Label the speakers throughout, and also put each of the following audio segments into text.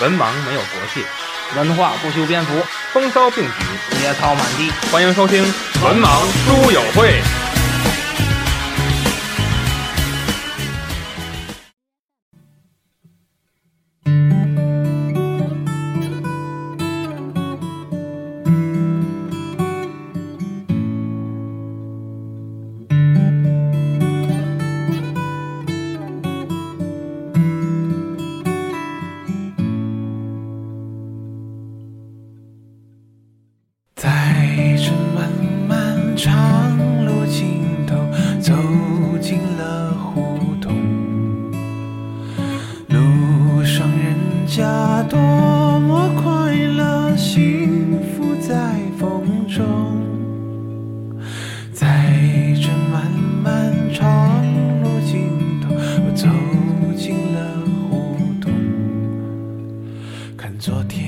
Speaker 1: 文盲没有国界，文化不修边幅，风骚并举，节操满地。欢迎收听《文盲书友会》。
Speaker 2: 在这漫漫长路尽头，走进了胡同。路上人家多么快乐，幸福在风中。在这漫漫长路尽头，我走进了胡同，看昨天。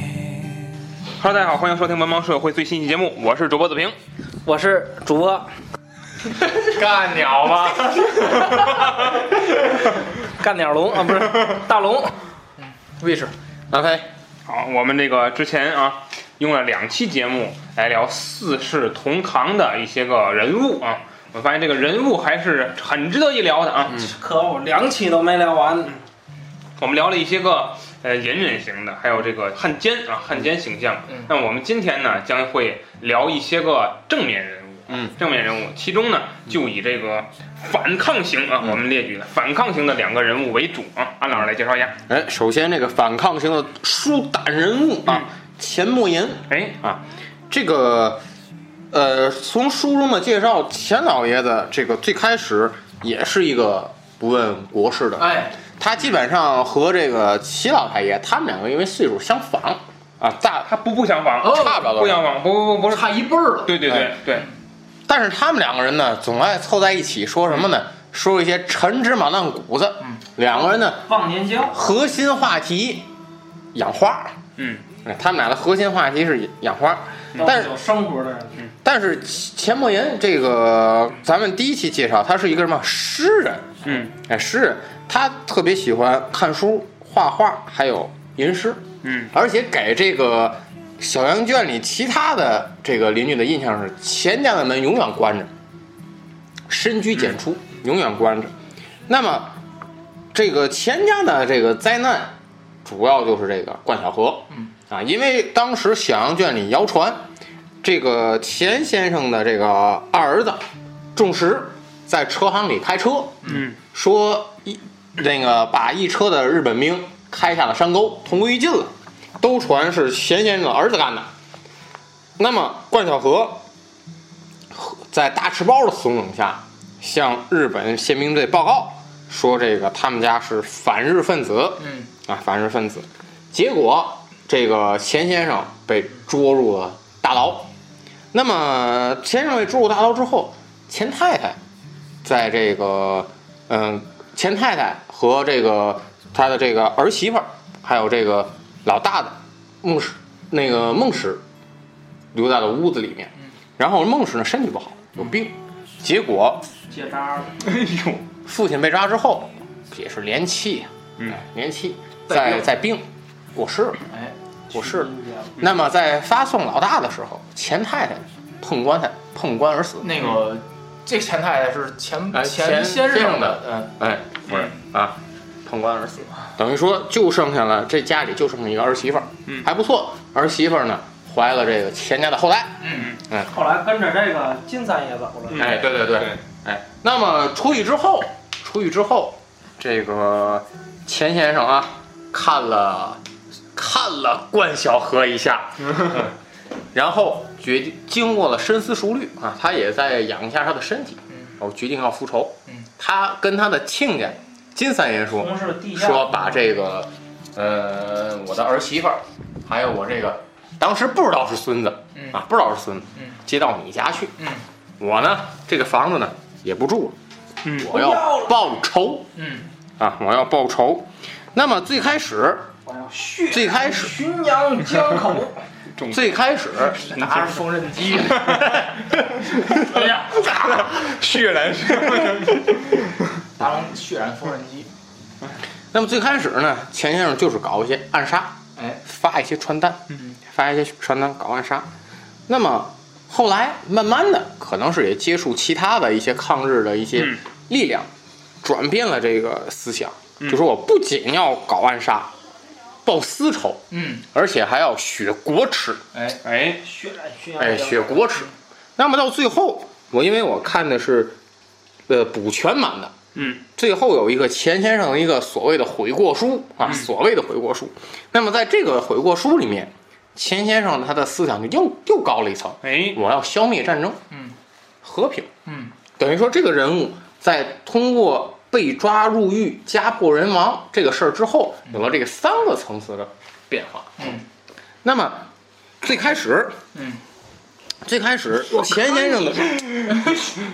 Speaker 1: Hello，大家好，欢迎收听《文盲书友会》最新一期节目，我是主播子平。
Speaker 3: 我是主播，
Speaker 1: 干鸟吗？
Speaker 3: 干鸟龙啊，不是大龙，卫士，
Speaker 4: 南飞，
Speaker 1: 好，我们这个之前啊，用了两期节目来聊四世同堂的一些个人物啊，我发现这个人物还是很值得一聊的啊。
Speaker 3: 可恶，两期都没聊完，
Speaker 1: 我们聊了一些个呃隐忍型的，还有这个汉奸啊，汉奸形象。
Speaker 3: 嗯
Speaker 1: 那我们今天呢，将会聊一些个正面人物。啊
Speaker 4: 嗯，
Speaker 1: 正面人物，其中呢就以这个反抗型啊，我们列举了反抗型的两个人物为主啊。安老师来介绍一下。
Speaker 4: 哎，首先这个反抗型的疏胆人物
Speaker 3: 嗯
Speaker 4: 啊，钱默言
Speaker 1: 哎，
Speaker 4: 啊，这个呃，从书中的介绍，钱老爷子这个最开始也是一个不问国事的，
Speaker 3: 哎，
Speaker 4: 他基本上和这个齐老太爷他们两个因为岁数相仿啊，大
Speaker 1: 他不不相仿，
Speaker 3: 哦
Speaker 4: 差不了
Speaker 1: 不
Speaker 4: 多少，
Speaker 1: 相仿，不不不不是。
Speaker 3: 差一辈儿了，
Speaker 1: 对对对
Speaker 4: 哎
Speaker 1: 对，
Speaker 4: 但是他们两个人呢，总爱凑在一起说什么呢？说一些陈芝麻烂谷子，
Speaker 3: 嗯
Speaker 4: 两个人呢
Speaker 3: 忘年交，
Speaker 4: 核心话题养花。
Speaker 1: 嗯，
Speaker 4: 哎他们俩的核心话题是养花，但是
Speaker 3: 有生活的人，
Speaker 4: 但是钱默言这个咱们第一期介绍，他是一个什么诗人？
Speaker 1: 嗯
Speaker 4: 哎，诗人，他特别喜欢看书、画画，还有吟诗，
Speaker 1: 嗯
Speaker 4: 而且给这个小羊圈里其他的这个邻居的印象是，钱家的门永远关着，深居简出，永远关着。那么这个钱家的这个灾难，主要就是这个灌小河，啊，因为当时小羊圈里谣传，这个钱先生的这个二儿子仲石在车行里开车，
Speaker 1: 嗯
Speaker 4: 说一那个把一车的日本兵开下了山沟，同归于尽了，都传是钱先生的儿子干的。那么冠晓荷在大赤包的怂恿下，向日本宪兵队报告说，这个他们家是反日分子
Speaker 3: 嗯，
Speaker 4: 啊，反日分子。结果这个钱先生被捉入了大牢。那么钱先生被捉入大牢之后，钱太太在这个嗯，钱太太和这个她的这个儿媳妇儿，还有这个老大的孟氏，那个孟氏留在了屋子里面。然后孟氏呢身体不好，有病，结果
Speaker 3: 结扎了，
Speaker 1: 哎呦，
Speaker 4: 父亲被抓之后也是连气，啊
Speaker 1: 嗯，
Speaker 4: 连气
Speaker 3: 在
Speaker 4: 在
Speaker 3: 病
Speaker 4: 在病过世了。
Speaker 3: 哎，
Speaker 4: 我是
Speaker 3: 去医院了
Speaker 4: 那么在发送老大的时候，钱太太碰棺材碰棺而死。
Speaker 5: 那个这钱太太是钱
Speaker 4: 哎钱
Speaker 5: 钱先
Speaker 4: 先生
Speaker 5: 生
Speaker 4: 的
Speaker 5: 的，嗯，
Speaker 4: 哎，不是啊，碰棺而死，等于说就剩下了这家里就剩下一个儿媳妇儿，
Speaker 1: 嗯
Speaker 4: 还不错，儿媳妇儿呢怀了这个钱家的后代，
Speaker 3: 后来跟着这个金三爷走了，
Speaker 4: 哎，对对对，哎，那么出狱之后，出狱之后，这个钱先生啊，看了看了冠晓荷一 下，嗯然后决定经过了深思熟虑啊，他也在养一下他的身体，我决定要复仇。
Speaker 5: 嗯
Speaker 4: 他跟他的亲家金三爷说，
Speaker 3: 从事地下，
Speaker 4: 说把这个，呃，我的儿媳妇儿，还有我这个，当时不知道是孙子，
Speaker 5: 嗯
Speaker 4: 啊，不知道是孙子，
Speaker 5: 嗯
Speaker 4: 接到你家去，
Speaker 5: 嗯，
Speaker 4: 我呢，这个房子呢也不住了，
Speaker 1: 嗯
Speaker 4: 我要报仇，
Speaker 5: 嗯，
Speaker 4: 啊，我要报仇。那么最开始，
Speaker 3: 我要血
Speaker 4: 最开始，
Speaker 3: 巡洋江口，
Speaker 4: 最开始，
Speaker 5: 拿着缝纫机，
Speaker 3: 哎呀，
Speaker 1: 血染
Speaker 5: 拿着血染缝纫机，
Speaker 4: 那么最开始呢，钱先生就是搞一些暗杀，
Speaker 5: 哎，嗯
Speaker 4: 发一些传单，发一些传单搞暗杀。那么后来慢慢的，可能是也接触其他的一些抗日的一些
Speaker 1: 嗯
Speaker 4: 力量，转变了这个思想，
Speaker 5: 嗯
Speaker 4: 就说我不仅要搞暗杀，报私仇，
Speaker 5: 嗯，
Speaker 4: 而且还要雪国耻。
Speaker 5: 哎，
Speaker 1: 哎，
Speaker 3: 血染血染
Speaker 4: 哎，雪国耻。那么到最后，我因为我看的是，呃，补全版的，
Speaker 1: 嗯，
Speaker 4: 最后有一个钱先生的一个所谓的悔过书啊，所谓的悔过书。那么在这个悔过书里面，钱先生他的思想就又又高了一层，
Speaker 1: 哎，
Speaker 4: 我要消灭战争，
Speaker 5: 嗯，
Speaker 4: 和平，
Speaker 5: 嗯，
Speaker 4: 等于说这个人物在通过被抓入狱、家破人亡这个事儿之后，有了这个三个层次的变化。
Speaker 5: 嗯，
Speaker 4: 那么最开始，
Speaker 5: 嗯，
Speaker 4: 最开始钱先生的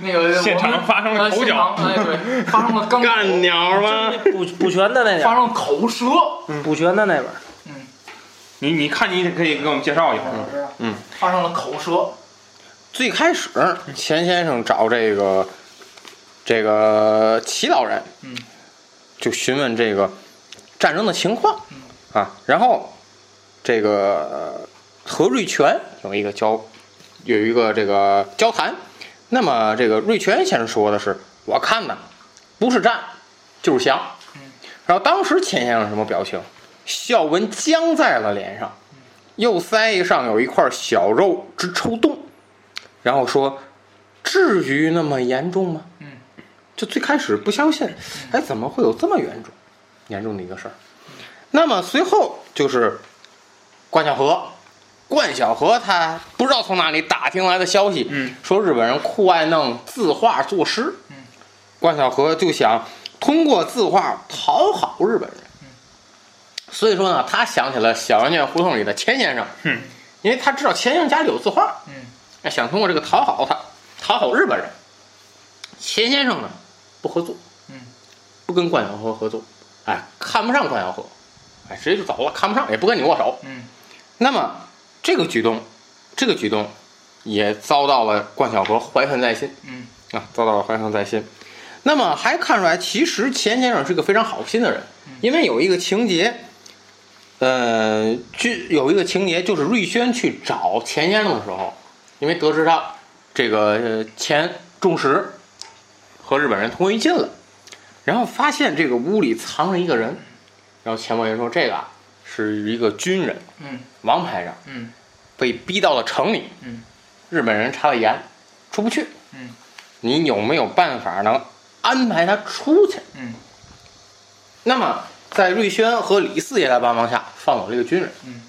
Speaker 5: 那个
Speaker 1: 现场
Speaker 5: 我们
Speaker 1: 发生了
Speaker 5: 呃
Speaker 1: 口角
Speaker 5: 现场哎，对，发生 了刚
Speaker 4: 干鸟吗？
Speaker 3: 就是 补补全的那点
Speaker 5: 发
Speaker 3: 儿，嗯
Speaker 5: 生了口舌，
Speaker 3: 补全的那本儿，
Speaker 1: 你你看，你可以给我们介绍一下。
Speaker 5: 我知道
Speaker 4: 嗯，
Speaker 5: 发生了口舌，
Speaker 4: 最开始钱先生找这个这个祁老人，
Speaker 5: 嗯，
Speaker 4: 就询问这个战争的情况，啊，然后这个呃和瑞全有一个交有一个这个交谈，那么这个瑞全先生说的是，我看呢不是战就是降，然后当时钱先生什么表情？笑纹僵在了脸上，右腮上有一块小肉直抽动。然后说：“至于那么严重吗？”
Speaker 5: 嗯，
Speaker 4: 就最开始不相信，哎，怎么会有这么严重、严重的一个事儿？那么随后就是关小河，关小河他不知道从哪里打听来的消息，
Speaker 1: 嗯，
Speaker 4: 说日本人酷爱弄字画作诗，
Speaker 5: 嗯，
Speaker 4: 关小河就想通过字画讨好日本人，
Speaker 5: 嗯
Speaker 4: 所以说呢，他想起了小圆圈胡同里的钱先生，
Speaker 1: 嗯，
Speaker 4: 因为他知道钱先生家里有字画，
Speaker 5: 嗯，
Speaker 4: 哎，想通过这个讨好他，讨好日本人。钱先生呢，不合作，
Speaker 5: 嗯，
Speaker 4: 不跟关小河合作，哎，看不上关小河，哎，直接就走了，看不上，也不跟你握手。
Speaker 5: 嗯，
Speaker 4: 那么这个举动，这个举动也遭到了关小河怀恨在心，
Speaker 5: 嗯，
Speaker 4: 啊，遭到了怀恨在心。那么还看出来，其实钱先生是个非常好心的人，
Speaker 5: 嗯
Speaker 4: 因为有一个情节。呃，据有一个情节，就是瑞宣去找钱先生的时候，因为得知到这个呃钱重石和日本人同归于尽了，然后发现这个屋里藏着一个人，然后钱伯元说这个啊是一个军人，
Speaker 5: 嗯，
Speaker 4: 王排长，
Speaker 5: 嗯，
Speaker 4: 被逼到了城里，
Speaker 5: 嗯，
Speaker 4: 日本人查了严，出不去，
Speaker 5: 嗯，
Speaker 4: 你有没有办法能安排他出去？
Speaker 5: 嗯，
Speaker 4: 那么在瑞宣和李四爷的帮忙下，放走了这个军人，
Speaker 5: 嗯。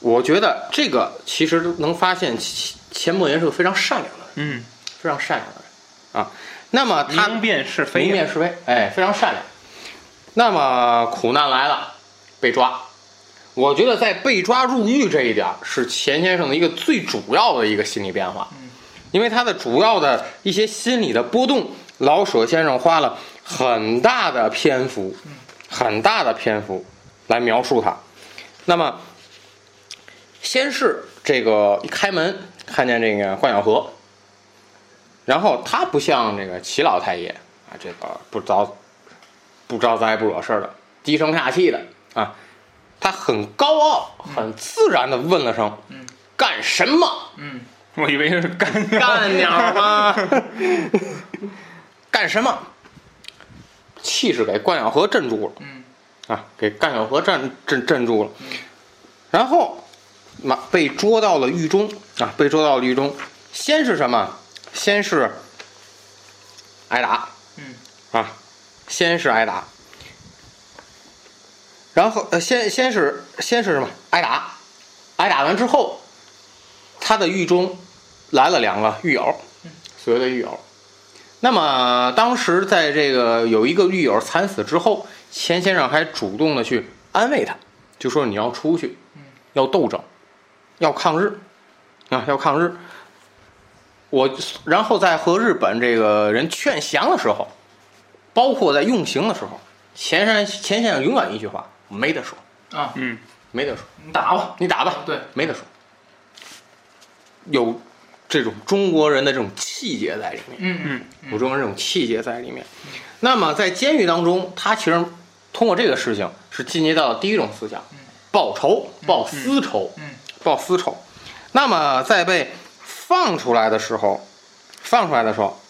Speaker 4: 我觉得这个其实能发现钱钱伯元是个非常善良的人。
Speaker 1: 嗯，
Speaker 4: 非常善良的人啊。那么他
Speaker 1: 明辨是非。
Speaker 4: 明辨是非，哎，非常善良。那么苦难来了，被抓。我觉得在被抓入狱这一点儿是钱先生的一个最主要的一个心理变化，
Speaker 1: 嗯
Speaker 4: 因为他的主要的一些心理的波动，老舍先生花了很大的篇幅，
Speaker 1: 嗯
Speaker 4: 很大的篇幅来描述他。那么，先是这个一开门看见这个关小河，然后他不像这个齐老太爷啊，这个不招不招灾不惹事儿的，低声下气的啊，他很高傲、很自然的问了声：“
Speaker 5: 嗯
Speaker 4: 干什么？
Speaker 5: 嗯，
Speaker 1: 我以为是干
Speaker 4: 干鸟吗？ 干什么？”气势给关小河镇住了，
Speaker 5: 嗯
Speaker 4: 啊，给干小河镇镇镇住了，然后嘛被捉到了狱中啊，被捉到了狱中，先是什么？先是挨打，
Speaker 5: 嗯
Speaker 4: 啊，先是挨打，然后呃，先先是先是什么？挨打，挨打完之后，他的狱中来了两个狱友，所谓的狱友。那么当时在这个有一个狱友惨死之后，钱先生还主动的去安慰他，就说你要出去，要斗争，要抗日，啊，要抗日。我然后在和日本这个人劝降的时候，包括在用刑的时候，钱山钱先生永远一句话，没得说，
Speaker 5: 啊，
Speaker 1: 嗯
Speaker 4: 没得说，
Speaker 5: 你打吧，
Speaker 4: 你打吧，
Speaker 5: 对，
Speaker 4: 没得说，有这种中国人的这种气节在里面。
Speaker 5: 嗯
Speaker 1: 嗯
Speaker 4: 有中国人这种气节在里面。那么在监狱当中，他其实通过这个事情是进阶到了第一种思想，报仇，报私仇，
Speaker 5: 嗯嗯嗯
Speaker 4: 报私仇。那么在被放出来的时候，放出来的时候，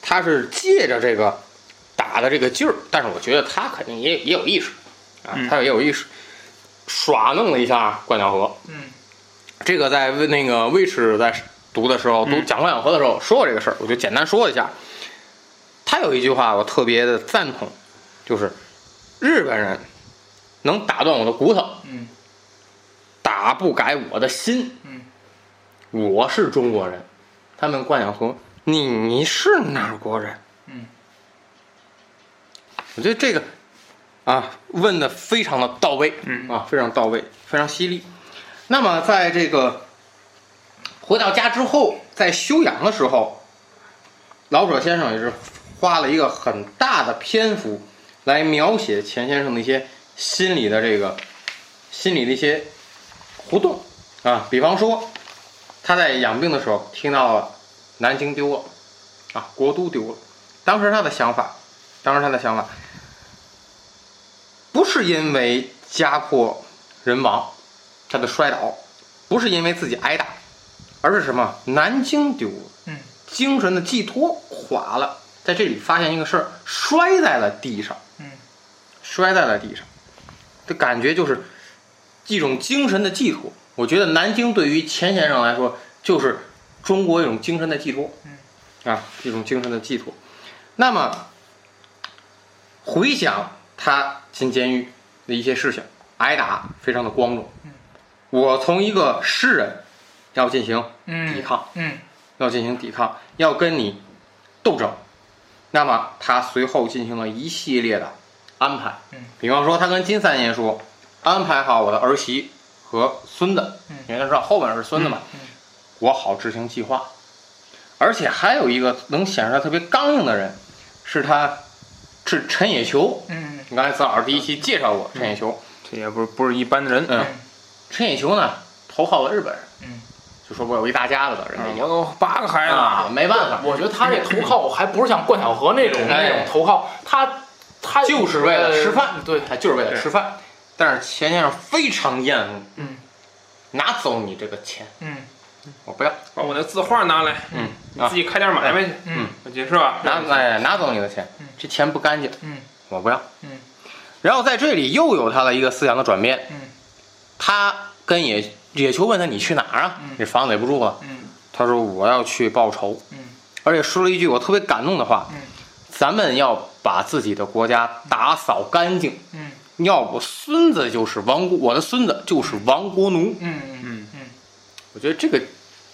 Speaker 4: 他是借着这个打的这个劲儿，但是我觉得他肯定也也有意识啊，
Speaker 1: 嗯
Speaker 4: 他也有意识，耍弄了一下灌鸟河。
Speaker 5: 嗯
Speaker 4: 这个在那个卫士在读的时候，读
Speaker 1: 嗯
Speaker 4: 讲灌鸟河的时候说过这个事儿，我就简单说一下。他有一句话我特别的赞同，就是日本人能打断我的骨头，
Speaker 5: 嗯
Speaker 4: 打不改我的心。
Speaker 5: 嗯，
Speaker 4: 我是中国人。他们灌小河，你你是哪儿国人？
Speaker 5: 嗯，
Speaker 4: 我觉得这个啊问的非常的到位，
Speaker 1: 嗯
Speaker 4: 啊非常到位，非常犀利。那么在这个回到家之后，在休养的时候，老舍先生也是花了一个很大的篇幅来描写钱先生的一些心理的这个心理的一些活动啊，比方说他在养病的时候听到了南京丢了啊，国都丢了，当时他的想法，当时他的想法不是因为家破人亡，他的摔倒，不是因为自己挨打，而是什么？南京丢了。
Speaker 5: 嗯
Speaker 4: 精神的寄托垮了，在这里发现一个事儿，摔在了地上，
Speaker 5: 嗯，
Speaker 4: 摔在了地上，这感觉就是一种精神的寄托。我觉得南京对于钱先生来说，就是中国一种精神的寄托，
Speaker 5: 嗯
Speaker 4: 啊，一种精神的寄托。那么回想他进监狱的一些事情，挨打非常的光荣
Speaker 5: 嗯。
Speaker 4: 我从一个诗人要进行
Speaker 5: 嗯
Speaker 4: 抵抗。
Speaker 5: 嗯
Speaker 4: 要进行抵抗，要跟你斗争。那么他随后进行了一系列的安排
Speaker 5: 嗯，
Speaker 4: 比方说他跟金三爷说，安排好我的儿媳和孙子
Speaker 5: 嗯，
Speaker 4: 因为他知道后边是孙子嘛
Speaker 5: 嗯嗯，
Speaker 4: 我好执行计划。而且还有一个能显示他特别刚硬的人，是他是陈野球。
Speaker 5: 嗯
Speaker 4: 你刚才子老师第一期介绍过陈野球，
Speaker 1: 这也不是不是一般的人。
Speaker 4: 嗯，陈野球呢投靠了日本人，
Speaker 5: 嗯，
Speaker 4: 就说我有一大家子的人
Speaker 1: 啊
Speaker 4: 家
Speaker 1: 我有八个孩子，
Speaker 4: 啊，没办法，
Speaker 5: 我觉得他这投靠还不是像灌小河那种
Speaker 4: 哎
Speaker 5: 那种投靠，他他
Speaker 4: 就是为了吃饭
Speaker 5: 呃对，
Speaker 4: 他就是为了
Speaker 1: 对
Speaker 4: 吃饭。但是钱先生非常厌恶，
Speaker 5: 嗯
Speaker 4: 拿走你这个钱，
Speaker 5: 嗯
Speaker 4: 我不要，
Speaker 1: 把我那字画拿来，
Speaker 4: 嗯
Speaker 1: 你
Speaker 4: 啊
Speaker 1: 自，己开点买卖去，
Speaker 5: 嗯
Speaker 1: 我觉得是吧？
Speaker 4: 拿哎拿走你的钱
Speaker 5: 嗯，
Speaker 4: 这钱不干净，
Speaker 5: 嗯
Speaker 4: 我不要。
Speaker 5: 嗯
Speaker 4: 然后在这里又有他的一个思想的转变，
Speaker 5: 嗯
Speaker 4: 他跟野野球问他你去哪儿啊
Speaker 5: 嗯？
Speaker 4: 这房子也不住了，
Speaker 5: 嗯
Speaker 4: 他说我要去报仇，
Speaker 5: 嗯
Speaker 4: 而且说了一句我特别感动的话，
Speaker 5: 嗯
Speaker 4: 咱们要把自己的国家打扫干净，
Speaker 5: 嗯
Speaker 4: 要不孙子就是亡国，我的孙子就是亡国奴。
Speaker 5: 嗯嗯嗯
Speaker 4: 我觉得这个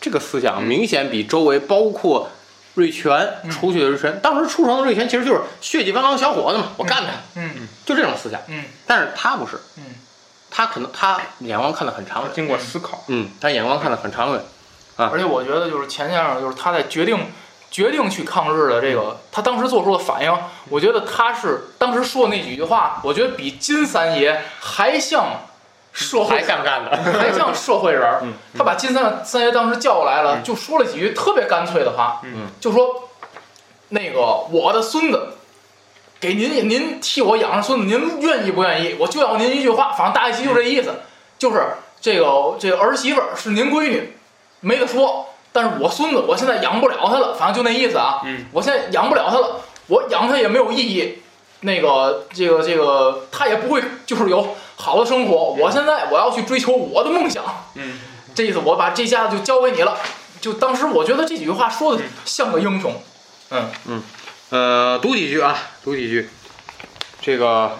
Speaker 4: 这个思想明显比周围包括瑞全
Speaker 5: 嗯
Speaker 4: 出去的瑞全，当时出城的瑞全其实就是血气方刚小伙子嘛，我干他，
Speaker 5: 嗯
Speaker 4: 就这种思想。
Speaker 5: 嗯
Speaker 4: 但是他不是，
Speaker 5: 嗯
Speaker 4: 他可能他眼光看得很长远，
Speaker 1: 经过思考，
Speaker 4: 嗯，他眼光看得很长远，
Speaker 5: 而且我觉得就是钱先生，就是他在决定决定去抗日的这个，他当时做出的反应，我觉得他是当时说那几句话，我觉得比金三爷还像社会
Speaker 4: 还
Speaker 5: 人，
Speaker 4: 想干的。
Speaker 5: 还像社会人儿。
Speaker 1: 嗯
Speaker 5: 他把金三三爷当时叫过来了，就说了几句特别干脆的话，
Speaker 1: 嗯
Speaker 5: 就说那个我的孙子。给您，您替我养着孙子，您愿意不愿意？我就要您一句话，反正大概其就这意思，
Speaker 1: 嗯
Speaker 5: 就是这个这个儿媳妇儿是您闺女，没得说。但是我孙子我现在养不了他了，反正就那意思啊。
Speaker 1: 嗯，
Speaker 5: 我现在养不了他了，我养他也没有意义。那个，这个，这个，他也不会就是有好的生活。我现在我要去追求我的梦想，
Speaker 1: 嗯，
Speaker 5: 这意思我把这家就交给你了。就当时我觉得这几句话说的像个英雄，嗯
Speaker 4: 呃，读几句啊，读几句。这个，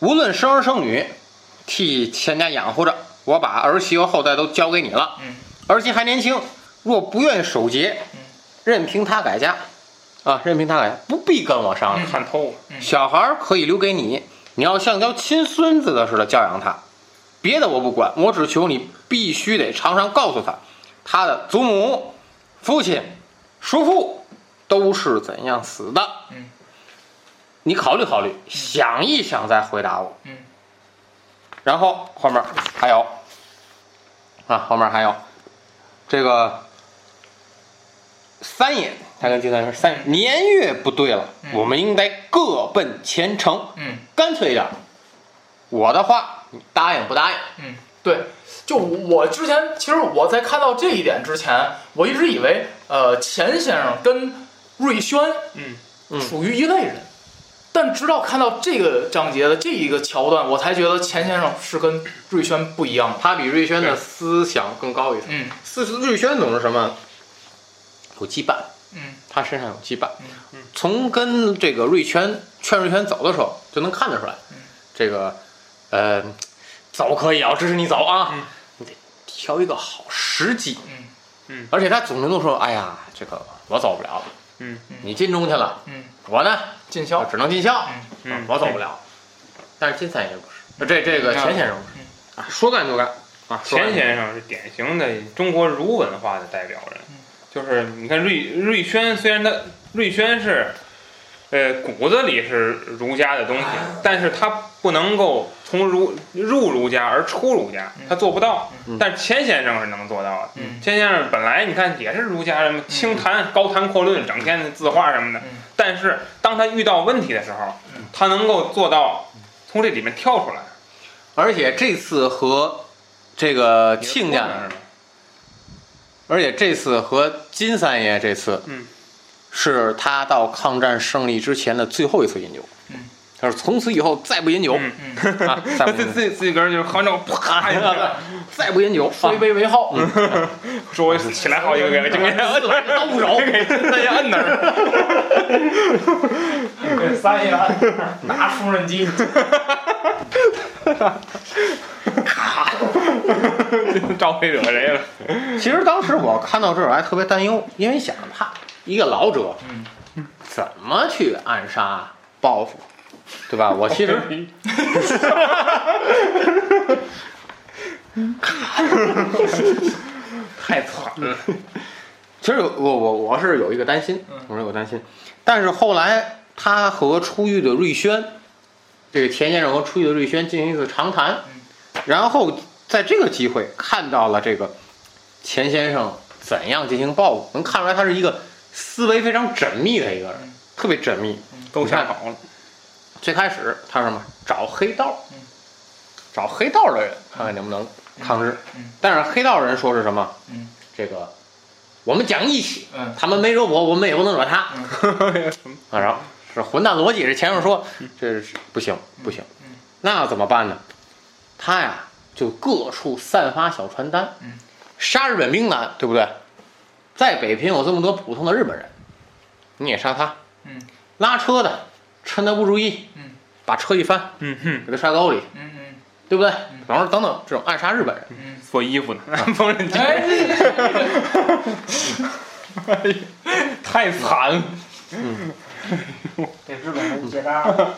Speaker 4: 无论生儿生女，替钱家养活着，我把儿媳和后代都交给你了。
Speaker 5: 嗯
Speaker 4: 儿媳还年轻，若不愿守节
Speaker 5: 嗯，
Speaker 4: 任凭她改嫁，啊，任凭她改嫁，不必跟我商量。
Speaker 1: 看透了，
Speaker 5: 嗯
Speaker 4: 小孩儿可以留给你，你要像教亲孙子的似的教养他。别的我不管，我只求你必须得常常告诉他，他的祖母、父亲、叔父都是怎样死的。
Speaker 5: 嗯，
Speaker 4: 你考虑考虑，想一想再回答我。
Speaker 5: 嗯，
Speaker 4: 然后后面还有啊，后面还有这个三爷，他跟金三爷说：“三爷年月不对了，
Speaker 5: 嗯
Speaker 4: 我们应该各奔前程。
Speaker 5: 嗯
Speaker 4: 干脆一点，我的话答应不答应？
Speaker 1: 嗯
Speaker 5: 嗯对，就我之前，其实我在看到这一点之前，我一直以为，呃，钱先生跟瑞轩，
Speaker 1: 嗯
Speaker 4: 嗯
Speaker 5: 属于一类人。但直到看到这个章节的这一个桥段，我才觉得钱先生是跟瑞轩不一样的。
Speaker 4: 他比瑞轩的
Speaker 1: 对
Speaker 4: 思想更高一层。
Speaker 5: 嗯
Speaker 4: 思瑞轩总是什么？有羁绊，
Speaker 5: 嗯
Speaker 4: 他身上有羁绊
Speaker 5: 嗯。
Speaker 4: 从跟这个瑞轩劝瑞轩走的时候，就能看得出来
Speaker 5: 嗯，
Speaker 4: 这个呃，走可以啊，我支持你走啊，
Speaker 1: 嗯
Speaker 4: 你得挑一个好时机。
Speaker 5: 嗯
Speaker 1: 嗯
Speaker 4: 而且他总是都说：“哎呀，这个我走不了了，
Speaker 1: 嗯
Speaker 4: 你进中去了，
Speaker 5: 嗯，
Speaker 4: 我呢
Speaker 5: 进校
Speaker 4: 我，只能进校，
Speaker 1: 嗯，
Speaker 4: 我走不了。”但是金三爷不是，这这个
Speaker 1: 嗯
Speaker 4: 钱先生不是啊，说干就干啊，说干
Speaker 1: 钱先生是典型的中国儒文化的代表人
Speaker 5: 嗯，
Speaker 1: 就是你看瑞瑞轩，虽然他瑞轩是，呃，骨子里是儒家的东西，
Speaker 5: 啊
Speaker 1: 但是他不能够从儒入儒家而出儒家
Speaker 5: 嗯，
Speaker 1: 他做不到。
Speaker 4: 嗯
Speaker 1: 但是钱先生是能做到的。
Speaker 5: 嗯
Speaker 1: 钱先生本来你看也是儒家人嘛，清谈、高谈阔论，整天的字画什么的。
Speaker 5: 嗯
Speaker 1: 但是当他遇到问题的时候
Speaker 5: 嗯，
Speaker 1: 他能够做到从这里面跳出来。
Speaker 4: 而且这次和这个亲家，
Speaker 1: 是吧
Speaker 4: 而且这次和金三爷这次，
Speaker 1: 嗯，
Speaker 4: 是他到抗战胜利之前的最后一次饮酒。
Speaker 5: 嗯，
Speaker 4: 他说从此以后再不饮酒、
Speaker 1: 嗯
Speaker 5: 嗯，
Speaker 4: 啊，再
Speaker 1: 他
Speaker 4: 不
Speaker 1: 自
Speaker 4: 饮酒
Speaker 1: 自自己个人就是喝着啪一下，
Speaker 4: 再不饮酒啊
Speaker 5: 推，杯为号，
Speaker 1: 周围起来好几个人，就给 他
Speaker 4: 四个人都不走，
Speaker 1: 给大家摁那儿。
Speaker 5: 给三爷拿缝纫机，
Speaker 1: 招谁惹谁了？
Speaker 4: 其实当时我看到这儿我还特别担忧，因为想他一个老者，
Speaker 5: 嗯
Speaker 4: 怎么去暗杀报复，对 吧？我其实
Speaker 1: 太惨了。
Speaker 4: 其实有我我我是有一个担心
Speaker 5: 嗯，
Speaker 4: 我是有担心，但是后来他和出狱的瑞轩，这个钱先生和出狱的瑞轩进行一次长谈，然后在这个机会看到了这个钱先生怎样进行报复，能看出来他是一个思维非常缜密的一个人
Speaker 5: 嗯，
Speaker 4: 特别缜密。
Speaker 1: 都想好了，
Speaker 4: 最开始他是什么找黑道
Speaker 5: 嗯，
Speaker 4: 找黑道的人看看能不能抗日
Speaker 5: 嗯嗯，
Speaker 4: 但是黑道人说是什么
Speaker 5: 嗯？
Speaker 4: 这个我们讲义气。
Speaker 5: 嗯
Speaker 4: 他们没惹我，我们也不能惹他。
Speaker 5: 嗯
Speaker 4: 啊，然后是混蛋逻辑，这前面说这是不行不行，
Speaker 5: 嗯
Speaker 4: 那怎么办呢？他呀就各处散发小传单，
Speaker 5: 嗯
Speaker 4: 杀日本兵难，对不对？在北平有这么多普通的日本人，你也杀他，
Speaker 5: 嗯，
Speaker 4: 拉车的趁他不注意，
Speaker 5: 嗯，
Speaker 4: 把车一翻，
Speaker 1: 嗯哼，
Speaker 4: 给他杀沟里，
Speaker 5: 嗯嗯
Speaker 4: 对不对？然后等等这种暗杀日本人，
Speaker 5: 嗯，
Speaker 1: 做衣 服呢，缝纫机，
Speaker 5: 哎，
Speaker 1: 太惨了。
Speaker 3: 给日本人结扎，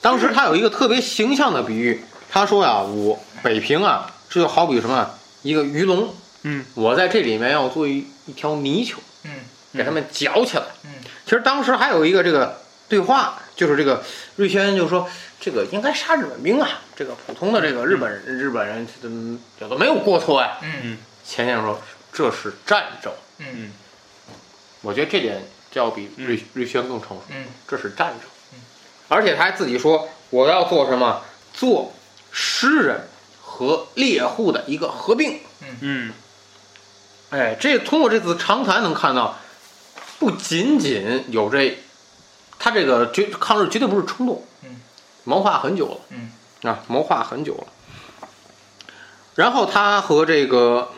Speaker 4: 当时他有一个特别形象的比喻，他说呀、我北平啊，这就好比什么一个鱼笼，
Speaker 1: 嗯，
Speaker 4: 我在这里面要做一一条泥鳅，
Speaker 5: 嗯
Speaker 4: 给他们搅起来。
Speaker 5: 嗯
Speaker 4: 其实当时还有一个这个对话，就是这个瑞轩就说，这个应该杀日本兵啊，这个普通的这个日本人、日本人嗯有的没有过错呀、
Speaker 5: 嗯
Speaker 4: 钱先生说这是战争，
Speaker 5: 嗯
Speaker 4: 我觉得这点就要比瑞、瑞轩更成熟。
Speaker 5: 嗯
Speaker 4: 这是战争
Speaker 5: 嗯。
Speaker 4: 而且他还自己说我要做什么，做诗人和猎户的一个合并。
Speaker 1: 嗯，
Speaker 4: 哎，这通过这次长谈能看到，不仅仅有这，他这个绝抗日绝对不是冲动，
Speaker 5: 嗯，
Speaker 4: 谋划很久了，
Speaker 5: 嗯，
Speaker 4: 啊，谋划很久了。然后他和这个，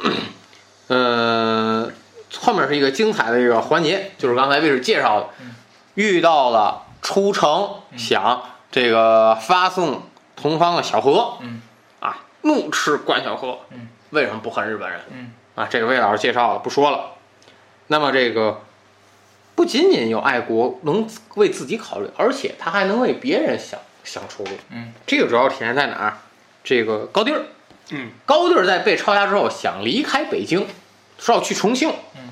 Speaker 4: 呃，后面是一个精彩的一个环节，就是刚才卫士介绍的，
Speaker 5: 嗯
Speaker 4: 遇到了出城想这个发送同方的小何
Speaker 5: 嗯
Speaker 4: 啊，怒斥关小何，
Speaker 5: 嗯，
Speaker 4: 为什么不恨日本人？
Speaker 5: 嗯
Speaker 4: 啊，这个魏老师介绍了，不说了。那么这个不仅仅有爱国，能为自己考虑，而且他还能为别人想想出路。
Speaker 5: 嗯，
Speaker 4: 这个主要体现在哪儿？这个高第儿，
Speaker 1: 嗯，
Speaker 4: 高第儿在被抄家之后想离开北京，说要去重庆，
Speaker 5: 嗯，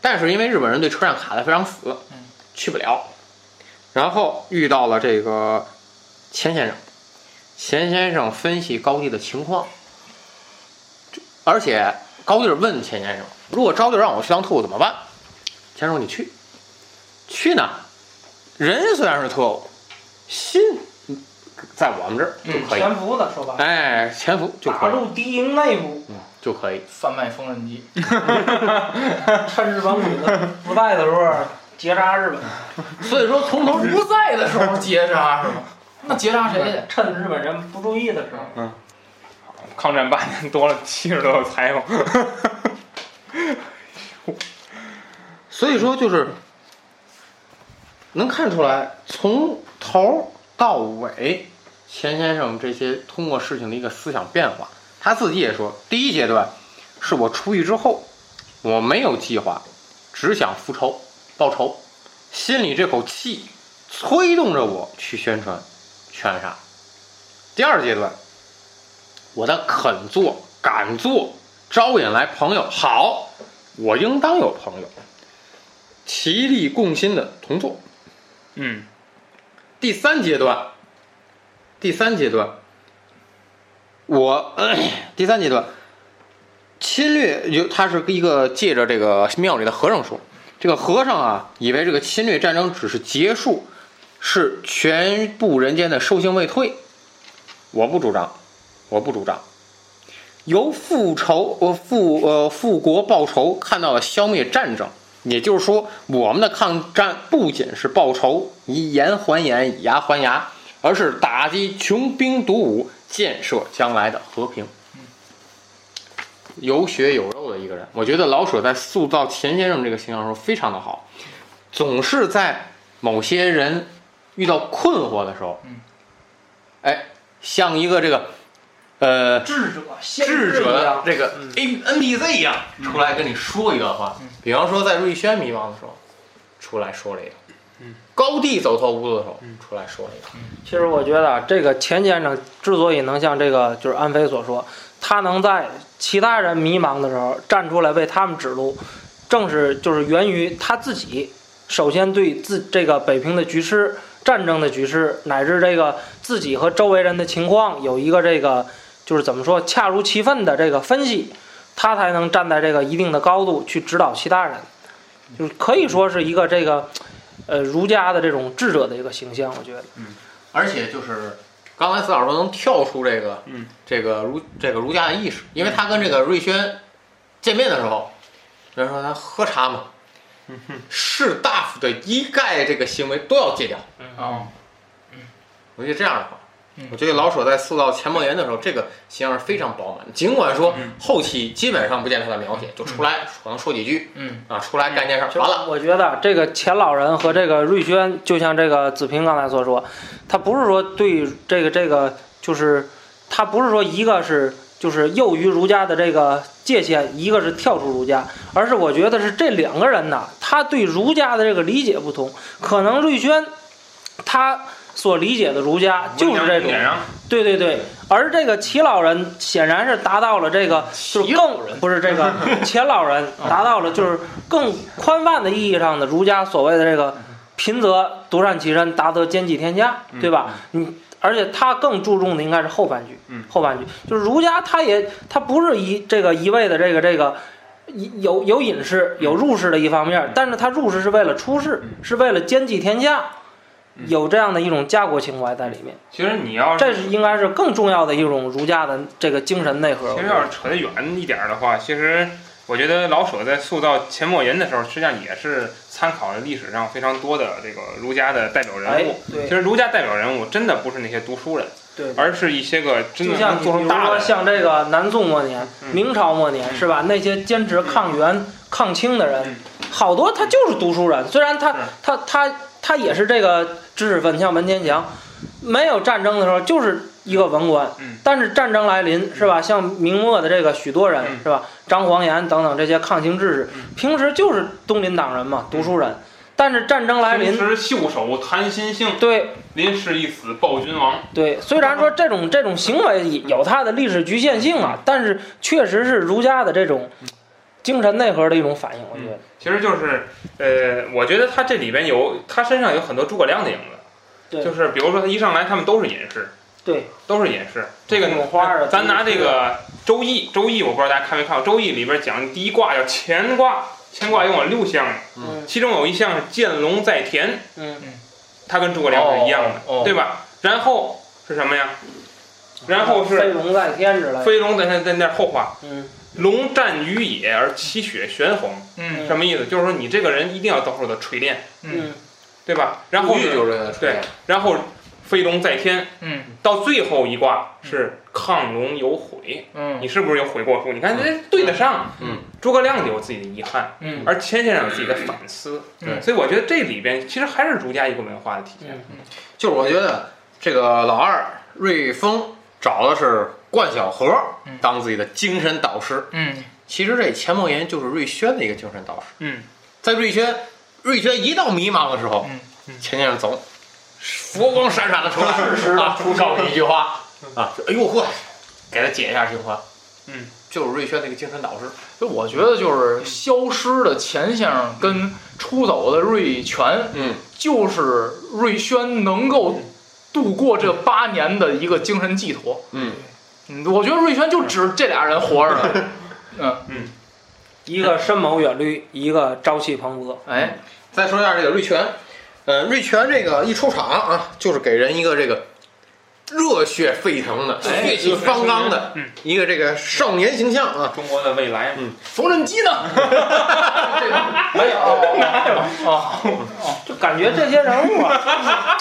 Speaker 4: 但是因为日本人对车站卡得非常死，
Speaker 5: 嗯，
Speaker 4: 去不了。然后遇到了这个钱先生，钱先生分析高第的情况，而且高第儿问钱先生：“如果招弟让我去当特务怎么办？”钱先生说：“你去，去呢？人虽然是特务，心在我们这儿就可
Speaker 5: 嗯
Speaker 4: 以，
Speaker 6: 潜伏的说白了，
Speaker 4: 哎，潜伏就
Speaker 6: 打
Speaker 4: 可以，
Speaker 6: 入敌营内部，
Speaker 4: 嗯，就可以。
Speaker 5: 贩卖缝纫机，
Speaker 6: 嗯趁日本鬼子不在的时候结扎日本，
Speaker 5: 所以说从头不在的时候结扎是吗？那结扎谁去？
Speaker 6: 趁日本人不注意的时候。
Speaker 1: 抗战八年多了七十多个采访，
Speaker 4: 所以说就是能看出来，从头到尾，钱先生这些通过事情的一个思想变化，他自己也说，第一阶段是我出狱之后，我没有计划，只想复仇报仇，心里这口气推动着我去宣传去暗杀。第二阶段，我的肯做敢做，招引来朋友，好，我应当有朋友。齐力共心的同做。
Speaker 1: 嗯，
Speaker 4: 第三阶段，第三阶段，我、 第三阶段侵略有，他是一个借着这个庙里的和尚说，这个和尚啊，以为这个侵略战争只是结束，是全部人间的兽性未退，我不主张，我不主张。由复仇呃复呃复国报仇看到了消灭战争，也就是说，我们的抗战不仅是报仇，以言还言，以牙还牙，而是打击穷兵黩武，建设将来的和平。有血有肉的一个人，我觉得老舍在塑造钱先生这个形象的时候非常的好，总是在某些人遇到困惑的时候，哎，像一个这个呃
Speaker 6: 智者，先
Speaker 4: 智者
Speaker 6: 一
Speaker 4: 的
Speaker 6: 样
Speaker 4: 这个 A N B Z 一样出来跟你说一段话，比方说在瑞轩迷茫的时候，出来说了一个，高地走投无路的时候，出来说了一个，
Speaker 3: 其实我觉得啊这个钱先生之所以能像这个就是安飞所说，他能在其他人迷茫的时候站出来为他们指路，正是就是源于他自己首先对自这个北平的局势、战争的局势，乃至这个自己和周围人的情况有一个这个就是怎么说恰如其分的这个分析，他才能站在这个一定的高度去指导其他人，就是可以说是一个这个呃儒家的这种智者的一个形象，我觉得。
Speaker 4: 而且就是刚才四老师说能跳出这个，
Speaker 1: 嗯，
Speaker 4: 这个儒这个儒家的意识，因为他跟这个瑞轩见面的时候，人说他喝茶嘛，
Speaker 1: 嗯
Speaker 4: 士大夫的一概这个行为都要戒掉。
Speaker 1: 嗯哦
Speaker 5: 啊，
Speaker 4: 我觉得这样的话
Speaker 5: 嗯，
Speaker 4: 我觉得老舍在塑造钱默言的时候，这个形象是非常饱满的。尽管说
Speaker 1: 嗯
Speaker 4: 后期基本上不见他的描写，就出来可能说几句
Speaker 5: 嗯，
Speaker 4: 啊，出来干件事
Speaker 3: 其实
Speaker 4: 儿，完了。
Speaker 3: 我觉得这个钱老人和这个瑞轩，就像这个子平刚才所说，他不是说对这个这个，就是他不是说一个是就是囿于儒家的这个界限，一个是跳出儒家，而是我觉得是这两个人呐，他对儒家的这个理解不同。可能瑞轩他所理解的儒家就是这种
Speaker 1: 嗯点上
Speaker 3: 对对对，而这个齐老人显然是达到了这个，就是更不是这个钱老人达到了就是更宽泛的意义上的儒家所谓的这个贫则独善其身，达则兼济天下，对吧？你而且他更注重的应该是后半句，
Speaker 1: 嗯
Speaker 3: 后半句就是儒家他也他不是一这个一味的这个这个。一有有隐士，有入世的一方面，但是他入世是为了出世，是为了兼济天下，有这样的一种家国情怀在里面。
Speaker 1: 其实你要
Speaker 3: 这是应该是更重要的一种儒家的这个精神内核。
Speaker 1: 其实要是扯得远一点儿的话，其实我觉得老舍在塑造钱默吟的时候，实际上也是参考了历史上非常多的这个儒家的代表
Speaker 3: 哎
Speaker 1: 人物。，其
Speaker 3: 对
Speaker 1: 实儒家代表人物真的不是那些读书人，
Speaker 3: 对，
Speaker 1: 而是一些个真
Speaker 3: 就
Speaker 1: 的
Speaker 3: 像
Speaker 1: 能
Speaker 3: 你
Speaker 1: 做
Speaker 3: 比
Speaker 1: 出
Speaker 3: 如
Speaker 1: 大
Speaker 3: 说
Speaker 1: 的。
Speaker 3: 像这个南宋末年、
Speaker 1: 嗯
Speaker 3: 明朝末年是吧？那些坚持抗元、抗清的人
Speaker 1: 嗯，
Speaker 3: 好多他就是读书人，虽然他
Speaker 1: 是
Speaker 3: 他他他也是这个知识分子，像文天祥，没有战争的时候就是一个文官
Speaker 1: 嗯，
Speaker 3: 但是战争来临是吧？像明末的这个许多人
Speaker 1: 嗯
Speaker 3: 是吧？张煌言等等这些抗清志士
Speaker 1: 嗯，
Speaker 3: 平时就是东林党人嘛，读书人，但是战争来临
Speaker 1: 平。时袖手谈心性，
Speaker 3: 对，
Speaker 1: 临事一死报君王。
Speaker 3: 对，虽然说这种这种行为也有它的历史局限性啊，但是确实是儒家的这种精神内核的一种反应，我觉得。
Speaker 1: 其实就是，呃，我觉得他这里边有他身上有很多诸葛亮的影子，
Speaker 3: 对
Speaker 1: 就是比如说他一上来他们都是隐士，
Speaker 3: 对，
Speaker 1: 都是隐士。这个
Speaker 3: 种花儿啊
Speaker 1: 咱拿
Speaker 3: 都是
Speaker 1: 这个《周易》，《周易》我不知道大家看没看过，《周易》里边讲第一卦叫乾卦，乾卦一共有六项，
Speaker 3: 嗯
Speaker 1: 其中有一项是见龙在田，
Speaker 3: 嗯
Speaker 1: 它跟诸葛亮是一样的，
Speaker 5: 哦哦
Speaker 1: 对吧？然后是什么呀？然后
Speaker 3: 嗯飞
Speaker 1: 是
Speaker 3: 啊龙在天之类的。
Speaker 1: 飞龙在那在那后话，
Speaker 3: 嗯，
Speaker 1: 龙战于野而其血玄红，
Speaker 5: 嗯
Speaker 1: 什么意思？就是说你这个人一定要遭受到锤炼，
Speaker 5: 嗯
Speaker 1: 对吧？然后
Speaker 4: 玉
Speaker 1: 是
Speaker 4: 就是这
Speaker 1: 对，然后飞龙在天，
Speaker 5: 嗯
Speaker 1: 到最后一卦是亢龙有悔，
Speaker 5: 嗯
Speaker 1: 你是不是有悔过书？你看这对得上，
Speaker 4: 嗯，
Speaker 1: 诸葛亮有自己的遗憾，
Speaker 5: 嗯，
Speaker 1: 而钱先生有自己的反思，
Speaker 5: 对
Speaker 1: 所以我觉得这里边其实还是儒家一个文化的体现，
Speaker 4: 就是我觉得这个老二瑞丰找的是冠晓荷
Speaker 5: 嗯
Speaker 4: 当自己的精神导师。
Speaker 5: 嗯
Speaker 4: 其实这钱梦妍就是瑞宣的一个精神导师。
Speaker 1: 嗯，
Speaker 4: 在瑞宣，瑞宣一到迷茫的时候，
Speaker 5: 嗯
Speaker 4: 钱先生总佛光闪闪的出来，啊，出告诉你一句话
Speaker 5: 嗯
Speaker 4: 啊，哎呦呵，给他解一下情况。
Speaker 1: 嗯，
Speaker 4: 就是瑞宣的一个精神导师。
Speaker 5: 就我觉得就是消失的钱先生跟出走的瑞全，
Speaker 4: 嗯，
Speaker 5: 就是瑞宣能够度过这八年的一个精神寄托。
Speaker 4: 嗯，
Speaker 5: 嗯，我觉得瑞宣就指这俩人活着呢。嗯，
Speaker 3: 一个深谋远虑，一个朝气蓬勃。
Speaker 5: 哎，
Speaker 4: 再说一下这个瑞全，呃，瑞全这个一出场啊，就是给人一个这个热血沸腾的、
Speaker 5: 哎
Speaker 4: 血气方刚的
Speaker 1: 嗯
Speaker 4: 一个这个少年形象啊。
Speaker 1: 中国的未来
Speaker 4: 嗯
Speaker 5: 缝纫机呢？这个没有
Speaker 3: 哦
Speaker 5: 啊，
Speaker 3: 就感觉这些人物啊，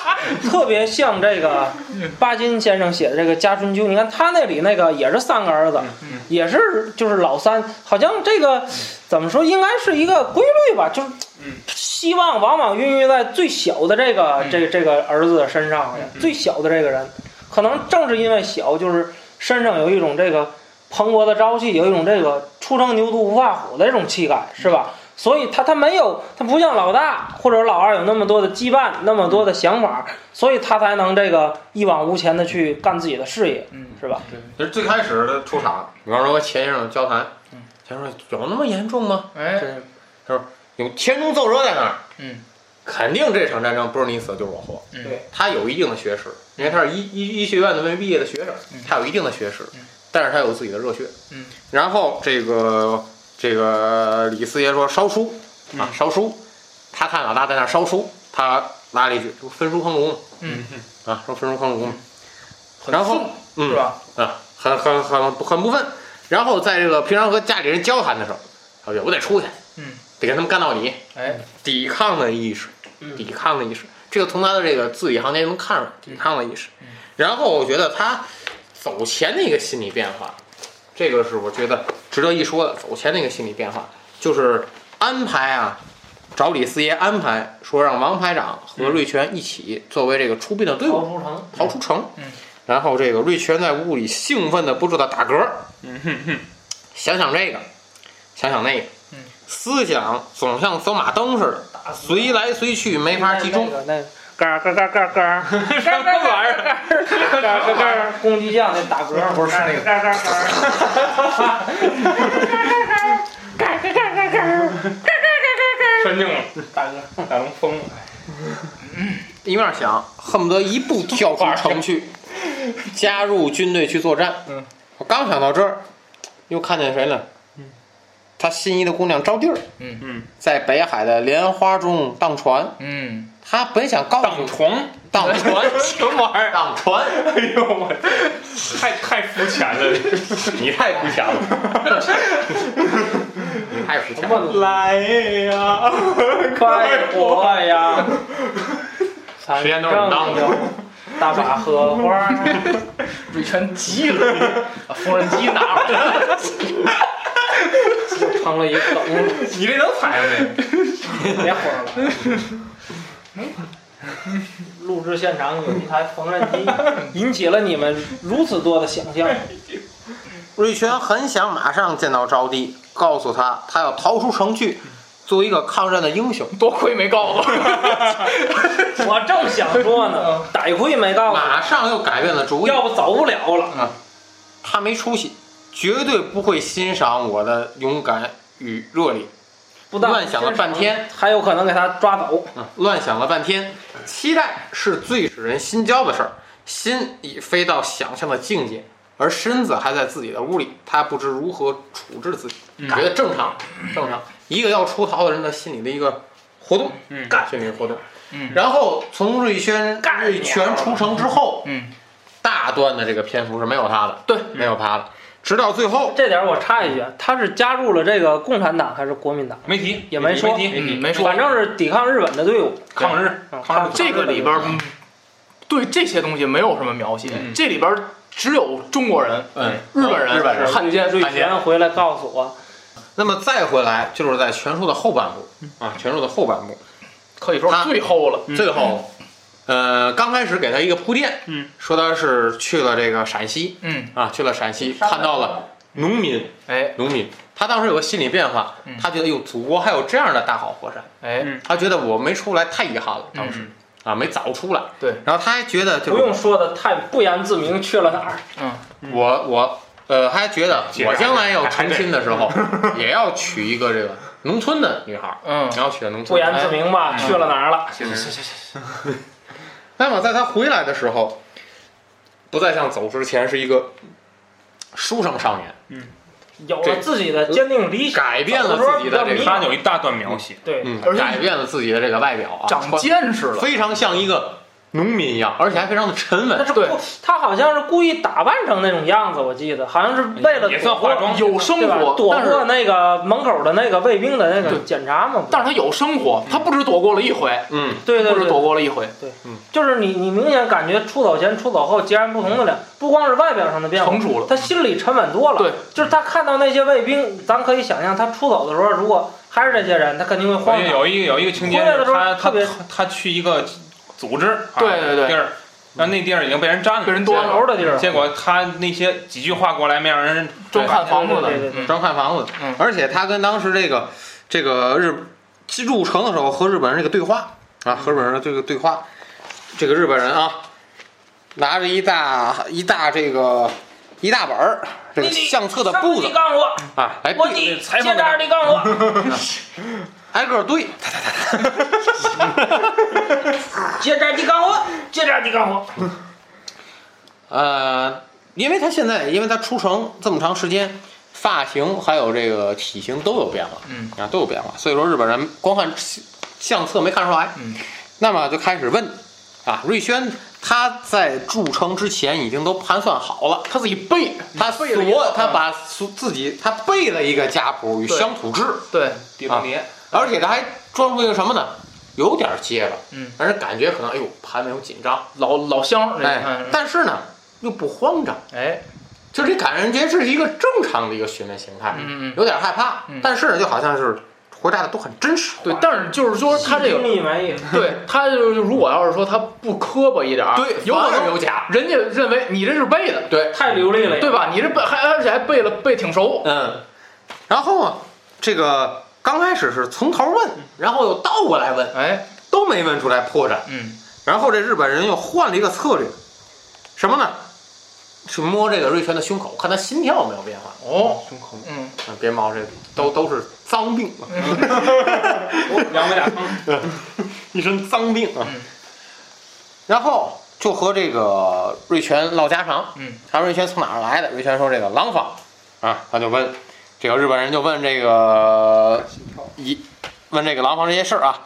Speaker 3: 特别像这个巴金先生写的这个《家春秋》。你看他那里那个也是三个儿子，也是就是老三，好像这个怎么说，应该是一个规律吧，就是
Speaker 1: 嗯
Speaker 3: 希望往往孕育在最小的这个这这个儿子的身上，最小的这个人，可能正是因为小，就是身上有一种这个蓬勃的朝气，有一种这个初生牛犊不怕虎的这种气概，是吧？所以他他没有，他不像老大或者老二有那么多的羁绊，那么多的想法，所以他才能这个一往无前的去干自己的事业，
Speaker 5: 嗯
Speaker 3: 是吧？
Speaker 4: 其实最开始的出场，比方说和钱先生交谈，
Speaker 5: 嗯
Speaker 4: 钱先生说有那么严重吗？
Speaker 5: 哎，
Speaker 3: 是
Speaker 4: 有天诛奏折在那儿，
Speaker 5: 嗯，
Speaker 4: 肯定这场战争不是你死就是我活。
Speaker 5: 嗯
Speaker 3: 对，
Speaker 4: 他有一定的学识，因为他是医医医学院的没毕业的学生
Speaker 5: 嗯，
Speaker 4: 他有一定的学识
Speaker 5: 嗯，
Speaker 4: 但是他有自己的热血。
Speaker 5: 嗯，
Speaker 4: 然后这个这个李四爷说烧书
Speaker 1: 嗯
Speaker 4: 啊，烧书，他看老大在那儿烧书，他拉了一句说焚书坑儒嘛
Speaker 5: 嗯，
Speaker 4: 啊，说焚书坑儒嘛，
Speaker 5: 很
Speaker 4: 然后
Speaker 5: 顺
Speaker 4: 嗯
Speaker 5: 是吧？
Speaker 4: 啊，很很很很不忿。然后在这个平常和家里人交谈的时候，他说我得出去，
Speaker 5: 嗯，
Speaker 4: 得跟他们干到底，
Speaker 5: 哎，嗯
Speaker 4: 抵抗的意识，抵抗的意识，这个从他的这个字里行间能看出来，
Speaker 5: 嗯
Speaker 4: 抵抗的意识。然后我觉得他走前的一个心理变化，这个是我觉得值得一说的。走前的一个心理变化就是安排啊，找李四爷安排说让王排长
Speaker 5: 嗯
Speaker 4: 和瑞全一起作为这个出殡的
Speaker 5: 哦
Speaker 4: 队伍
Speaker 3: 逃出城，
Speaker 4: 逃出城。
Speaker 5: 嗯
Speaker 4: 然后这个瑞全在屋里兴奋的不知道打嗝，
Speaker 1: 嗯哼哼，
Speaker 4: 想想这个，想想那个，
Speaker 5: 嗯
Speaker 4: 思想总像走马灯似的，随来随去，没法集中
Speaker 3: 那。个那个嘎嘎嘎嘎嘎，什么玩意儿？嘎嘎嘎，公鸡酱那打嗝，
Speaker 4: 不是那个
Speaker 3: 嘎嘎嘎，
Speaker 1: 神经了，
Speaker 3: 打嗝。
Speaker 1: 大龙疯了，
Speaker 4: 一面想，恨不得一步跳出城 去，加入军队去作战。
Speaker 5: 嗯，
Speaker 4: 我刚想到这儿，又看见谁了？他心仪的姑娘招娣儿，
Speaker 5: 嗯
Speaker 1: 嗯，
Speaker 4: 在北海的莲花中荡船。
Speaker 5: 嗯，
Speaker 4: 他本想告
Speaker 1: 当
Speaker 4: 诉
Speaker 1: 床，
Speaker 4: 荡船，
Speaker 1: 什么玩意儿？
Speaker 4: 荡船，
Speaker 1: 哎呦我，太太肤浅 了，
Speaker 4: 你太肤浅 了，你太肤浅了。
Speaker 1: 来呀，
Speaker 3: 快活呀！
Speaker 4: 时间都是你当的，
Speaker 3: 大把荷花儿，
Speaker 5: 瑞全急了，把缝纫机拿过来，
Speaker 3: 成了一个梗，
Speaker 1: 你这能踩上没？
Speaker 3: 别火了。录制现场有一台缝纫机，引起了你们如此多的想象。
Speaker 4: 瑞全很想马上见到招娣，告诉他他要逃出城去，做一个抗战的英雄。
Speaker 5: 多亏没告诉我。
Speaker 3: 我正想说呢，歹亏没告诉
Speaker 4: 马上又改变了主
Speaker 3: 我，
Speaker 4: 意，
Speaker 3: 要不走不了了。
Speaker 4: 他没出息，绝对不会欣赏我的勇敢与热烈。
Speaker 3: 不但
Speaker 4: 乱想了半天，
Speaker 3: 还有可能给他抓走。
Speaker 4: 嗯，乱想了半天，期待是最使人心焦的事儿，心已飞到想象的境界，而身子还在自己的屋里，他不知如何处置自己，
Speaker 5: 嗯
Speaker 4: 觉得正常，正常。一个要出逃的人的心理的一个活动，
Speaker 1: 嗯
Speaker 4: 干心理活动。
Speaker 5: 嗯
Speaker 4: 然后从瑞宣瑞全出城之后，
Speaker 5: 嗯，
Speaker 4: 大段的这个篇幅是没有他的，
Speaker 5: 对，
Speaker 4: 没有他的，直到最后，
Speaker 3: 这点我插一句，啊他是加入了这个共产党还是国民党？
Speaker 1: 没提，
Speaker 3: 也没说
Speaker 1: 没提，
Speaker 5: 嗯，
Speaker 1: 提
Speaker 5: 没说。
Speaker 3: 反正是抵抗日本的队伍。
Speaker 1: 抗日，
Speaker 3: 嗯
Speaker 1: 抗日
Speaker 5: 这个里边儿嗯对这些东西没有什么描写，
Speaker 1: 嗯
Speaker 5: 这里边儿只有中国人、
Speaker 4: 嗯，
Speaker 5: 日本人、
Speaker 4: 日本人。
Speaker 5: 汉奸、
Speaker 3: 瑞
Speaker 5: 汉奸。
Speaker 3: 全回来告诉我，
Speaker 4: 那么再回来就是在全书的后半
Speaker 5: 嗯
Speaker 4: 部啊，全书的后半部，
Speaker 5: 可以说
Speaker 4: 他
Speaker 5: 最后了。
Speaker 4: 最后，呃，刚开始给他一个铺垫，
Speaker 1: 嗯，
Speaker 4: 说他是去了这个陕西
Speaker 5: 嗯，
Speaker 4: 啊，去了陕西，看到了农民，
Speaker 5: 哎
Speaker 4: 农民，他当时有个心理变化
Speaker 5: 嗯，
Speaker 4: 他觉得哟，祖国还有这样的大好河山，
Speaker 5: 哎，
Speaker 1: 嗯
Speaker 4: 他觉得我没出来太遗憾了，当时
Speaker 5: 嗯
Speaker 4: 啊没早出来，
Speaker 5: 对，
Speaker 4: 然后他还觉得就
Speaker 3: 不
Speaker 4: 是
Speaker 3: 用说的太不言自明，去了哪儿？
Speaker 4: 我我呃还觉得
Speaker 1: 其实
Speaker 4: 我
Speaker 1: 还是
Speaker 4: 将来要成亲的时 候，也要娶一个这个农村的女孩儿，
Speaker 5: 嗯
Speaker 4: 然后娶个农村哎
Speaker 3: 不言自明吧，去了哪儿了？
Speaker 1: 其实
Speaker 4: 那么在他回来的时候，不再像走之前是一个书生少年，
Speaker 3: 有
Speaker 4: 对
Speaker 3: 了自己的坚定理想，
Speaker 4: 改变了自己的
Speaker 3: 走的
Speaker 4: 这
Speaker 3: 时候比
Speaker 4: 个，
Speaker 3: 较
Speaker 1: 他有一大段描写，
Speaker 3: 对，
Speaker 4: 嗯
Speaker 5: 而，且
Speaker 4: 改变了自己的这个外表啊，
Speaker 5: 长
Speaker 4: 穿
Speaker 5: 见识了。
Speaker 4: 非常像一个农民一样，而且还非常的沉
Speaker 3: 他
Speaker 4: 稳。
Speaker 3: 是故
Speaker 5: 对
Speaker 3: 他好像是故意打扮成那种样子，我记得好像是为了
Speaker 1: 也算
Speaker 3: 躲过
Speaker 1: 化妆
Speaker 5: 有生
Speaker 3: 对吧？
Speaker 5: 活，
Speaker 3: 躲
Speaker 5: 但
Speaker 3: 过
Speaker 5: 是
Speaker 3: 那个门口的那个卫兵的那个
Speaker 5: 对
Speaker 3: 检查嘛。
Speaker 5: 但是他有生活，他不止躲过了一回，
Speaker 4: 嗯，
Speaker 3: 嗯对对
Speaker 5: 不止躲
Speaker 3: 对，
Speaker 5: 过了一回。
Speaker 3: 就是你你明显感觉出走前出走后截然不同的两，不光是外表上的变化
Speaker 5: 成，熟了
Speaker 3: 他心里沉稳多了。
Speaker 5: 对，
Speaker 3: 就是他看到那些卫兵，咱可以想象他出走的时候，如果还是这些人，他肯定会
Speaker 1: 我
Speaker 3: 慌
Speaker 1: 记得
Speaker 3: 的。
Speaker 1: 哎有一个有一个情节
Speaker 3: 回来的
Speaker 1: 是
Speaker 3: 时候
Speaker 1: 他他
Speaker 3: 特别
Speaker 1: 他他去一个组织，啊
Speaker 5: 对对对
Speaker 1: 地儿，那那地儿已经被人占了，
Speaker 5: 被人夺了
Speaker 3: 头的地儿，
Speaker 1: 结果他那些几句话过来，没让人
Speaker 5: 专看房子的
Speaker 3: 对对，
Speaker 5: 嗯
Speaker 4: 专看房子，
Speaker 5: 嗯
Speaker 4: 而且他跟当时这个这个日入城的时候和日本人这个对话啊，和日本人的这个对话，这个日本人啊，拿着一大一大这个一大本儿这个相册的簿
Speaker 3: 你
Speaker 4: 子
Speaker 3: 杠我，
Speaker 4: 啊，来
Speaker 3: 我
Speaker 4: 对
Speaker 3: 你
Speaker 1: 采
Speaker 3: 接
Speaker 1: 访
Speaker 3: 着
Speaker 1: 他
Speaker 3: 你杠我，
Speaker 4: 挨个儿对，
Speaker 3: 接着你杠我，接着你杠我。
Speaker 4: 呃，因为他现在因为他出城这么长时间，发型还有这个体型都有变化，
Speaker 5: 嗯
Speaker 4: 啊都有变化，所以说日本人光看相相册没看出来，
Speaker 5: 嗯，
Speaker 4: 那么就开始问啊，瑞轩他在筑城之前已经都盘算好了，
Speaker 5: 他自己背，
Speaker 4: 他
Speaker 5: 背了一个嗯
Speaker 4: 所他把所自己他背了一个家谱与
Speaker 5: 对
Speaker 4: 乡土志，
Speaker 5: 对，
Speaker 1: 狄龙杰，
Speaker 4: 而且他还装出一个什么呢？有点结巴，
Speaker 5: 嗯，
Speaker 4: 让人感觉可能哎呦盘没有紧张，
Speaker 5: 老老乡，
Speaker 4: 哎，
Speaker 5: 嗯
Speaker 4: 但是呢又不慌张。
Speaker 5: 哎，
Speaker 4: 就是这感人节是一个正常的一个询问形态，
Speaker 5: 嗯嗯
Speaker 4: 有点害怕，
Speaker 5: 嗯
Speaker 4: 但是呢，就好像是回答的都很真实。
Speaker 5: 对，但是就是说他这个
Speaker 3: 心里满意
Speaker 5: 对他就是如果要是说他不磕巴一点儿，
Speaker 4: 对，
Speaker 5: 有
Speaker 4: 有
Speaker 5: 可
Speaker 4: 本有
Speaker 5: 能
Speaker 4: 假，
Speaker 5: 人家认为你这是背的，
Speaker 4: 对，
Speaker 3: 太流利了呀，
Speaker 5: 对吧？你这背还而且还背了背挺熟，
Speaker 4: 嗯。然后啊，这个刚开始是从头问，嗯然后又倒过来问，
Speaker 5: 哎，
Speaker 4: 都没问出来破绽。
Speaker 5: 嗯，
Speaker 4: 然后这日本人又换了一个策略，什么呢？去摸这个瑞全的胸口，看他心跳有没有变化。
Speaker 5: 哦，
Speaker 4: 胸口，
Speaker 5: 嗯，
Speaker 4: 嗯别猫，这都都是脏病啊，
Speaker 1: 两百俩 坑，
Speaker 4: 一身脏病啊
Speaker 5: 嗯。
Speaker 4: 然后就和这个瑞全唠家常，
Speaker 5: 嗯，
Speaker 4: 他说瑞全从哪儿来的？瑞全说这个廊坊，啊，他就问这个日本人就问这个一问这个廊坊这些事儿啊，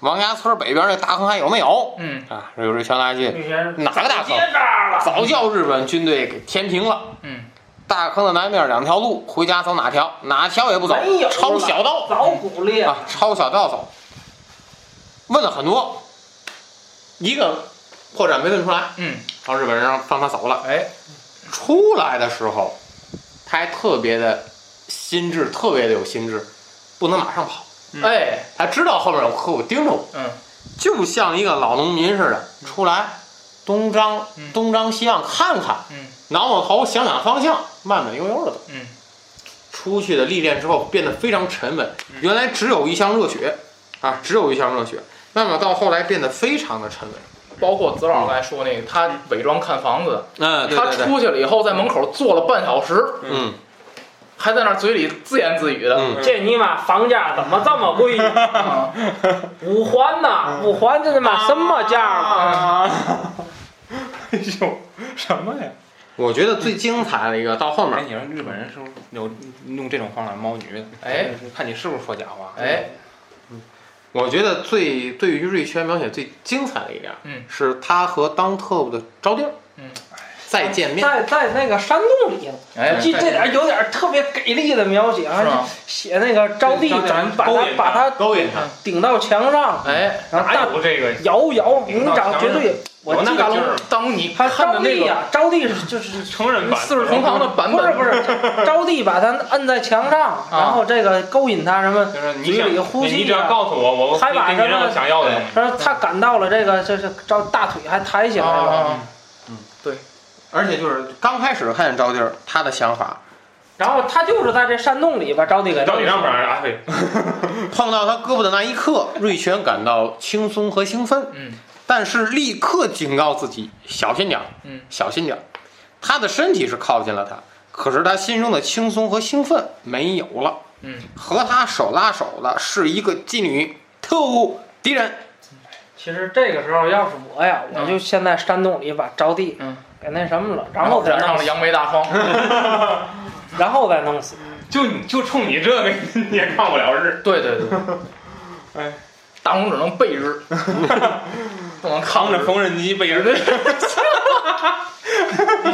Speaker 4: 王家村北边这大坑还有没有？
Speaker 5: 嗯
Speaker 4: 啊，这个瑞全来一句，
Speaker 3: 女人
Speaker 4: 哪个嗯大
Speaker 3: 接
Speaker 4: 坑？
Speaker 3: 这儿了，
Speaker 4: 早叫日本军队给填平了。
Speaker 5: 嗯，
Speaker 4: 大坑的南面两条路，回家走哪条？哪条也不走
Speaker 3: 没有，了
Speaker 4: 抄小道。
Speaker 3: 早骨裂了
Speaker 4: 啊，抄小道走。问了很多，一个破绽没问出来，
Speaker 5: 嗯，
Speaker 4: 然后日本人让放他走了。
Speaker 5: 哎，
Speaker 4: 出来的时候，他还特别的心智，特别的有心智，不能马上跑，
Speaker 5: 哎，
Speaker 4: 他知道后面有客户盯着我，
Speaker 5: 嗯，
Speaker 4: 就像一个老农民似的，出来东张
Speaker 5: 嗯
Speaker 4: 东张西望看看，
Speaker 5: 嗯，
Speaker 4: 挠挠头，想想方向，慢慢悠悠的走。
Speaker 5: 嗯，
Speaker 4: 出去的历练之后变得非常沉稳，
Speaker 5: 嗯
Speaker 4: 原来只有一腔热血啊，只有一腔热血。那么到后来变得非常的沉稳。
Speaker 5: 包括子老刚才说那个，他伪装看房子，
Speaker 4: 嗯
Speaker 5: 他，出去了以后，在门口坐了半小时，
Speaker 4: 嗯，
Speaker 5: 还在那儿嘴里自言自语的，
Speaker 4: 嗯
Speaker 3: 这尼玛房价怎么这么贵呀？
Speaker 5: 啊
Speaker 3: 五环呐，五环这他妈什么价儿？
Speaker 1: 啊！哎呦，什么呀？
Speaker 4: 我觉得最精彩的一个到后
Speaker 1: 哎，
Speaker 4: 面，
Speaker 1: 你说日本人是不是有用这种方法猫女？
Speaker 5: 哎，
Speaker 1: 看你是不是说假话？
Speaker 5: 哎，
Speaker 4: 嗯我觉得最对于瑞轩描写最精彩的一点，
Speaker 5: 嗯
Speaker 4: 是他和当特务的招弟儿，
Speaker 5: 嗯，
Speaker 4: 再见面，
Speaker 3: 在在那个山洞里，
Speaker 5: 哎，
Speaker 3: 这这点有点特别给力的描写
Speaker 5: 是
Speaker 3: 啊
Speaker 5: 吗，
Speaker 3: 写那个招娣
Speaker 1: 招娣
Speaker 3: 咱把
Speaker 1: 勾
Speaker 3: 他
Speaker 1: 引
Speaker 3: 把
Speaker 1: 他
Speaker 3: 他
Speaker 1: 勾引他，
Speaker 3: 顶到墙上，
Speaker 5: 哎，
Speaker 3: 然后
Speaker 1: 哪
Speaker 3: 大
Speaker 1: 有这个
Speaker 3: 摇摇，你
Speaker 1: 顶到墙
Speaker 3: 长
Speaker 1: 上
Speaker 3: 绝对，我
Speaker 5: 哦
Speaker 1: 有
Speaker 3: 记
Speaker 1: 那
Speaker 3: 大
Speaker 1: 个
Speaker 3: 龙
Speaker 1: 劲儿吗？
Speaker 5: 当你
Speaker 3: 他
Speaker 5: 看
Speaker 3: 招
Speaker 5: 的那
Speaker 3: 娣
Speaker 5: 个
Speaker 3: 呀，招娣是就是
Speaker 1: 成人版
Speaker 5: 四世同堂的版
Speaker 3: 不是
Speaker 5: 本，啊
Speaker 3: 不 是，招娣把他摁在墙上，然后这个勾引他什么，
Speaker 1: 就是你
Speaker 3: 嘴
Speaker 1: 想
Speaker 3: 里呼吸
Speaker 1: 你只要
Speaker 3: 啊
Speaker 1: 告诉我，我
Speaker 3: 还
Speaker 1: 给
Speaker 3: 把
Speaker 1: 给你
Speaker 3: 什
Speaker 1: 让
Speaker 3: 么
Speaker 1: 我想要的东西。
Speaker 3: 然后他感到了这个这是招大腿还抬起来
Speaker 5: 啊啊
Speaker 3: 了，
Speaker 5: 啊，
Speaker 4: 而且就是刚开始看见赵弟儿，他的想法，
Speaker 3: 然后他就是在这山洞里把招娣给
Speaker 1: 到底让不
Speaker 3: 弄死
Speaker 1: 让人
Speaker 3: 了
Speaker 1: 安慰？
Speaker 4: 碰到他胳膊的那一刻，瑞全感到轻松和兴奋，
Speaker 5: 嗯，
Speaker 4: 但是立刻警告自己小心点儿，
Speaker 5: 嗯，
Speaker 4: 小心点儿。他的身体是靠近了他，可是他心中的轻松和兴奋没有了。
Speaker 5: 嗯，
Speaker 4: 和他手拉手的是一个妓女、特务、敌人。
Speaker 3: 其实这个时候要是我呀，我就先在山洞里把招娣
Speaker 5: 嗯
Speaker 3: 给那什么了，然后再
Speaker 5: 染上
Speaker 3: 弄
Speaker 5: 了
Speaker 3: 死，
Speaker 5: 扬眉大霜，
Speaker 3: 然后再弄死。
Speaker 1: 就你就冲你这个， 你也抗不了日。
Speaker 5: 对对对，
Speaker 1: 哎，
Speaker 5: 大龙只能背日，不能
Speaker 1: 扛
Speaker 5: 扛
Speaker 1: 着
Speaker 5: 着。
Speaker 1: 缝纫机背着这，
Speaker 3: 一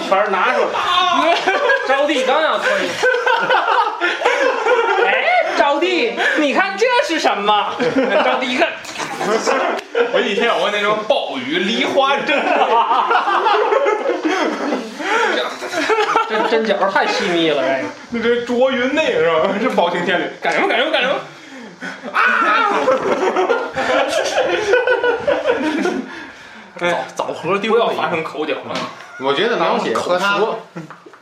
Speaker 3: 拳拿出来， 招娣刚要推你，哎，招娣，你看这是什么？招娣一看，
Speaker 1: 我以前有过那种暴雨梨花啊阵，
Speaker 3: 这针脚太细密了，这个。
Speaker 1: 那这卓云那个是吧？是包青天里，干什么干什么干什么？
Speaker 5: 早早核丢
Speaker 1: 不要
Speaker 5: 了，
Speaker 1: 发生口角啊！
Speaker 4: 我觉得描写和
Speaker 5: 口
Speaker 4: 他
Speaker 5: 舌，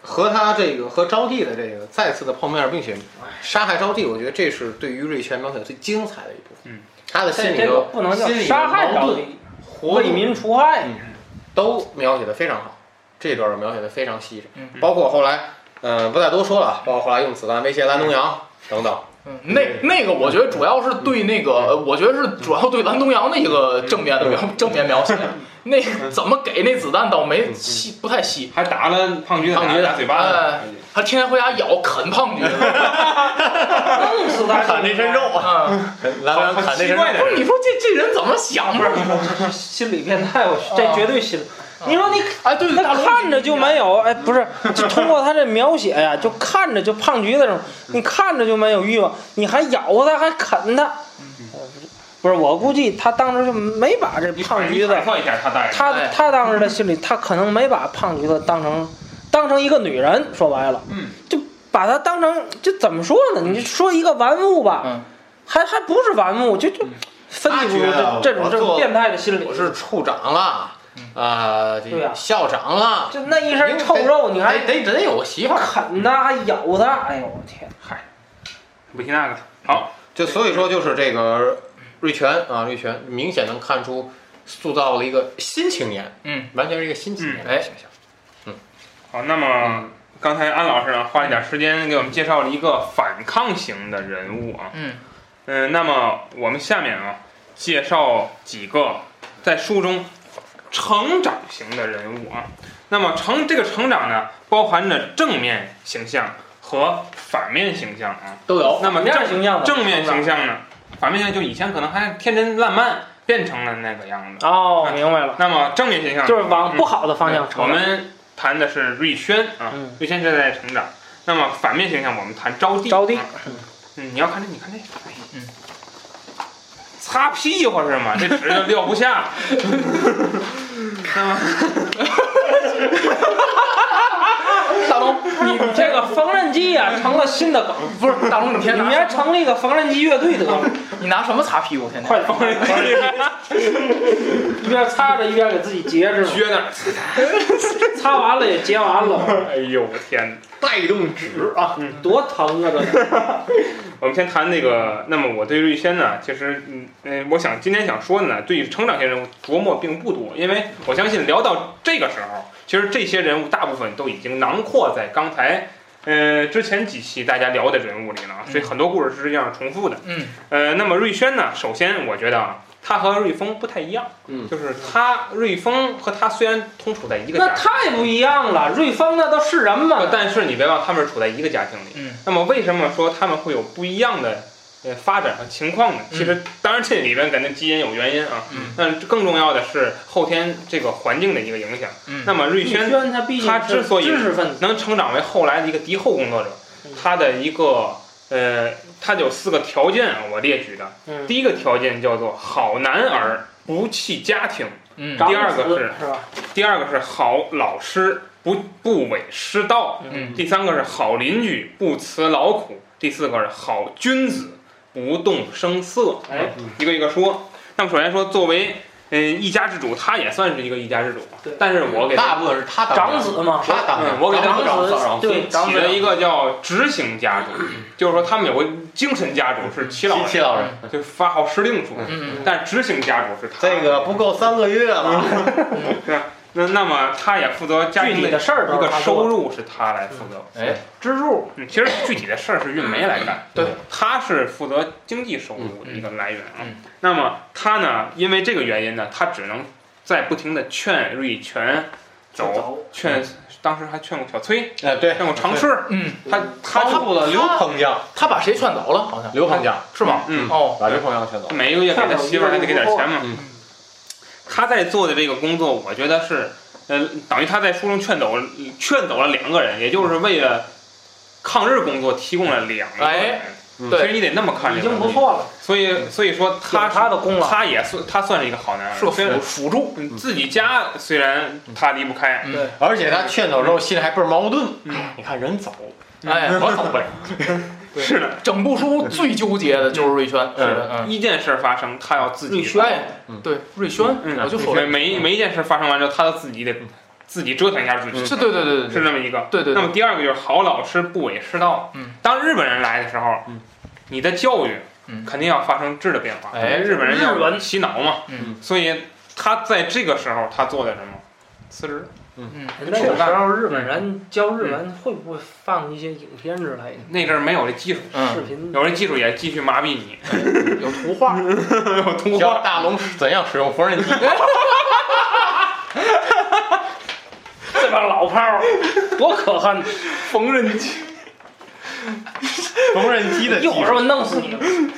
Speaker 4: 和他这个和招娣的这个再次的碰面，并且杀害招娣，我觉得这是对于瑞全描写最精彩的一部分。
Speaker 1: 嗯，
Speaker 4: 他的心
Speaker 3: 这
Speaker 4: 理
Speaker 3: 这个
Speaker 4: 的
Speaker 3: 不能叫
Speaker 4: 心理的
Speaker 3: 杀害
Speaker 4: 矛
Speaker 3: 招
Speaker 4: 盾
Speaker 3: 娣，
Speaker 4: 活
Speaker 3: 为
Speaker 4: 动
Speaker 3: 民除害。
Speaker 4: 都描写的非常好，这段描写的非常细致，
Speaker 5: 嗯
Speaker 4: 包括后来，嗯、不再多说了，包括后来用子弹威胁蓝东阳等等，
Speaker 5: 嗯那那个我觉得主要是对那个，呃我觉得是主要对蓝东阳的一个正面的描正面描写。那个怎么给那子弹倒没细不太 细，
Speaker 1: 还打了胖橘子，
Speaker 4: 胖
Speaker 1: 打
Speaker 4: 橘子
Speaker 1: 打嘴巴子，
Speaker 5: 哎他天天回家咬啃胖橘子，
Speaker 3: 弄死他！
Speaker 4: 砍那身肉啊，
Speaker 5: 嗯，
Speaker 4: 蓝东阳砍那
Speaker 1: 奇
Speaker 4: 身
Speaker 1: 怪
Speaker 4: 肉，
Speaker 1: 的
Speaker 5: 不是
Speaker 1: 人。
Speaker 5: 你说这这人怎么想的？
Speaker 3: 心理变态，
Speaker 4: 啊
Speaker 3: 我去，这绝对心理。你说你
Speaker 5: 哎，对，
Speaker 3: 那
Speaker 5: 大龙
Speaker 3: 看着就没有，哎，不是，就通过他这描写呀，就看着就胖橘子这种，你看着就没有欲望，你还咬他，还啃他，呃不是，我估计他当时就没把这
Speaker 1: 你
Speaker 3: 胖橘子
Speaker 1: 感，受一下他带着，
Speaker 3: 他他当时的心里，他可能没把胖橘子当成当成一个女人，说白了，
Speaker 1: 嗯，
Speaker 3: 就把他当成就怎么说呢？你就说一个玩物吧，
Speaker 5: 嗯，
Speaker 3: 还还不是玩物，就就分析不出
Speaker 4: 他觉得
Speaker 3: 这这种
Speaker 4: 我
Speaker 3: 这种
Speaker 4: 做
Speaker 3: 变态的心理
Speaker 4: 我。是处长啦，啊、这
Speaker 3: 对啊
Speaker 4: 校长啦，
Speaker 3: 就那一身臭肉，你还
Speaker 4: 得得得有个媳妇儿，
Speaker 3: 啃它，还咬它，哎呦我天！
Speaker 1: 不信那个。好，
Speaker 4: 就所以说就是这个瑞全啊，瑞全明显能看出塑造了一个新青年，
Speaker 5: 嗯，
Speaker 4: 完全是一个新青年的
Speaker 5: 哎
Speaker 4: 形象，
Speaker 1: 好，那么
Speaker 3: 嗯
Speaker 1: 刚才安老师啊，花一点时间给我们介绍了一个反抗型的人物啊。
Speaker 5: 嗯
Speaker 1: 嗯，那么我们下面啊，介绍几个在书中成长型的人物啊。那么成这个成长呢，包含着正面形象和反面形象啊。
Speaker 4: 都有
Speaker 1: 那么
Speaker 3: 面
Speaker 1: 正
Speaker 3: 形象的
Speaker 1: 正面形象呢，反面形象就以前可能还天真烂漫，变成了那个样子。
Speaker 3: 哦，明白了，
Speaker 1: 那么正面形象
Speaker 3: 就是往
Speaker 1: 嗯
Speaker 3: 不好的方向
Speaker 1: 我
Speaker 3: 成长。
Speaker 1: 们谈的是瑞轩啊
Speaker 3: 嗯，
Speaker 1: 瑞轩现在成长。那么反面形象，我们谈招娣。
Speaker 3: 招娣
Speaker 1: 啊嗯，你要看这，你看这，哎
Speaker 5: 嗯，
Speaker 1: 擦屁股是吗？这纸就撂不 下。那么
Speaker 5: 大龙，
Speaker 3: 你这个缝纫机啊，成了新的梗。
Speaker 5: 不是大龙，你天
Speaker 3: 你
Speaker 5: 天
Speaker 3: 们
Speaker 5: 拿
Speaker 3: 家成立个缝纫机乐队得了，
Speaker 5: 你拿什么擦屁股？天天
Speaker 3: 快缝纫机，一边擦着一边给自己截着，
Speaker 1: 撅那儿，
Speaker 3: 擦完了也截完了，
Speaker 1: 哎呦我天哪！
Speaker 4: 带动纸啊，
Speaker 3: 多疼啊！这
Speaker 1: 我们先谈那个，那么我对瑞轩呢，其实嗯嗯，我想今天想说的呢，对成长型人物琢磨并不多，因为我相信聊到这个时候，其实这些人物大部分都已经囊括在刚才呃之前几期大家聊的人物里了，所以很多故事是这样重复的。
Speaker 5: 嗯
Speaker 1: 呃，那么瑞轩呢，首先我觉得啊，他和瑞丰不太一样，
Speaker 4: 嗯
Speaker 1: 就是他瑞丰和他虽然同处在一 个
Speaker 3: 那
Speaker 1: 家庭，
Speaker 3: 太不一样了。瑞丰那都是人吗？
Speaker 1: 呃但是你别忘他们是处在一个家庭里。
Speaker 5: 嗯
Speaker 1: 那么为什么说他们会有不一样的呃发展和情况呢？其实当然这里边肯定基因有原因啊，
Speaker 5: 嗯
Speaker 1: 但是更重要的是后天这个环境的一个影响。
Speaker 5: 嗯
Speaker 1: 那么瑞
Speaker 3: 玉
Speaker 1: 轩
Speaker 3: 轩他毕竟
Speaker 1: 他
Speaker 3: 是
Speaker 1: 之所以
Speaker 3: 知识分子，
Speaker 1: 能成长为后来的一个敌后工作者
Speaker 3: 嗯，
Speaker 1: 他的一个呃，他有四个条件啊我列举的。
Speaker 3: 嗯，
Speaker 1: 第一个条件叫做好男儿不弃家庭，
Speaker 5: 嗯
Speaker 3: 长
Speaker 1: 第二个
Speaker 3: 子
Speaker 1: 是
Speaker 3: 是吧？
Speaker 1: 第二个是好老师不不伪师道，
Speaker 5: 嗯
Speaker 1: 第三个是好邻居不辞劳苦，第四个是好君子不动声色。
Speaker 3: 哎，
Speaker 1: 一个一个说。那么首先说，作为嗯一家之主，他也算是一个一家之主
Speaker 3: 对，
Speaker 1: 但是我给他
Speaker 4: 大部分是他当
Speaker 3: 长
Speaker 4: 家，
Speaker 3: 子嘛，
Speaker 4: 他当家
Speaker 1: 嗯，我给他
Speaker 4: 长
Speaker 3: 长子
Speaker 4: 长
Speaker 3: 对长
Speaker 1: 起
Speaker 3: 子
Speaker 1: 了一个叫执行家主， 就是说他们有个精神家主是齐老
Speaker 4: 七
Speaker 1: 人，
Speaker 4: 七老人，
Speaker 3: 嗯
Speaker 1: 就发号施令主，
Speaker 5: 嗯
Speaker 1: 但执行家主是他。
Speaker 4: 这个不够三个月了，
Speaker 1: 那那么他也负责家
Speaker 3: 具
Speaker 1: 庭
Speaker 3: 体的事儿
Speaker 1: 一
Speaker 3: 都是
Speaker 1: 个
Speaker 3: 他
Speaker 1: 收
Speaker 3: 做的，
Speaker 1: 入是他来负责，
Speaker 5: 哎，
Speaker 3: 支柱
Speaker 1: 嗯，其实具体的事儿是运梅来干，
Speaker 5: 嗯对，
Speaker 1: 他是负责经济收入的一个来源啊。
Speaker 5: 嗯
Speaker 1: 那么他呢，因为这个原因呢，他只能在不停的劝瑞全走，
Speaker 3: 走，
Speaker 1: 劝当时还劝过小崔，
Speaker 4: 哎，对，
Speaker 1: 劝过常顺儿，
Speaker 5: 嗯，
Speaker 1: 他他
Speaker 4: 帮
Speaker 1: 就
Speaker 4: 助了刘鹏家，
Speaker 5: 他把谁劝走了？好像
Speaker 4: 刘鹏家
Speaker 5: 是吗？
Speaker 1: 嗯，
Speaker 5: 哦，
Speaker 4: 把刘鹏家全走
Speaker 1: 他，每一个月给他媳妇儿还得给点钱嘛。
Speaker 4: 嗯
Speaker 1: 他在做的这个工作，我觉得是，呃，等于他在书中劝走了劝走了两个人，也就是为了抗日工作提供了两个人。
Speaker 5: 哎
Speaker 4: 嗯
Speaker 1: 其实你得那么看
Speaker 3: 已
Speaker 1: 这
Speaker 3: 经
Speaker 1: 个问
Speaker 3: 不
Speaker 1: 题。
Speaker 3: 错了，
Speaker 1: 所
Speaker 5: 嗯
Speaker 1: 以所以说
Speaker 3: 有
Speaker 1: 他
Speaker 3: 他的功劳。
Speaker 1: 他也算他算是一个好男人，
Speaker 5: 是个
Speaker 1: 虽然
Speaker 5: 辅辅助，
Speaker 1: 嗯自己家虽然他离不开，
Speaker 5: 嗯
Speaker 3: 对，
Speaker 4: 而且他劝走之后心里还倍儿矛盾
Speaker 1: 嗯，
Speaker 4: 你看人走，
Speaker 5: 哎，
Speaker 4: 我走不 了，
Speaker 1: 是的，
Speaker 5: 整部书最纠结的就是瑞轩，是的，嗯，
Speaker 1: 一件事儿发生，他要自己
Speaker 5: 瑞轩，
Speaker 4: 嗯
Speaker 5: 对，瑞轩，
Speaker 1: 嗯，
Speaker 5: 我就说了，
Speaker 1: 每每一件事发生完之后，他自己得自己折腾一下自己，
Speaker 5: 是，对对嗯对对
Speaker 1: 是
Speaker 5: 对
Speaker 1: 这么一个。
Speaker 5: 对对
Speaker 1: 那
Speaker 5: 对，
Speaker 1: 么第二个就是好老师不伪师道。
Speaker 5: 嗯，
Speaker 1: 当日本人来的时候，
Speaker 4: 嗯
Speaker 1: 你的教育
Speaker 5: 嗯
Speaker 1: 肯定要发生质的变化。
Speaker 5: 哎
Speaker 1: 日本人
Speaker 3: 日文
Speaker 1: 要洗脑嘛，
Speaker 5: 嗯
Speaker 1: 所以他在这个时候他做的什么？辞职。
Speaker 5: 嗯
Speaker 3: 那个时候日本人教日文会不会放一些影片之类
Speaker 1: 那阵儿没有这技术，
Speaker 3: 的视
Speaker 5: 嗯，
Speaker 3: 频？
Speaker 1: 有这技术也继续麻痹你。
Speaker 5: 有图画，
Speaker 1: 有通
Speaker 4: 教
Speaker 1: 话，
Speaker 4: 大龙怎样使用缝纫机，
Speaker 3: 这帮老炮儿多可 恨！
Speaker 1: 缝纫机。
Speaker 4: 缝纫机的
Speaker 3: 一
Speaker 4: 技
Speaker 3: 会儿
Speaker 4: 术，
Speaker 3: 我弄死你，
Speaker 1: 嗯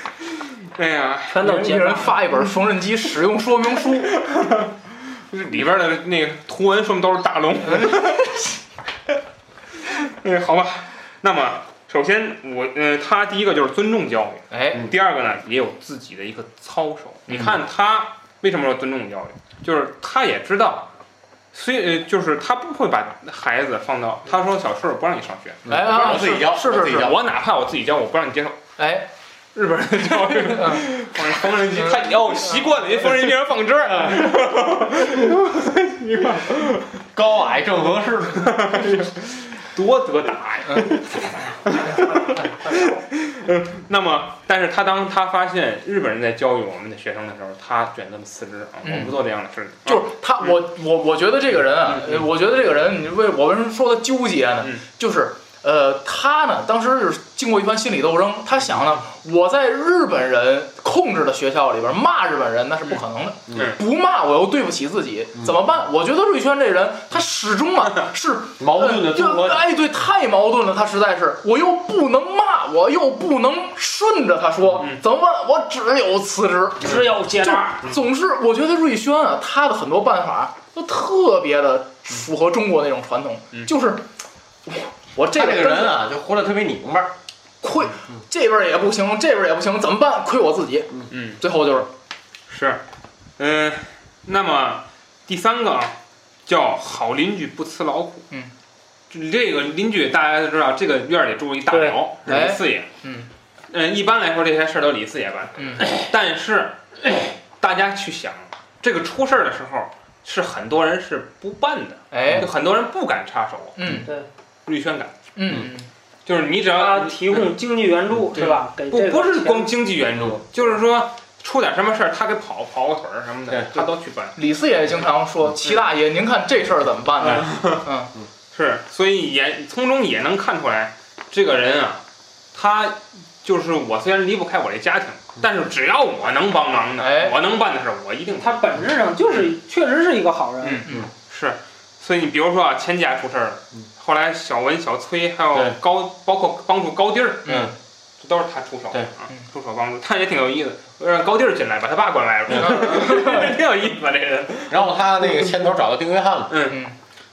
Speaker 1: 哎呀，
Speaker 3: 全都
Speaker 5: 一
Speaker 3: 解
Speaker 5: 人
Speaker 3: 放。
Speaker 5: 发一本缝纫机使用说明书，
Speaker 1: 里边的那个图文说明都是大 龙。嗯，好吧。那么，首先我呃，他第一个就是尊重教育，
Speaker 5: 哎，
Speaker 1: 第二个呢也有自己的一个操守。你看他为什么说尊重教育，就是他也知道，虽呃就是他不会把孩子放到他说小顺儿不让你上学，
Speaker 5: 哎
Speaker 4: 我
Speaker 5: 啊，
Speaker 4: 自己教，
Speaker 5: 是
Speaker 4: 我
Speaker 5: 是
Speaker 4: 自己
Speaker 5: 是，
Speaker 4: 教，
Speaker 1: 我哪怕我自己教，我不让你接受。
Speaker 5: 哎，嗯
Speaker 1: 日本人的教育，放缝纫机，他哦习惯了，人缝纫机上放这儿，嗯
Speaker 4: 高矮正合适，
Speaker 1: 多得打呀！
Speaker 5: 嗯
Speaker 1: 那么，但是他当他发现日本人在教育我们的学生的时候，他选择了辞职啊，
Speaker 5: 嗯
Speaker 1: 我不做这样的事情。
Speaker 5: 就是
Speaker 1: 啊
Speaker 5: 他，我我我觉得这个人啊，呃我觉得这个人，你为我为什么说他纠结呢
Speaker 1: 嗯？
Speaker 5: 就是呃，他呢，当时是经过一番心理斗争，他想呢，我在日本人控制的学校里边骂日本人那是不可能的，
Speaker 1: 嗯
Speaker 5: 不骂我又对不起自己，怎么办？我觉得瑞轩这人，他始终 啊是
Speaker 4: 矛盾的综合
Speaker 5: 呃就
Speaker 4: 体，
Speaker 5: 哎，对，太矛盾了，他实在是，我又不能骂，我又不能顺着他说，
Speaker 1: 嗯
Speaker 5: 怎么办？我只有辞职。
Speaker 3: 只有接
Speaker 5: 就
Speaker 3: 纳。
Speaker 5: 总是我觉得瑞轩啊，他的很多办法都特别的符合中国那种传统，
Speaker 1: 嗯
Speaker 5: 就是我这
Speaker 4: 他这个人
Speaker 5: 根
Speaker 4: 啊，就活得特别拧巴，
Speaker 5: 亏这边儿也不行，这边儿也不行，怎么办？亏我自己。
Speaker 1: 嗯，
Speaker 5: 最后就是
Speaker 1: 是，嗯，那么第三个啊，叫好邻居不辞劳苦。
Speaker 5: 嗯
Speaker 1: 这，这个邻居大家都知道，这个院儿里住一大苗，
Speaker 5: 对哎
Speaker 1: 李四爷。
Speaker 5: 嗯
Speaker 1: 嗯，一般来说这些事儿都李四爷办，
Speaker 5: 嗯
Speaker 1: 但是大家去想，这个出事儿的时候是很多人是不办的。
Speaker 5: 哎
Speaker 1: 就很多人不敢插手，
Speaker 5: 嗯
Speaker 3: 对，
Speaker 1: 绿轩敢，
Speaker 5: 嗯
Speaker 1: 就是你只要
Speaker 5: 啊
Speaker 3: 他提供经济援助是吧？给
Speaker 1: 嗯不
Speaker 3: 这
Speaker 1: 不
Speaker 3: 个
Speaker 1: 是
Speaker 3: 钱
Speaker 1: 光经济援
Speaker 5: 嗯
Speaker 1: 助，就是说出点什么事儿，他给跑跑个腿儿什么的
Speaker 4: 对，
Speaker 1: 他都去办。
Speaker 5: 李四爷经常说：“齐大爷，您看这事儿怎么办呢？”嗯，
Speaker 1: 是，所以也从中也能看出来，这个人啊，他就是我虽然离不开我这家庭，但是只要我能帮忙
Speaker 5: 哎
Speaker 1: 的，我能办的事儿，我一定
Speaker 3: 他本质上就是确实是一个好人。
Speaker 1: 嗯是。所以你比如说啊，钱家出事儿了
Speaker 4: 嗯，
Speaker 1: 后来小文、小崔还有
Speaker 4: 对
Speaker 1: 高，包括帮助高弟儿，
Speaker 5: 嗯，
Speaker 1: 这都是他出手，
Speaker 4: 对
Speaker 1: 啊，出手帮助，他也挺有意思，让高地儿进来把他爸关来了， 挺有意思吧这人，
Speaker 4: 然后他那个牵头找到丁约翰嘛，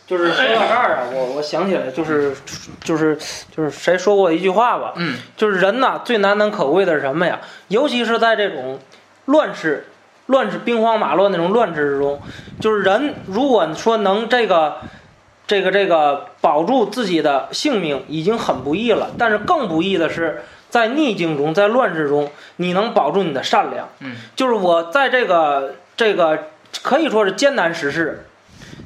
Speaker 3: 就是说
Speaker 5: 哎
Speaker 3: 到这儿啊，我我想起来，就是就是就是谁说过一句话吧，
Speaker 5: 嗯，
Speaker 3: 就是人呐最难能可贵的是什么呀？尤其是在这种乱世、乱世兵荒马乱那种乱世之中，就是人如果说能这个这个这个保住自己的性命已经很不易了，但是更不易的是。在逆境中，在乱世中，你能保住你的善良。
Speaker 5: 嗯，
Speaker 3: 就是我在这个这个可以说是艰难时事，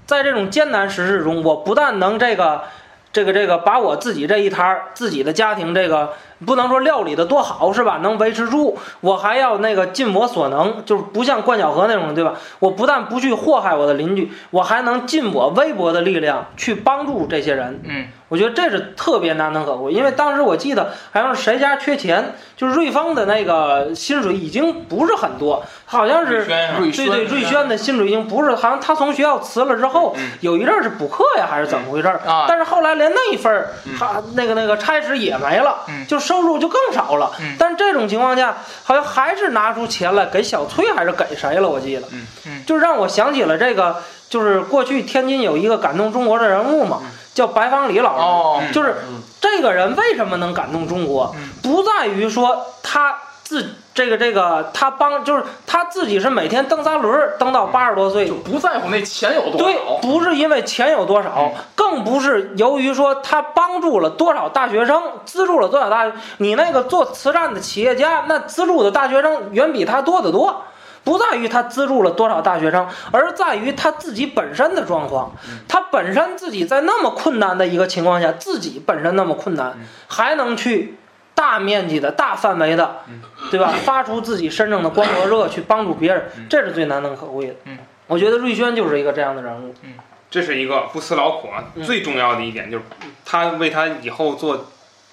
Speaker 3: 在这种艰难时事中，我不但能这个这个这个把我自己这一摊儿、自己的家庭这个不能说料理的多好是吧？能维持住，我还要那个尽我所能，就是不像冠晓荷那种对吧？我不但不去祸害我的邻居，我还能尽我微薄的力量去帮助这些人。
Speaker 5: 嗯，
Speaker 3: 我觉得这是特别难能可贵，因为当时我记得好像是谁家缺钱，就是瑞芳的那个薪水已经不是很多，好像是
Speaker 5: 瑞
Speaker 3: 对对，瑞轩的薪水已经不是，好像他从学校辞了之后，有一阵儿是补课呀，还是怎么回事儿？
Speaker 5: 啊
Speaker 3: 但是后来连那一份儿，他那个那个差使也没了，
Speaker 5: 嗯
Speaker 3: 就收入就更少了。
Speaker 5: 嗯
Speaker 3: 但这种情况下，好像还是拿出钱来给小崔，还是给谁了？我记得，
Speaker 1: 嗯
Speaker 5: 嗯
Speaker 3: 就让我想起了这个，就是过去天津有一个感动中国的人物嘛，叫白方礼老师。
Speaker 5: 嗯哦，嗯
Speaker 3: 就是这个人为什么能感动中国，不在于说他自这个这个他帮，就是他自己是每天蹬仨轮儿蹬到八十多岁
Speaker 5: 就，不在乎那钱有多
Speaker 3: 对
Speaker 5: 少，，嗯
Speaker 3: 不是因为钱有多少，更不是由于说他帮助了多少大学生，资助了多少大学，你那个做慈善的企业家，那资助的大学生远比他多得多。不在于他资助了多少大学生，而在于他自己本身的状况。
Speaker 5: 嗯
Speaker 3: 他本身自己在那么困难的一个情况下，自己本身那么困难，
Speaker 5: 嗯
Speaker 3: 还能去大面积的、大范围的，
Speaker 5: 嗯
Speaker 3: 对吧？发出自己身上的光和热去帮助别人，这是最难能可贵的。
Speaker 5: 嗯
Speaker 3: 我觉得瑞轩就是一个这样的人物。
Speaker 1: 这是一个不辞劳苦啊，
Speaker 3: 嗯
Speaker 1: 最重要的一点就是他为他以后做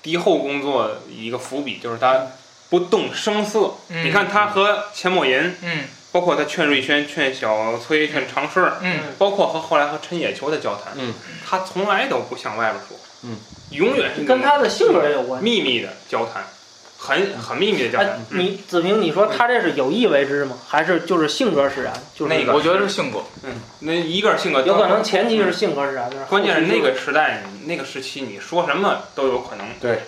Speaker 1: 敌后工作一个伏笔，就是他
Speaker 3: 嗯
Speaker 1: 不动声色。
Speaker 5: 嗯
Speaker 1: 你看他和钱默吟，
Speaker 5: 嗯
Speaker 1: 包括他劝瑞轩、劝小崔、劝常顺儿，
Speaker 5: 嗯
Speaker 1: 包括和后来和陈野球的交谈，
Speaker 4: 嗯，
Speaker 1: 他从来都不向外边说，
Speaker 4: 嗯，
Speaker 1: 永远是
Speaker 3: 跟他的性格也有关系。
Speaker 1: 秘密的交谈，很很秘密的交
Speaker 3: 哎
Speaker 1: 谈。，嗯
Speaker 3: 你子平，你说他这是有意为之吗？还是就是性格使然？就是
Speaker 1: 那个
Speaker 5: 我觉得是性格，
Speaker 1: 嗯，那一个是性格
Speaker 3: 有可能前期是性格使然，但是后
Speaker 1: 关
Speaker 3: 期
Speaker 1: 键是那
Speaker 3: 就是
Speaker 1: 个时代、那个时期，你说什么都有可能
Speaker 4: 对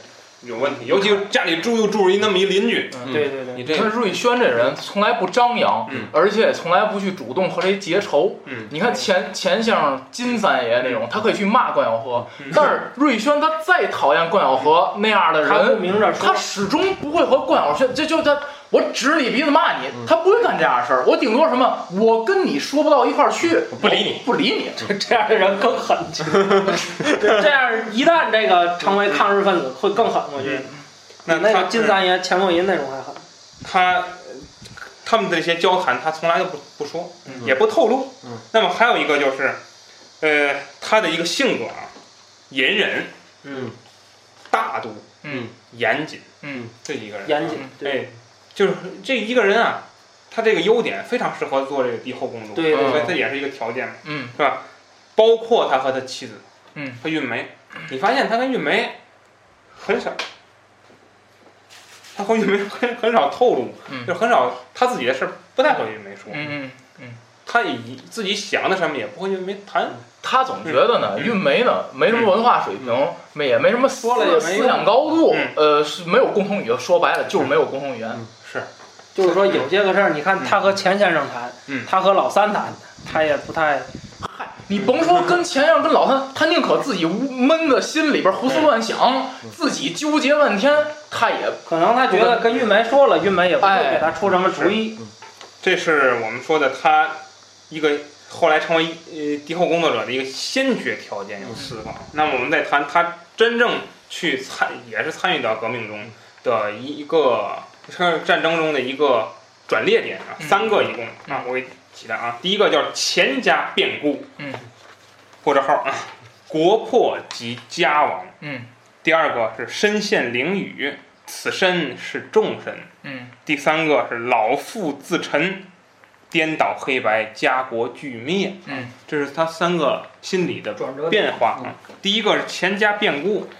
Speaker 1: 有问题，尤其是家里住又住一那么一邻居，
Speaker 5: 嗯
Speaker 3: 对对对，
Speaker 1: 你这
Speaker 5: 看瑞轩这人从来不张扬，
Speaker 1: 嗯
Speaker 5: 而且从来不去主动和谁结仇。
Speaker 1: 嗯
Speaker 5: 你看钱钱先生、金三爷那种，他可以去骂关晓荷，
Speaker 3: 嗯
Speaker 5: 但是瑞轩他再讨厌关晓荷那样的
Speaker 3: 他不
Speaker 5: 人，
Speaker 3: 明着
Speaker 5: 他
Speaker 3: 说，
Speaker 5: 始终不会和关晓荷，这就他我指你鼻子骂你，
Speaker 3: 嗯
Speaker 5: 他不会干这样的事儿。我顶多什么，我跟你说不到一块儿去，
Speaker 1: 不理你，
Speaker 5: 嗯不理你。
Speaker 3: 这样的人更狠。 这样一旦这个成为抗日分子，会更狠。我觉得
Speaker 1: 嗯那
Speaker 3: 那
Speaker 1: 他嗯
Speaker 3: 个金三爷、钱默吟那种还狠。
Speaker 1: 他他们的这些交谈，他从来都不不说，也不透露。
Speaker 4: 嗯
Speaker 1: 那么还有一个就是，呃，他的一个性格啊，隐忍、
Speaker 4: 嗯
Speaker 1: 大度、
Speaker 5: 嗯
Speaker 1: 严谨，
Speaker 5: 嗯
Speaker 1: 这一个人
Speaker 3: 严谨，对
Speaker 1: 哎，就是这一个人啊，他这个优点非常适合做这个敌后工作，
Speaker 3: 对
Speaker 5: 对
Speaker 1: 所以这也是一个条件嘛，
Speaker 5: 嗯
Speaker 1: 是吧？包括他和他妻子，
Speaker 5: 嗯，
Speaker 1: 和韵梅，你发现他跟韵梅很少，他和韵梅很很少透露，
Speaker 5: 嗯
Speaker 1: 就很少他自己的事儿不太和韵梅说，
Speaker 5: 嗯嗯。
Speaker 1: 他以自己想的什么也不和韵梅谈，
Speaker 5: 他总觉得呢，韵梅呢没什么文化水平，没也没什么
Speaker 3: 嗯
Speaker 5: 思
Speaker 3: 说了也没用
Speaker 5: 思想高度，
Speaker 1: 嗯
Speaker 5: 呃，是没有共同语言。说白了就是没有共同语
Speaker 3: 嗯
Speaker 5: 言。
Speaker 3: 就是说有些个事儿，你看他和钱先生谈
Speaker 1: 嗯，
Speaker 3: 他和老三谈，他也不太
Speaker 5: 你甭说跟前任跟老三，他宁可自己屋闷在心里边胡思乱想，自己纠结半天，他也
Speaker 3: 可能他觉得跟玉梅说了，玉梅也不会
Speaker 1: 哎
Speaker 3: 给他出什么主意。
Speaker 1: 这是我们说的他一个后来成为呃敌后工作者的一个先决条件，
Speaker 5: 嗯
Speaker 1: 有四个。那么我们再谈他真正去参，也是参与到革命中的一个战争中的一个转捩点啊，
Speaker 5: 嗯
Speaker 1: 三个一共啊，我给起来啊，第一个叫钱家变故，
Speaker 5: 嗯，
Speaker 1: 破折号啊，国破及家亡，
Speaker 5: 嗯
Speaker 1: 第二个是身陷囹圄，此身是众身。
Speaker 5: 嗯
Speaker 1: 第三个是老父自陈，颠倒黑白，家国俱灭。
Speaker 5: 嗯，
Speaker 1: 这是他三个心理的
Speaker 3: 转折点
Speaker 1: 变化啊。第一个是钱家变故，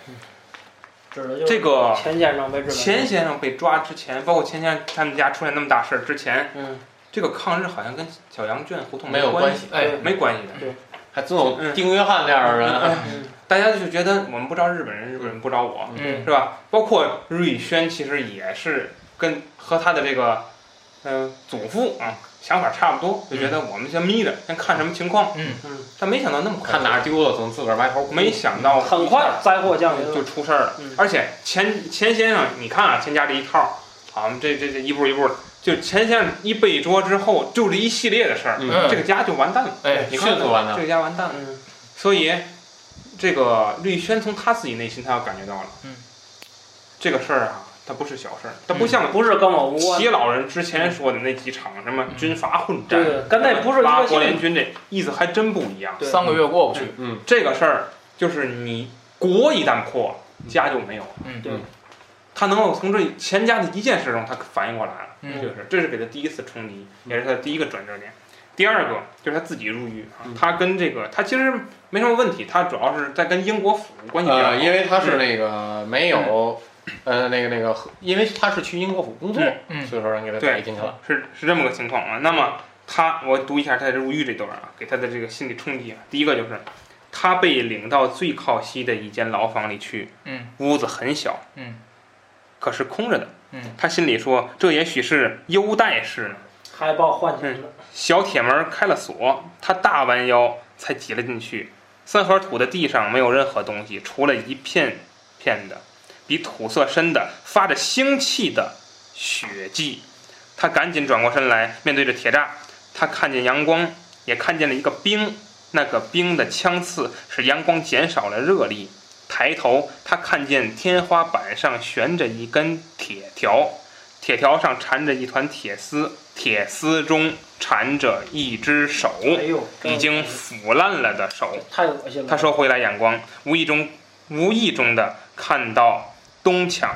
Speaker 6: 指的就是
Speaker 1: 这个
Speaker 3: 钱先生被质问，
Speaker 1: 钱先生被抓之前，包括钱先生他们家出现那么大事儿之前，
Speaker 3: 嗯，
Speaker 1: 这个抗日好像跟小羊圈胡同
Speaker 4: 没有
Speaker 1: 关
Speaker 4: 关系，
Speaker 5: 哎，
Speaker 1: 没关系的。
Speaker 4: 还总有丁约翰这样的人，
Speaker 1: 嗯大家就觉得我们不招日本人，日本人不招我，
Speaker 5: 嗯
Speaker 1: 是吧？包括日宇轩其实也是跟和他的这个嗯、呃祖父啊想法差不多，就觉得我们先眯着，先看什么情况。
Speaker 5: 嗯
Speaker 3: 嗯，
Speaker 1: 但没想到那么快，
Speaker 4: 看哪儿丢了总自个儿埋头哭。
Speaker 1: 没想到
Speaker 3: 很快灾祸降临
Speaker 1: 就
Speaker 3: 了。
Speaker 1: 出事儿了。
Speaker 3: 嗯
Speaker 1: 而且钱钱先生，你看啊，钱家这一套，好，这这这一步一步的，就钱先生一被捉之后，就这一系列的事儿，
Speaker 4: 嗯，
Speaker 1: 这个家就完蛋了，
Speaker 5: 哎，
Speaker 4: 迅速完
Speaker 1: 这
Speaker 4: 的，
Speaker 1: 个家完蛋了。
Speaker 3: 嗯，
Speaker 1: 所以，这个绿轩从他自己内心，他要感觉到了，
Speaker 5: 嗯，
Speaker 1: 这个事儿啊，它不是小事儿，它不像
Speaker 3: 不是跟啊我无关
Speaker 1: 齐。老人之前说的那几场什么
Speaker 5: 嗯
Speaker 1: 军阀混战，
Speaker 3: 对，跟那不是一
Speaker 1: 八
Speaker 3: 个
Speaker 1: 国
Speaker 3: 性质
Speaker 1: 联军这意思还真不一样。
Speaker 3: 对
Speaker 5: 三个月过不去，
Speaker 4: 嗯，
Speaker 1: 这个事儿就是你国一旦破，家就没有了。
Speaker 5: 嗯
Speaker 4: 对
Speaker 1: 他能够从这钱家的一件事中，他反应过来了，
Speaker 5: 嗯
Speaker 1: 这个事，这是给他第一次冲击，也是他的第一个转折点。第二个就是他自己入狱啊
Speaker 4: 嗯，
Speaker 1: 他跟这个他其实没什么问题，他主要是在跟英国府关系比较好。
Speaker 4: 呃，因为他是那个没有，呃，那个那个，因为他是去英国府工作，
Speaker 5: 嗯
Speaker 4: 所以说人给他逮
Speaker 1: 对
Speaker 4: 进去了。
Speaker 1: 是是这么个情况啊。那么他，我读一下他入狱这段啊，给他的这个心理冲击啊。第一个就是他被领到最靠西的一间牢房里去，
Speaker 5: 嗯，
Speaker 1: 屋子很小，
Speaker 5: 嗯，
Speaker 1: 可是空着的，
Speaker 5: 嗯，
Speaker 1: 他心里说这也许是优待式呢。
Speaker 3: 还报换
Speaker 1: 嗯
Speaker 3: 钱的，
Speaker 1: 小铁门开了锁，他大弯腰才挤了进去。三合土的地上没有任何东西，除了一片片的比土色深的、发着腥气的血迹。他赶紧转过身来，面对着铁栅，他看见阳光，也看见了一个冰。那个冰的枪刺使阳光减少了热力。抬头，他看见天花板上悬着一根铁条，铁条上缠着一团铁丝，铁丝中缠着一只手，
Speaker 3: 哎呦，这
Speaker 1: 嗯已经腐烂了的手。
Speaker 3: 太恶心了。
Speaker 1: 他收回来眼光，无意中无意中的看到东墙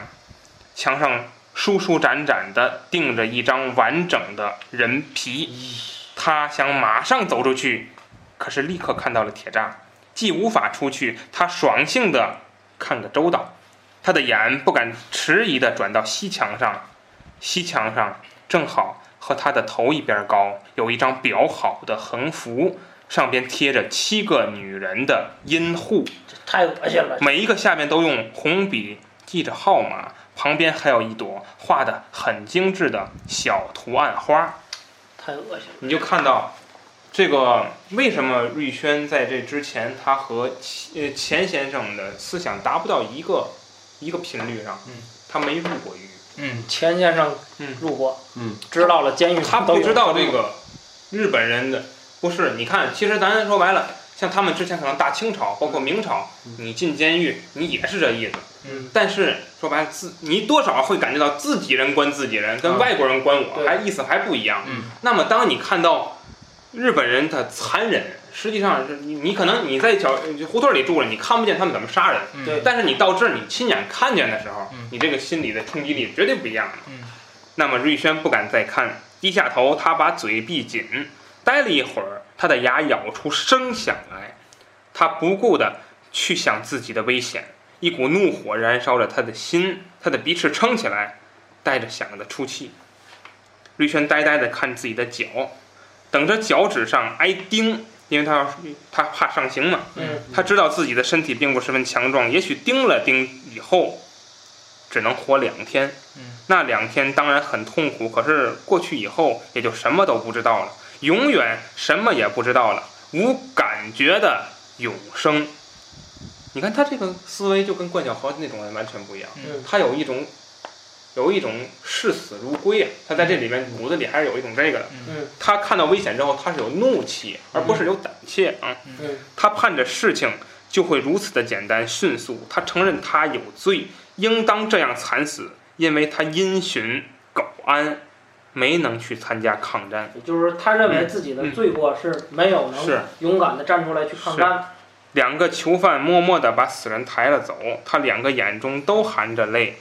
Speaker 1: 墙上舒舒展展的钉着一张完整的人皮，他想马上走出去，可是立刻看到了铁栅，既无法出去，他爽性的看个周到，他的眼不敢迟疑的转到西墙上，西墙上正好和他的头一边高，有一张裱好的横幅。上边贴着七个女人的阴户，
Speaker 3: 太恶心了，
Speaker 1: 每一个下面都用红笔记着号码，旁边还有一朵画的很精致的小图案花。
Speaker 3: 太恶心了。
Speaker 1: 你就看到这个为什么瑞轩在这之前，他和齐呃钱先生的思想达不到一个一个频率上，
Speaker 5: 嗯，
Speaker 1: 他没入过狱，
Speaker 5: 嗯
Speaker 3: 钱先生
Speaker 1: 嗯
Speaker 3: 入国，
Speaker 4: 嗯，
Speaker 3: 知道了监狱
Speaker 1: 他
Speaker 3: 都
Speaker 1: 不
Speaker 3: 有
Speaker 1: 知道这个日本人的不是，你看，其实咱说白了，像他们之前可能大清朝，包括明朝，你进监狱，你也是这意思。
Speaker 5: 嗯，
Speaker 1: 但是说白了，自你多少会感觉到自己人关自己人，跟
Speaker 5: 嗯
Speaker 1: 外国人关我
Speaker 3: 对
Speaker 1: 还意思还不一样。
Speaker 5: 嗯，
Speaker 1: 那么当你看到日本人的残忍，实际上是你你可能你在小胡同里住着，你看不见他们怎么杀人，
Speaker 5: 嗯
Speaker 3: 对
Speaker 1: 但是你到这儿，你亲眼看见的时候
Speaker 5: 嗯，
Speaker 1: 你这个心理的冲击力绝对不一样的
Speaker 5: 嗯
Speaker 1: 那么瑞轩不敢再看，低下头，他把嘴闭紧，待了一会儿，他的牙咬出声响来。他不顾的去想自己的危险，一股怒火燃烧着他的心，他的鼻翅撑起来，带着响的出气。瑞轩呆呆的看自己的脚，等着脚趾上挨钉，因为他要他怕上刑嘛。
Speaker 3: 嗯，
Speaker 1: 他知道自己的身体并不十分强壮，也许钉了钉以后，只能活两天。
Speaker 5: 嗯
Speaker 1: 那两天当然很痛苦，可是过去以后也就什么都不知道了，永远什么也不知道了，无感觉的永生。你看他这个思维就跟冠晓荷那种人完全不一样，
Speaker 5: 嗯
Speaker 1: 他有一种有一种视死如归啊，他在这里面骨子里还是有一种这个的。
Speaker 3: 嗯，
Speaker 1: 他看到危险之后，他是有怒气，而不是有胆怯啊。
Speaker 3: 嗯，
Speaker 1: 他盼着事情就会如此的简单迅速，他承认他有罪，应当这样惨死，因为他因循苟安，没能去参加抗战。
Speaker 3: 嗯就是他认为自己的罪过是没有
Speaker 1: 嗯是
Speaker 3: 能勇敢的站出来去抗战。
Speaker 1: 两个囚犯默默地把死人抬了走，他两个眼中都含着泪，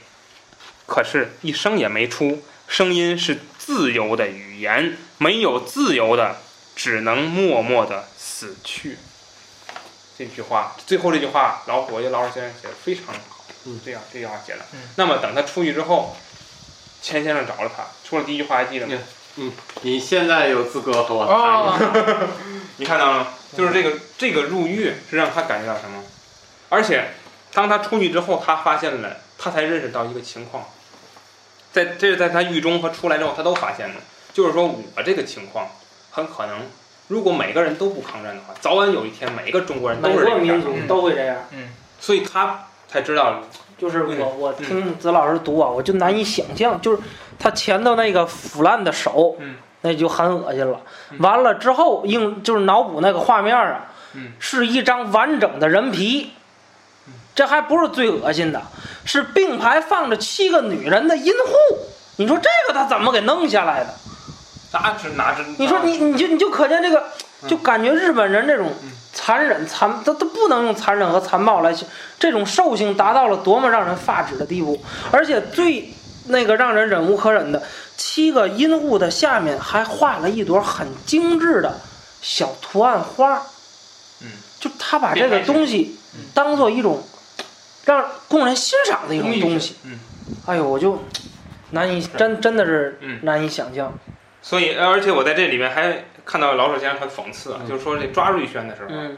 Speaker 1: 可是，一声也没出。声音是自由的语言，没有自由的，只能默默地死去。这句话，最后这句话，老虎我觉得老虎先生写的非常好，
Speaker 4: 嗯
Speaker 1: 这样这句话写的。
Speaker 5: 嗯
Speaker 1: 那么等他出狱之后，钱先生找了他，说了第一句话还记得吗？
Speaker 4: 你现在有资格和我谈
Speaker 5: 啊，
Speaker 1: 你看到了吗？就是这个这个入狱是让他感觉到什么？而且当他出狱之后，他发现了，他才认识到一个情况，在这是在他狱中和出来之后，他都发现的，就是说我这个情况很可能，如果每个人都不抗战的话，早晚有一天每个中国人都
Speaker 3: 每
Speaker 1: 是这
Speaker 3: 个
Speaker 1: 个样嗯
Speaker 3: 民
Speaker 1: 子，
Speaker 3: 族都会这样。
Speaker 1: 所以他才知道
Speaker 3: 就是我我
Speaker 1: 嗯
Speaker 3: 听子老师读啊，我就难以想象，就是他前头那个腐烂的手，
Speaker 1: 嗯
Speaker 3: 那就很恶心了。
Speaker 1: 嗯
Speaker 3: 完了之后，硬就是脑补那个画面啊，
Speaker 1: 嗯
Speaker 3: 是一张完整的人皮。这还不是最恶心的，是并排放着七个女人的阴户。你说这个他怎么给弄下来的？
Speaker 1: 拿纸拿纸，
Speaker 3: 你说你你就你就可见这个，就感觉日本人这种
Speaker 1: 嗯
Speaker 3: 残忍残，他他不能用残忍和残暴来形，这种兽性达到了多么让人发指的地步，而且最那个让人忍无可忍的，七个阴户的下面还画了一朵很精致的小图案花，
Speaker 1: 嗯，
Speaker 3: 就他把这个东西当做一种让供人欣赏的一种东西，
Speaker 1: 嗯，
Speaker 3: 哎呦，我就难以真真的是
Speaker 1: 嗯
Speaker 3: 难以想象，
Speaker 1: 所以而且我在这里面还看到老鼠先生很讽刺啊，就是说这抓瑞宣的时候，
Speaker 3: 嗯。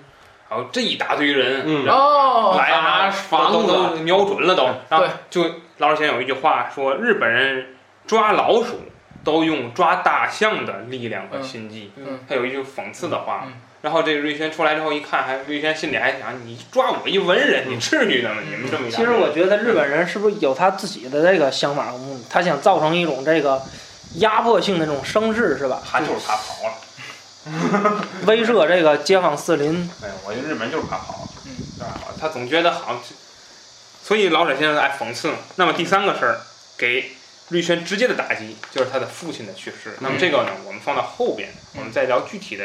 Speaker 1: 然后这一大堆人，
Speaker 4: 嗯
Speaker 1: 然后
Speaker 5: 哦，
Speaker 1: 来啊，
Speaker 4: 房
Speaker 1: 都
Speaker 4: 子
Speaker 1: 都瞄准了都。然后
Speaker 5: 对
Speaker 1: 就老师先有一句话说，日本人抓老鼠都用抓大象的力量和心机。
Speaker 5: 嗯嗯
Speaker 1: 他有一句讽刺的话。
Speaker 5: 嗯
Speaker 1: 然后这瑞轩出来之后一看，还瑞轩心里还想：你抓我一文人，你至于的吗？你们这么一大
Speaker 3: 其实我觉得日本人是不是有他自己的这个想法和目的？他想造成一种这个压迫性的这种声势，是吧？
Speaker 1: 他就是怕跑啊了，
Speaker 3: 威慑这个街坊四邻。
Speaker 1: 没有，哎我觉得日本人就是怕跑了，
Speaker 5: 嗯
Speaker 1: 是吧？他总觉得好像是，所以老舍先生爱讽刺嘛。那么第三个事儿，给绿轩直接的打击就是他的父亲的去世。那么这个呢，我们放到后边，
Speaker 3: 嗯
Speaker 1: 我们再聊具体的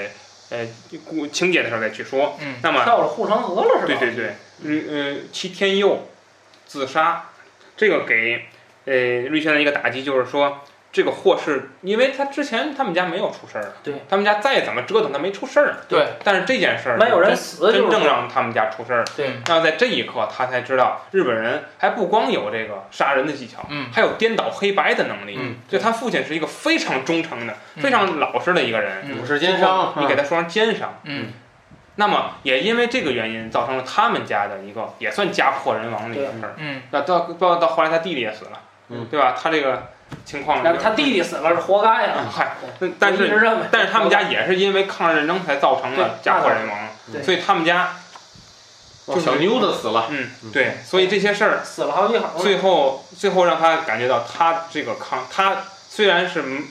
Speaker 1: 呃故情节的时候再去说。
Speaker 5: 嗯
Speaker 1: 那么
Speaker 3: 跳了护城河了是吧？
Speaker 1: 对对对，嗯呃，齐天佑自杀，这个给呃瑞轩的一个打击就是说，这个祸是因为他之前他们家没有出事儿，
Speaker 3: 对，
Speaker 1: 他们家再怎么折腾他没出事儿，
Speaker 5: 对，
Speaker 1: 但是这件事儿
Speaker 3: 没有人
Speaker 1: 真
Speaker 3: 死就
Speaker 1: 真
Speaker 3: 是
Speaker 1: 正让他们家出事儿。
Speaker 5: 对，
Speaker 1: 那在这一刻，他才知道日本人还不光有这个杀人的技巧，
Speaker 5: 嗯
Speaker 1: 还有颠倒黑白的能力。
Speaker 4: 嗯
Speaker 1: 就他父亲是一个非常忠诚的、
Speaker 5: 嗯
Speaker 1: 非常老实的一个人，
Speaker 5: 嗯
Speaker 4: 五十斤伤，
Speaker 1: 你给他说成奸商。
Speaker 5: 嗯
Speaker 1: 那么也因为这个原因，造成了他们家的一个也算家破人亡的一个事儿。
Speaker 5: 嗯
Speaker 1: 那到到到后来，他弟弟也死了，
Speaker 4: 嗯
Speaker 1: 对吧？他这个情况就
Speaker 3: 然
Speaker 1: 是，
Speaker 3: 后他弟弟死了是活该啊！
Speaker 1: 嗨，嗯但
Speaker 3: 我一直
Speaker 1: 是
Speaker 3: 认为，
Speaker 1: 但是他们家也是因为抗日战争才造成了
Speaker 3: 对
Speaker 1: 家破人亡
Speaker 3: 对，
Speaker 1: 所以他们家
Speaker 4: 哦小妞子死了，
Speaker 1: 嗯对，所以这些事儿
Speaker 3: 死了好几好
Speaker 1: 最后最后让他感觉到他这个抗，他虽然是嗯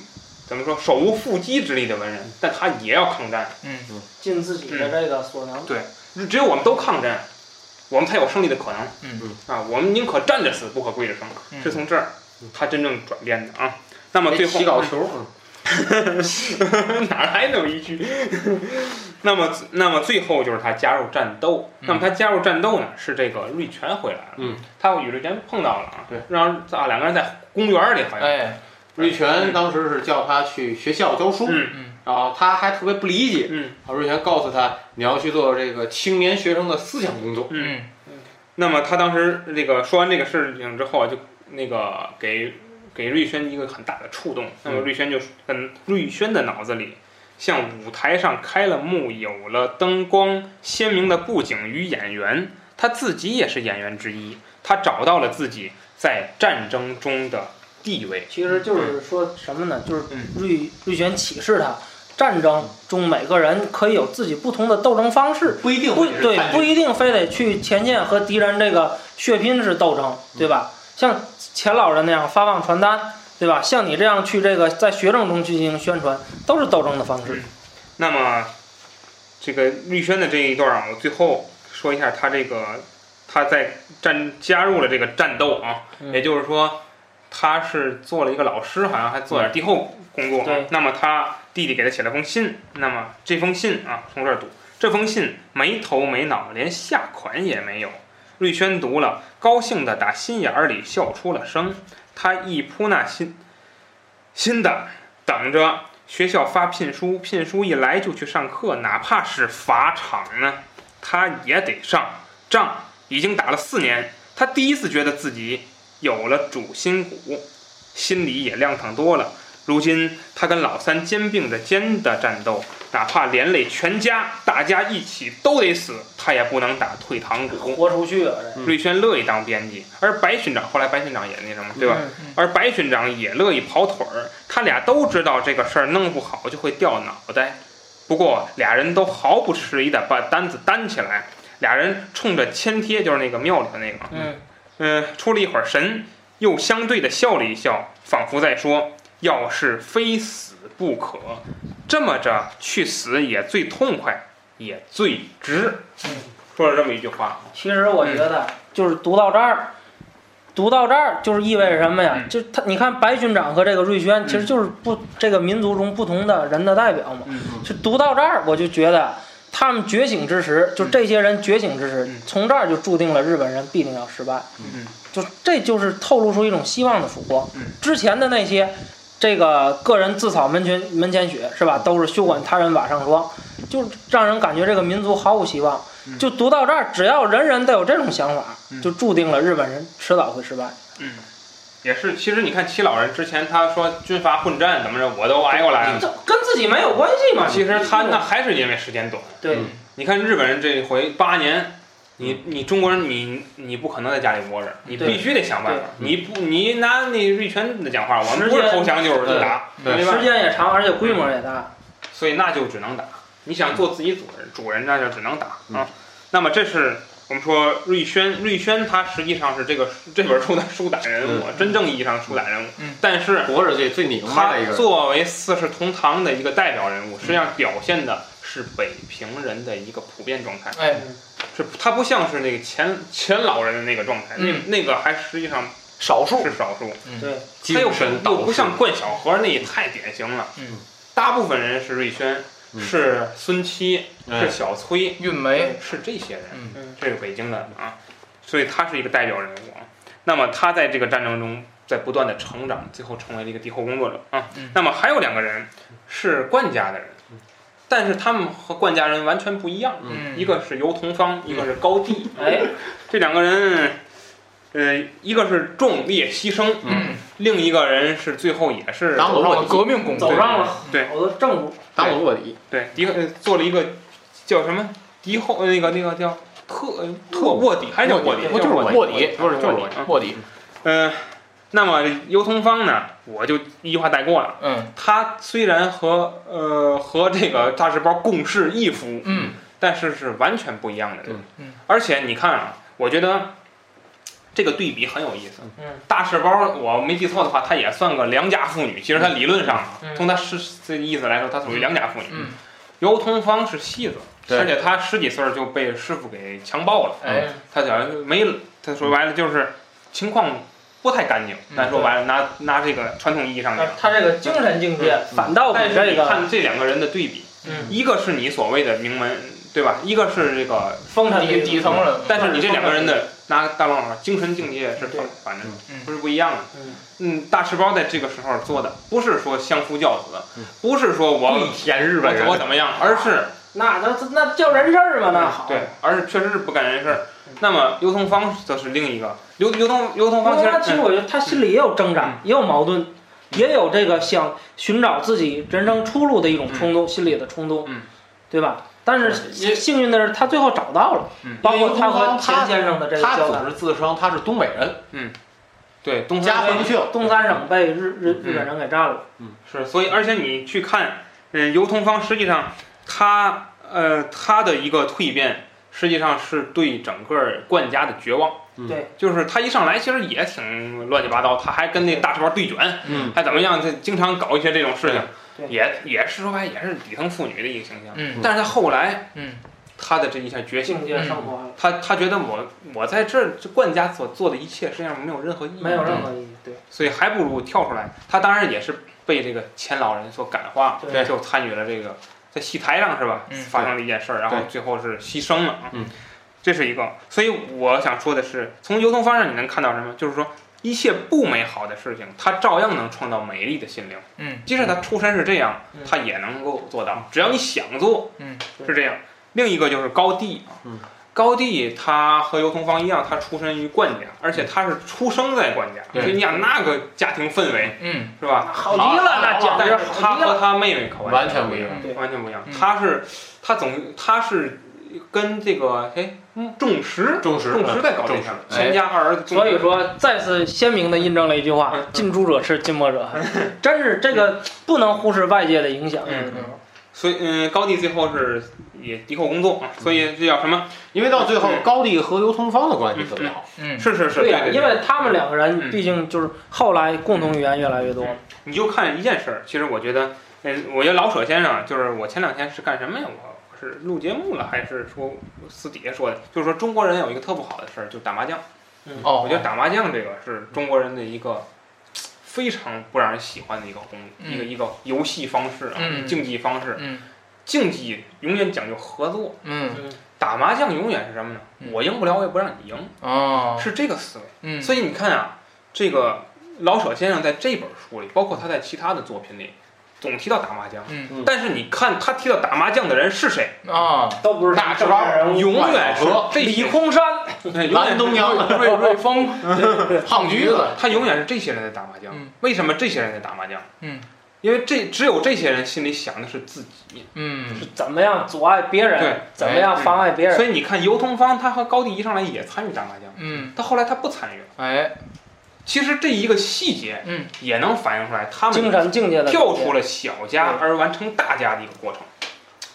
Speaker 1: 怎么说手无缚鸡之力的文人，但他也要抗战。
Speaker 5: 嗯
Speaker 3: 尽自己的这个所能。
Speaker 1: 只有我们都抗战，我们才有胜利的可能。
Speaker 5: 嗯
Speaker 1: 啊，我们宁可站着死，不可跪着生，
Speaker 5: 嗯
Speaker 1: 是从这儿他真正转变的啊。那么最后
Speaker 4: 踢搞球，嗯
Speaker 1: 哪来那么一句？那么那么最后就是他加入战斗，那么他加入战斗呢是这个瑞全回来了，
Speaker 4: 嗯，
Speaker 1: 他与瑞全碰到了啊，
Speaker 4: 对，
Speaker 1: 让啊两个人在公园里好像，
Speaker 5: 哎，
Speaker 4: 瑞全当时是叫他去学校教书，
Speaker 1: 嗯
Speaker 4: 然后他还特别不理解，
Speaker 1: 嗯
Speaker 4: 啊，瑞全告诉他你要去做这个青年学生的思想工作，
Speaker 1: 嗯。
Speaker 5: 嗯
Speaker 1: 那么他当时那个说完这个事情之后啊，就那个给给瑞轩一个很大的触动。那么瑞轩就嗯，瑞轩的脑子里像舞台上开了幕，有了灯光、鲜明的布景与演员，他自己也是演员之一。他找到了自己在战争中的地位。
Speaker 3: 其实就是说什么呢？就是
Speaker 1: 嗯
Speaker 3: 瑞瑞玄启示他，战争中每个人可以有自己不同的斗争方式。
Speaker 4: 不一定
Speaker 3: 不
Speaker 4: 会是
Speaker 3: 对，
Speaker 4: 叛
Speaker 3: 不
Speaker 4: 军
Speaker 3: 一定非得去前线和敌人这个血拼式斗争，对吧？像钱老人那样发放传单，对吧？像你这样去这个在学生中去进行宣传，都是斗争的方式。
Speaker 1: 那么这个绿轩的这一段啊，我最后说一下他这个他在战加入了这个战斗啊，
Speaker 3: 嗯
Speaker 1: 也就是说他是做了一个老师，好像还做点地后工作、啊。
Speaker 3: 对
Speaker 1: 那么他弟弟给他写了封信，那么这封信啊，从这儿读，这封信没头没脑，连下款也没有。瑞轩读了，高兴的打心眼儿里笑出了声。他一扑那心，新的等着学校发聘书，聘书一来就去上课，哪怕是法场呢，他也得上。仗已经打了四年，他第一次觉得自己有了主心骨，心里也亮堂多了。如今他跟老三肩并着肩的战斗，哪怕连累全家，大家一起都得死，他也不能打退堂鼓。
Speaker 3: 豁出去了，
Speaker 4: 嗯
Speaker 1: 瑞轩乐意当编辑，而白巡长后来白巡长也那什么，对吧？
Speaker 3: 嗯
Speaker 1: 而白巡长也乐意跑腿儿，他俩都知道这个事儿弄不好就会掉脑袋。不过俩人都毫不迟疑的把单子担起来，俩人冲着千贴，就是那个庙里的那个，
Speaker 3: 嗯，
Speaker 1: 嗯，出了一会儿神，又相对的笑了一笑，仿佛在说：“要是非死不可，这么着去死也最痛快，也最值。”说了这么一句话，
Speaker 3: 其实我觉得就是读到这儿，读到这儿就是意味着什么呀？
Speaker 1: 嗯
Speaker 3: 就他，你看白巡长和这个瑞轩，其实就是不这个民族中不同的人的代表嘛。
Speaker 1: 嗯
Speaker 3: 就读到这儿，我就觉得他们觉醒之时，就这些人觉醒之时
Speaker 1: 嗯，
Speaker 3: 从这儿就注定了日本人必定要失败。
Speaker 1: 嗯，
Speaker 3: 就这就是透露出一种希望的曙光
Speaker 1: 嗯。
Speaker 3: 之前的那些，这个个人自扫门前门前雪是
Speaker 1: 嗯
Speaker 3: 吧？都是休管他人瓦上霜，就让人感觉这个民族毫无希望。
Speaker 1: 嗯
Speaker 3: 就读到这儿，只要人人都有这种想法
Speaker 1: 嗯，
Speaker 3: 就注定了日本人迟早会失败。
Speaker 1: 嗯，也是。其实你看，七老人之前他说军阀混战怎么着，我都挨过来了。
Speaker 3: 这跟自己没有关系嘛。
Speaker 1: 其实他那还是因为时间短。
Speaker 3: 对
Speaker 4: 嗯
Speaker 1: 你看日本人这回八年，你你中国人你你不可能在家里窝着，你
Speaker 3: 对
Speaker 1: 必须得想办法。
Speaker 4: 对
Speaker 1: 你不你拿那瑞全的讲话，我们
Speaker 3: 时
Speaker 1: 不
Speaker 3: 间
Speaker 1: 是投降就是就打，
Speaker 4: 对
Speaker 1: 对
Speaker 3: 时
Speaker 1: 吧？
Speaker 3: 间也长，而且规模也大。
Speaker 1: 所以那就只能打。你想做自己主人，主人那就只能打
Speaker 4: 嗯
Speaker 1: 啊。那么这是我们说瑞宣，瑞宣他实际上是这个这本书的书胆人物，真正意义上的书胆人物
Speaker 5: 嗯。
Speaker 1: 但是
Speaker 4: 活着最最拧巴
Speaker 1: 他
Speaker 4: 的一个人。
Speaker 1: 作为四世同堂的一个代表人物，实际上表现的是北平人的一个普遍状态，
Speaker 5: 哎，
Speaker 1: 是他不像是那个前前老人的那个状态，那
Speaker 5: 嗯
Speaker 1: 那个还实际上
Speaker 5: 少数嗯
Speaker 1: 是少数，
Speaker 3: 对，
Speaker 1: 他又
Speaker 4: 精神导
Speaker 1: 又
Speaker 4: 师
Speaker 1: 不像冠晓荷那也太典型了，
Speaker 5: 嗯，
Speaker 1: 大部分人是瑞宣，
Speaker 4: 嗯
Speaker 1: 是孙七，
Speaker 4: 哎
Speaker 1: 是小崔，
Speaker 5: 运梅，
Speaker 1: 是这些人，
Speaker 5: 嗯
Speaker 3: 嗯
Speaker 1: 这是北京的啊，所以他是一个代表人物啊。那么他在这个战争中在不断的成长，最后成为了一个敌后工作者啊。
Speaker 5: 嗯
Speaker 1: 那么还有两个人是冠家的人，但是他们和冠家人完全不一样，
Speaker 5: 嗯，
Speaker 1: 一个是尤同芳，一个是高地。
Speaker 3: 哎，
Speaker 1: 这两个人，呃，一个是壮烈牺牲，
Speaker 5: 嗯，
Speaker 1: 另一个人是最后也是
Speaker 4: 当
Speaker 5: 走上了
Speaker 4: 我
Speaker 5: 革命工
Speaker 3: 走
Speaker 5: 作，
Speaker 3: 上了
Speaker 1: 对
Speaker 3: 好多正路。
Speaker 4: 当我卧底，
Speaker 1: 对敌呃做了一个叫什么敌后呃那个那个叫特呃特卧底，还是叫卧底？
Speaker 4: 我就是我
Speaker 5: 卧底
Speaker 4: 不是就是我
Speaker 1: 卧底啊
Speaker 5: 卧底，
Speaker 1: 呃，那么尤同芳呢，我就一句话带过了。
Speaker 5: 嗯
Speaker 1: 他虽然和呃和这个大石包共事一夫，
Speaker 5: 嗯
Speaker 1: 但是是完全不一样的人。
Speaker 5: 嗯嗯
Speaker 1: 而且你看啊，我觉得这个对比很有意思。
Speaker 3: 嗯，
Speaker 1: 大石包我没记错的话，她也算个良家妇女。其实她理论上啊，
Speaker 3: 嗯
Speaker 1: 从她是这意思来说，她属于良家妇女。
Speaker 5: 嗯，
Speaker 1: 尤同芳是戏子，
Speaker 4: 对
Speaker 1: 而且她十几岁就被师傅给强暴了。
Speaker 5: 哎，
Speaker 1: 他讲没，他说白了就是情况不太干净。
Speaker 5: 嗯
Speaker 1: 咱说白了，拿拿这个传统意义上
Speaker 3: 但
Speaker 1: 讲
Speaker 3: 是，他这个精神境界反倒比
Speaker 1: 但是
Speaker 3: 这
Speaker 1: 你
Speaker 3: 个
Speaker 1: 看这两个人的对比，
Speaker 3: 嗯
Speaker 1: 一个是你所谓的名门，对吧？一个是这个，嗯
Speaker 3: 风尘
Speaker 5: 底底层人，
Speaker 1: 但是你这两个人的拿大浪啊，精神境界是
Speaker 3: 对
Speaker 1: 反反正
Speaker 5: 嗯
Speaker 1: 不是不一样的。
Speaker 3: 嗯
Speaker 1: 嗯，大赤包在这个时候做的不是说相夫教子
Speaker 4: 嗯，
Speaker 1: 不是说我
Speaker 4: 跪舔日
Speaker 1: 日
Speaker 4: 本人
Speaker 1: 我，怎么样，而是
Speaker 3: 那那那叫人事儿吗？那好，
Speaker 1: 对，，而是确实是不干人事儿。那么刘同芳则是另一个，刘刘同刘同芳其实嗯
Speaker 3: 他其实我觉得他心里也有挣扎，也有矛盾，也有这个想寻找自己人生出路的一种冲动，心理的冲动，
Speaker 1: 嗯
Speaker 3: 对吧？但是幸运的是，他最后找到了，
Speaker 1: 嗯
Speaker 3: 包括他和
Speaker 4: 他
Speaker 3: 钱先生的这个
Speaker 4: 他
Speaker 3: 交
Speaker 4: 组
Speaker 3: 代。
Speaker 4: 织自称他是东北人，
Speaker 1: 对东山
Speaker 4: 家回不去了。
Speaker 3: 东三省被日日
Speaker 1: 嗯
Speaker 3: 日本人给占了，
Speaker 1: 是，所以而且你去看，嗯，尤同芳实际上他呃他的一个蜕变，实际上是对整个冠家的绝望。
Speaker 4: 嗯
Speaker 3: 对，
Speaker 1: 就是他一上来其实也挺乱七八糟，他还跟那大赤包对卷，
Speaker 4: 嗯，
Speaker 1: 还怎么样，他经常搞一些这种事
Speaker 3: 对
Speaker 1: 情，也也是说白了也是底层妇女的一个形象。
Speaker 5: 嗯
Speaker 1: 但是他后来
Speaker 5: 嗯
Speaker 1: 他的这一下觉醒，
Speaker 3: 境界升华了，
Speaker 1: 他他觉得我我在这儿这冠家所做的一切实际上没有任何意义，
Speaker 3: 没有任何意义。对，
Speaker 1: 所以还不如跳出来。他当然也是被这个钱老人所感化，
Speaker 3: 对
Speaker 1: 就参与了这个在戏台上是吧？
Speaker 5: 嗯
Speaker 1: 发生了一件事儿，然后
Speaker 4: 对
Speaker 1: 最后是牺牲了啊。
Speaker 4: 嗯
Speaker 1: 这是一个。所以我想说的是，从油桐方上你能看到什么？就是说。一切不美好的事情，他照样能创造美丽的心灵。
Speaker 5: 嗯
Speaker 1: 即使他出身是这样，
Speaker 3: 嗯
Speaker 1: 他也能够做到。只要你想做，
Speaker 5: 嗯
Speaker 1: 是这样。另一个就是高帝啊，
Speaker 4: 嗯
Speaker 1: 高帝他和尤桐芳一样，他出身于冠家，而且他是出生在冠家，
Speaker 4: 对
Speaker 1: 所以你想那个家庭氛围
Speaker 5: 嗯，
Speaker 1: 是吧？
Speaker 6: 好极了，
Speaker 3: 哦
Speaker 6: 那简
Speaker 1: 但
Speaker 6: 直
Speaker 1: 是
Speaker 6: 好
Speaker 1: 他
Speaker 6: 极了。
Speaker 1: 和他妹妹可
Speaker 4: 完
Speaker 1: 全
Speaker 4: 全不一样。
Speaker 5: 嗯
Speaker 6: 对
Speaker 1: 完全不一样
Speaker 5: 嗯。
Speaker 1: 他是他总他是跟这个哎仲石
Speaker 4: 重视
Speaker 1: 仲石在搞对
Speaker 4: 仲石
Speaker 1: 象，
Speaker 4: 哎
Speaker 1: 全家二儿子仲
Speaker 3: 所
Speaker 1: 石
Speaker 3: 以说，再次鲜明的印证了一句话
Speaker 1: 嗯：“
Speaker 3: 近朱者赤，近墨者黑。”真是这个不能忽视外界的影响。
Speaker 1: 嗯所以嗯，高帝最后是也敌后工作啊，所以这叫什么？
Speaker 4: 因为到最后
Speaker 1: 嗯
Speaker 4: 高帝和尤桐芳的关系怎么好？
Speaker 5: 嗯，
Speaker 1: 是是是，
Speaker 3: 对
Speaker 1: 对
Speaker 3: 呀，
Speaker 1: 对
Speaker 3: 因
Speaker 1: 对。
Speaker 3: 为他们两个人
Speaker 1: 嗯
Speaker 3: 毕竟就是后来共同语言越来越多。
Speaker 1: 你就看一件事儿，其实我觉得，嗯，我觉得老舍先生啊就是我前两天是干什么呀？我是录节目了，还是说私底下说的？就是说中国人有一个特不好的事儿，就是打麻将。
Speaker 5: 哦，
Speaker 1: 我觉得打麻将这个是中国人的一个非常不让人喜欢的一个工、
Speaker 5: 嗯
Speaker 1: 一个一个游戏方式啊，
Speaker 5: 嗯
Speaker 1: 竞技方式。
Speaker 5: 嗯
Speaker 1: 竞技永远讲究合作，
Speaker 5: 嗯
Speaker 1: 打麻将永远是什么呢？
Speaker 5: 嗯
Speaker 1: 我赢不了，我也不让你赢，
Speaker 5: 哦，
Speaker 1: 是这个思维。
Speaker 5: 嗯，
Speaker 1: 所以你看啊，这个老舍先生在这本书里，包括他在其他的作品里，总提到打麻将。
Speaker 5: 嗯
Speaker 4: 嗯
Speaker 1: 但是你看他提到打麻将的人是谁？
Speaker 5: 啊，
Speaker 6: 都不是
Speaker 4: 那
Speaker 6: 正
Speaker 4: 这
Speaker 6: 面人
Speaker 4: 帮
Speaker 6: 物，
Speaker 1: 永远是
Speaker 4: 和
Speaker 1: 这
Speaker 3: 李
Speaker 1: 些
Speaker 3: 空山，
Speaker 1: 对永
Speaker 4: 蓝
Speaker 1: 远
Speaker 4: 东阳、
Speaker 5: 瑞瑞丰，
Speaker 4: 胖橘子，
Speaker 1: 他永远是这些人在打麻将。
Speaker 5: 嗯
Speaker 1: 为什么这些人在打麻将？
Speaker 5: 嗯，
Speaker 1: 因为这只有这些人心里想的是自己。
Speaker 5: 嗯，
Speaker 3: 怎么样阻碍别人
Speaker 1: 对？哎嗯
Speaker 3: 怎么样妨碍别人？
Speaker 1: 所以你看尤桐芳，他和高帝一上来也参与打麻将，
Speaker 5: 嗯，
Speaker 1: 他后来他不参与了。
Speaker 5: 哎，
Speaker 1: 其实这一个细节
Speaker 5: 嗯，
Speaker 1: 也能反映出来，他
Speaker 3: 精
Speaker 1: 们
Speaker 3: 神境界的
Speaker 1: 跳
Speaker 3: 改
Speaker 1: 出
Speaker 3: 变。
Speaker 1: 了小家而完成大家的一个过程，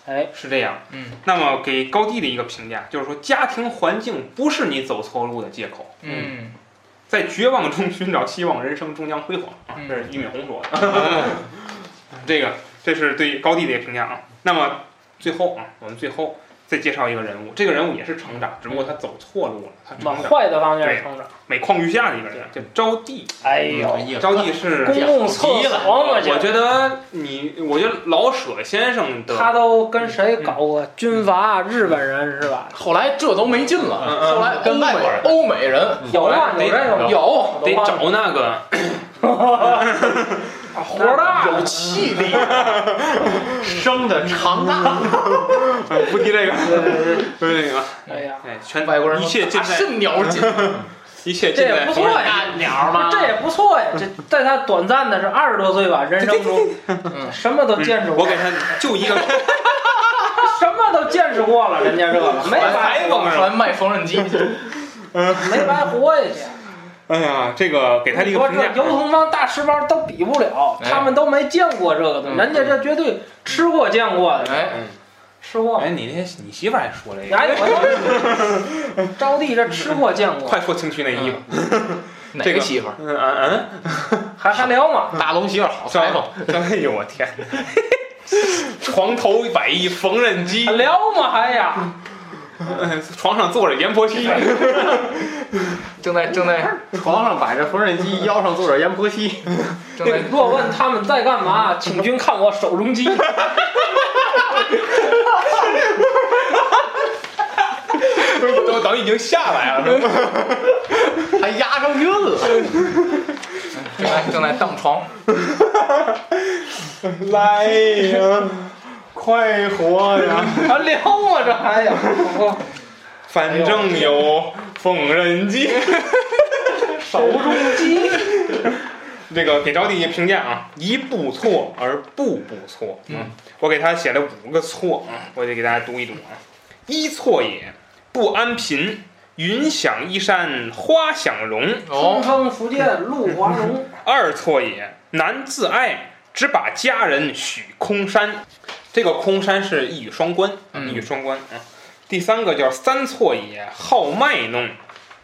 Speaker 3: 哎，
Speaker 1: 是这样。
Speaker 5: 嗯，
Speaker 1: 那么给高帝的一个评价就是说，家庭环境不是你走错路的借口。
Speaker 5: 嗯，
Speaker 1: 在绝望中寻找希望，人生终将辉煌。啊，
Speaker 5: 嗯
Speaker 1: 这是俞敏洪说的。 这个，这是对高地的一个评价啊。那么最后啊，我们最后再介绍一个人物，这个人物也是成长，只不过他走错路了，他
Speaker 3: 往
Speaker 1: 成长
Speaker 3: 坏的方面成长。
Speaker 1: 每况愈下的一个人，叫招娣。
Speaker 3: 哎呦，
Speaker 4: 哎呀
Speaker 1: 招娣嗯是，
Speaker 3: 公共厕所嘛，
Speaker 1: 我
Speaker 3: 这
Speaker 1: 觉得你，我觉得老舍先生的
Speaker 3: 他都跟谁搞过
Speaker 1: 嗯
Speaker 3: 军阀？日本人是吧？
Speaker 5: 后来这都没劲了，
Speaker 1: 嗯嗯
Speaker 5: 后来
Speaker 4: 跟
Speaker 5: 欧
Speaker 4: 外国人
Speaker 5: 美欧美人
Speaker 3: 有啊，有这种
Speaker 5: 有
Speaker 1: 得找那个
Speaker 3: 活大
Speaker 5: 有气力，
Speaker 4: 生的长大，
Speaker 1: 不提这个，不提这个，
Speaker 3: 哎呀，
Speaker 1: 哎，全
Speaker 5: 外国人
Speaker 1: 一切尽
Speaker 5: 打
Speaker 1: 在
Speaker 5: 甚鸟尽，
Speaker 1: 一切
Speaker 3: 这
Speaker 1: 尽
Speaker 3: 也
Speaker 1: 在
Speaker 3: 不错呀，
Speaker 4: 大鸟
Speaker 1: 啊
Speaker 4: 嘛，
Speaker 3: 这也不错呀。这
Speaker 1: 嗯
Speaker 3: 在他短暂的是二十多岁吧，人生中
Speaker 5: 嗯
Speaker 3: 什么都见识
Speaker 1: 嗯
Speaker 3: 过
Speaker 1: 我，给他就一个
Speaker 3: 什么都见识过了，人家这个没白
Speaker 1: 嗯还
Speaker 5: 往
Speaker 1: 往
Speaker 5: 船卖缝纫机去，
Speaker 3: 没白活呀。这
Speaker 1: 哎呀，这个给他这
Speaker 3: 你
Speaker 1: 个
Speaker 3: 说
Speaker 1: 评
Speaker 3: 这
Speaker 1: 价，
Speaker 3: 油桐帮大石包都比不了，
Speaker 5: 哎
Speaker 3: 他们都没见过这个东西，
Speaker 5: 嗯
Speaker 3: 人家这绝对吃过见过的，
Speaker 5: 哎，
Speaker 3: 吃过。
Speaker 1: 嗯哎，你那你媳妇儿还说了一个，
Speaker 3: 哎，我招娣这吃过见过，
Speaker 1: 快说情趣内衣吧。
Speaker 5: 哪
Speaker 1: 这
Speaker 5: 个
Speaker 1: 个
Speaker 5: 媳妇儿？
Speaker 1: 嗯嗯
Speaker 3: 还还聊吗？
Speaker 4: 大龙媳妇儿好
Speaker 1: 嗯，
Speaker 4: 裁缝，
Speaker 1: 张，哎呦我天，床头摆一缝纫机
Speaker 3: 还，聊吗？还呀，
Speaker 1: 嗯 床上坐着阎婆惜，
Speaker 5: 正在正在
Speaker 4: 床上摆着缝纫机，腰上坐着阎婆惜，
Speaker 5: 正在
Speaker 3: 若问他们在干嘛，请君看我手中鸡。
Speaker 1: 都都等已经下来了，是吧
Speaker 4: 还压上晕了。
Speaker 5: 正在正在荡床，
Speaker 4: 来呀，快活呀！
Speaker 3: 还聊吗？啊这还呀，
Speaker 1: 反正有缝纫机。
Speaker 3: 手中鸡。
Speaker 1: 这个给招娣一评价啊，一不错而不不错。嗯，我给他写了五个错啊，我得给大家读一读啊。一错也，不安贫，云想衣衫花想容。
Speaker 5: 哦
Speaker 3: 春，风拂槛露华浓。
Speaker 1: 二错也，难自爱，只把佳人许空山。这个空山是一语双关，啊
Speaker 5: 嗯
Speaker 1: 一语双关啊。第三个叫三错也，好卖弄，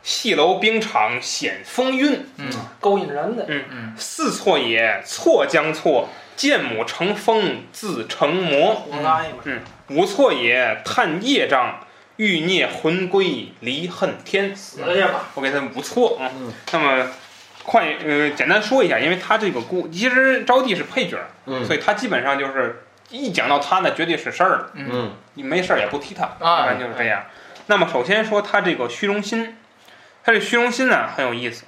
Speaker 1: 戏楼冰场显风韵。
Speaker 5: 嗯
Speaker 3: 勾引人的，
Speaker 5: 嗯
Speaker 1: 四错也，错将错，见母成风自成魔。
Speaker 3: 活该嘛。
Speaker 1: 五错也，叹业障，欲孽魂归离恨天。
Speaker 3: 死去吧，
Speaker 1: 我给他五错啊。
Speaker 4: 嗯
Speaker 1: 那么快呃，简单说一下，因为他这个故其实招娣是配角儿，
Speaker 4: 嗯
Speaker 1: 所以他基本上就是一讲到他呢，绝对是事儿了，
Speaker 5: 嗯
Speaker 4: 嗯，
Speaker 1: 你没事儿也不提他，一
Speaker 5: 啊
Speaker 1: 般就是这样。那么首先说他这个虚荣心，他这虚荣心呢很有意思，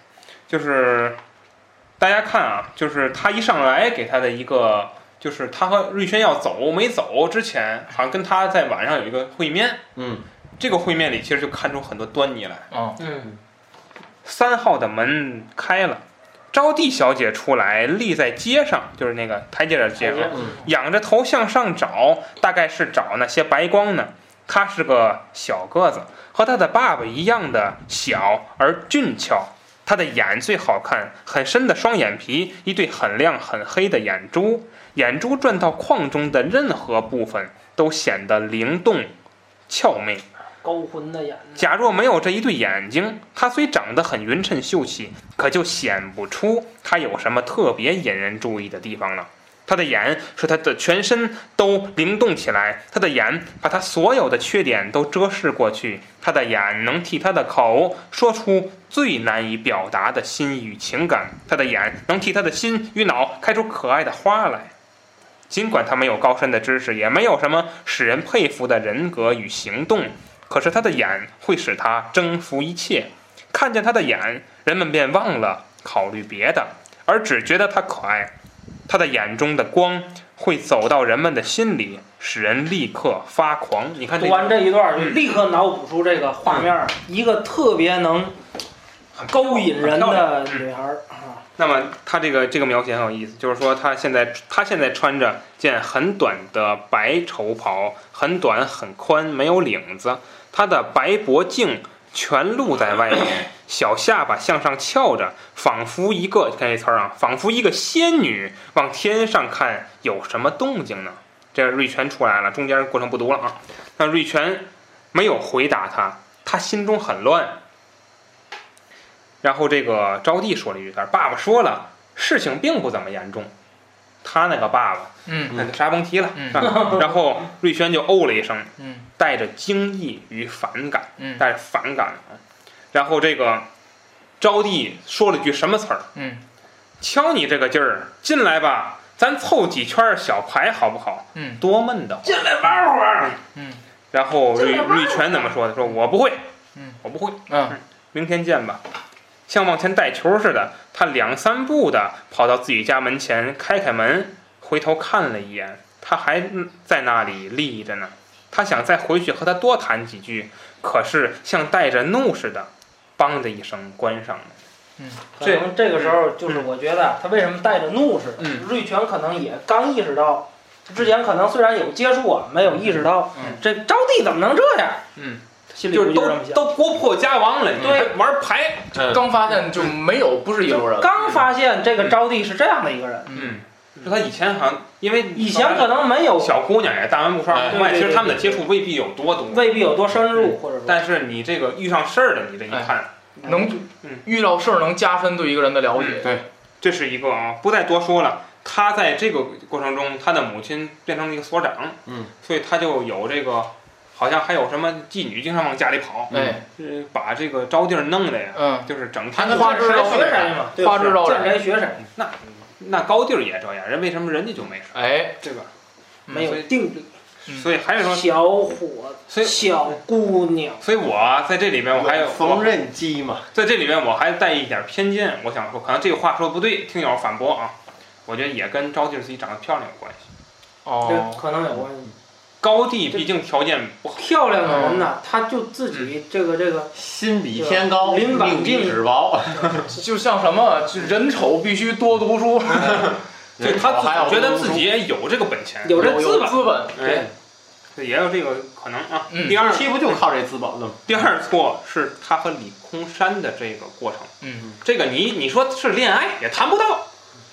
Speaker 1: 就是大家看啊，就是他一上来给他的一个就是他和瑞轩要走没走之前，好像跟他在晚上有一个会面。
Speaker 4: 嗯，
Speaker 1: 这个会面里其实就看出很多端倪来。
Speaker 5: 嗯，
Speaker 3: 嗯，
Speaker 1: 三号的门开了，招娣小姐出来，立在阶上，就是那个嗯台阶的阶上，
Speaker 3: 嗯
Speaker 1: 仰着头向上找，大概是找那些白光呢。他是个小个子，和他的爸爸一样的小而俊俏。他的眼最好看，很深的双眼皮，一对很亮很黑的眼珠，眼珠转到框中的任何部分都显得灵动、俏媚。
Speaker 3: 勾魂的眼，
Speaker 1: 假若没有这一对眼睛，他虽长得很匀称秀气，可就显不出他有什么特别引人注意的地方了。他的眼使他的全身都灵动起来，他的眼把他所有的缺点都遮饰过去，他的眼能替他的口说出最难以表达的心与情感，他的眼能替他的心与脑开出可爱的花来。尽管他没有高深的知识，也没有什么使人佩服的人格与行动，可是他的眼会使他征服一切。看见他的眼，人们便忘了考虑别的，而只觉得他可爱。他的眼中的光会走到人们的心里，使人立刻发狂。你看这
Speaker 3: 读完这一段儿就
Speaker 1: 嗯
Speaker 3: 立刻脑补出这个画面儿，一个特别能勾引人
Speaker 1: 啊
Speaker 3: 的女孩儿
Speaker 1: 嗯
Speaker 3: 啊，
Speaker 1: 那么他这个这个描写很有意思，就是说他现在他现在穿着件很短的白绸袍，很短很宽，没有领子，他的白脖颈全露在外面，小下巴向上翘着，仿佛一个看这词儿啊，仿佛一个仙女往天上看，有什么动静呢？这瑞全出来了，中间过程不读了啊。那瑞全没有回答他，他心中很乱，然后这个招娣说了一句：“他说爸爸说了，事情并不怎么严重。”他那个爸爸，
Speaker 5: 嗯
Speaker 1: 那就啥甭提了。
Speaker 5: 嗯
Speaker 1: 是吧然后瑞轩就哦了一声，
Speaker 5: 嗯
Speaker 1: 带着惊异与反感，
Speaker 5: 嗯
Speaker 1: 带着反感啊。然后这个招娣说了句什么词儿？
Speaker 5: 嗯，
Speaker 1: 瞧你这个劲儿，进来吧，咱凑几圈小牌好不好？
Speaker 5: 嗯，
Speaker 1: 多闷的。嗯
Speaker 3: 进来玩会儿。
Speaker 1: 然后瑞瑞全怎么说的？说我不会，
Speaker 5: 嗯，
Speaker 1: 我不会。
Speaker 5: 嗯
Speaker 1: 明天见吧。像往前带球似的，他两三步的跑到自己家门前，开开门，回头看了一眼，他还在那里立着呢。他想再回去和他多谈几句，可是像带着怒似的，梆的一声关上了。
Speaker 3: 可能这个时候就是我觉得啊他为什么带着怒似的，
Speaker 1: 嗯
Speaker 3: 瑞全可能也刚意识到，之前可能虽然有接触啊，没有意识到、
Speaker 5: 嗯
Speaker 3: 这招娣怎么能这样，
Speaker 1: 嗯，
Speaker 3: 心里
Speaker 1: 就是
Speaker 3: 估计
Speaker 1: 都
Speaker 3: 这么想
Speaker 1: 都国破家亡了，你
Speaker 3: 对
Speaker 1: 还玩牌，
Speaker 5: 刚发现就没有不是一路
Speaker 3: 就
Speaker 5: 人了，
Speaker 3: 刚发现这个招娣是这样的一个人，
Speaker 1: 嗯，就他以前好像因为
Speaker 3: 以前可能没有
Speaker 1: 小姑娘也大门不出二门
Speaker 3: 哎
Speaker 1: 外，
Speaker 3: 对对
Speaker 1: 其实
Speaker 3: 对
Speaker 1: 他们的接触未必有多多，
Speaker 3: 未必有多深入，或者说
Speaker 1: 但是你这个遇上事儿了，你这
Speaker 3: 哎
Speaker 1: 一看。
Speaker 5: 能
Speaker 1: 嗯
Speaker 5: 遇到事儿能加深对一个人的了
Speaker 4: 嗯
Speaker 5: 解。
Speaker 1: 这是一个啊，不再多说了。他在这个过程中，他的母亲变成了一个所长，
Speaker 4: 嗯，
Speaker 1: 所以他就有这个，好像还有什么妓女经常往家里跑，
Speaker 4: 嗯
Speaker 5: 哎，
Speaker 1: 呃，把这个招娣儿弄的呀，
Speaker 5: 嗯，
Speaker 1: 就是整
Speaker 5: 他
Speaker 1: 天
Speaker 5: 那
Speaker 1: 就
Speaker 5: 花枝
Speaker 3: 谁
Speaker 5: 招
Speaker 3: 学谁
Speaker 5: 展，
Speaker 3: 嘛，对吧
Speaker 5: 花枝招
Speaker 3: 见
Speaker 5: 展，
Speaker 3: 谁学谁，
Speaker 1: 那那高地儿也这样，人为什么人家就没事？
Speaker 5: 哎，
Speaker 1: 对吧？
Speaker 5: 嗯
Speaker 3: 没有
Speaker 1: 所以
Speaker 3: 定力，
Speaker 5: 嗯
Speaker 1: 所以还是说，
Speaker 3: 小伙
Speaker 1: 所以
Speaker 3: 小姑娘，
Speaker 1: 所以我在这里边，我还有
Speaker 4: 缝
Speaker 1: 我
Speaker 4: 纫机嘛，
Speaker 1: 在这里边我还带一点偏见，我想说，可能这个话说得不对，听友反驳啊，我觉得也跟招娣儿自己长得漂亮有关系。
Speaker 5: 哦
Speaker 3: 这，可能有关系。
Speaker 1: 高地毕竟条件不好，
Speaker 3: 漂亮的人呢，她就自己这个这个
Speaker 4: 心比天高，
Speaker 3: 对
Speaker 4: 命比纸薄。
Speaker 5: 就像什么，就人丑必须多读书，
Speaker 1: 就他自
Speaker 4: 还要
Speaker 1: 己觉得自己也有这个本钱，
Speaker 3: 有
Speaker 5: 有
Speaker 3: 这资
Speaker 5: 有
Speaker 3: 本，
Speaker 5: 资本，
Speaker 1: 哎，也有这个可能啊。
Speaker 5: 嗯
Speaker 1: 第二
Speaker 4: 踢不就靠这资本的吗？
Speaker 1: 第二错是他和李空山的这个过程，
Speaker 5: 嗯，
Speaker 1: 这个你你说是恋爱也谈不到，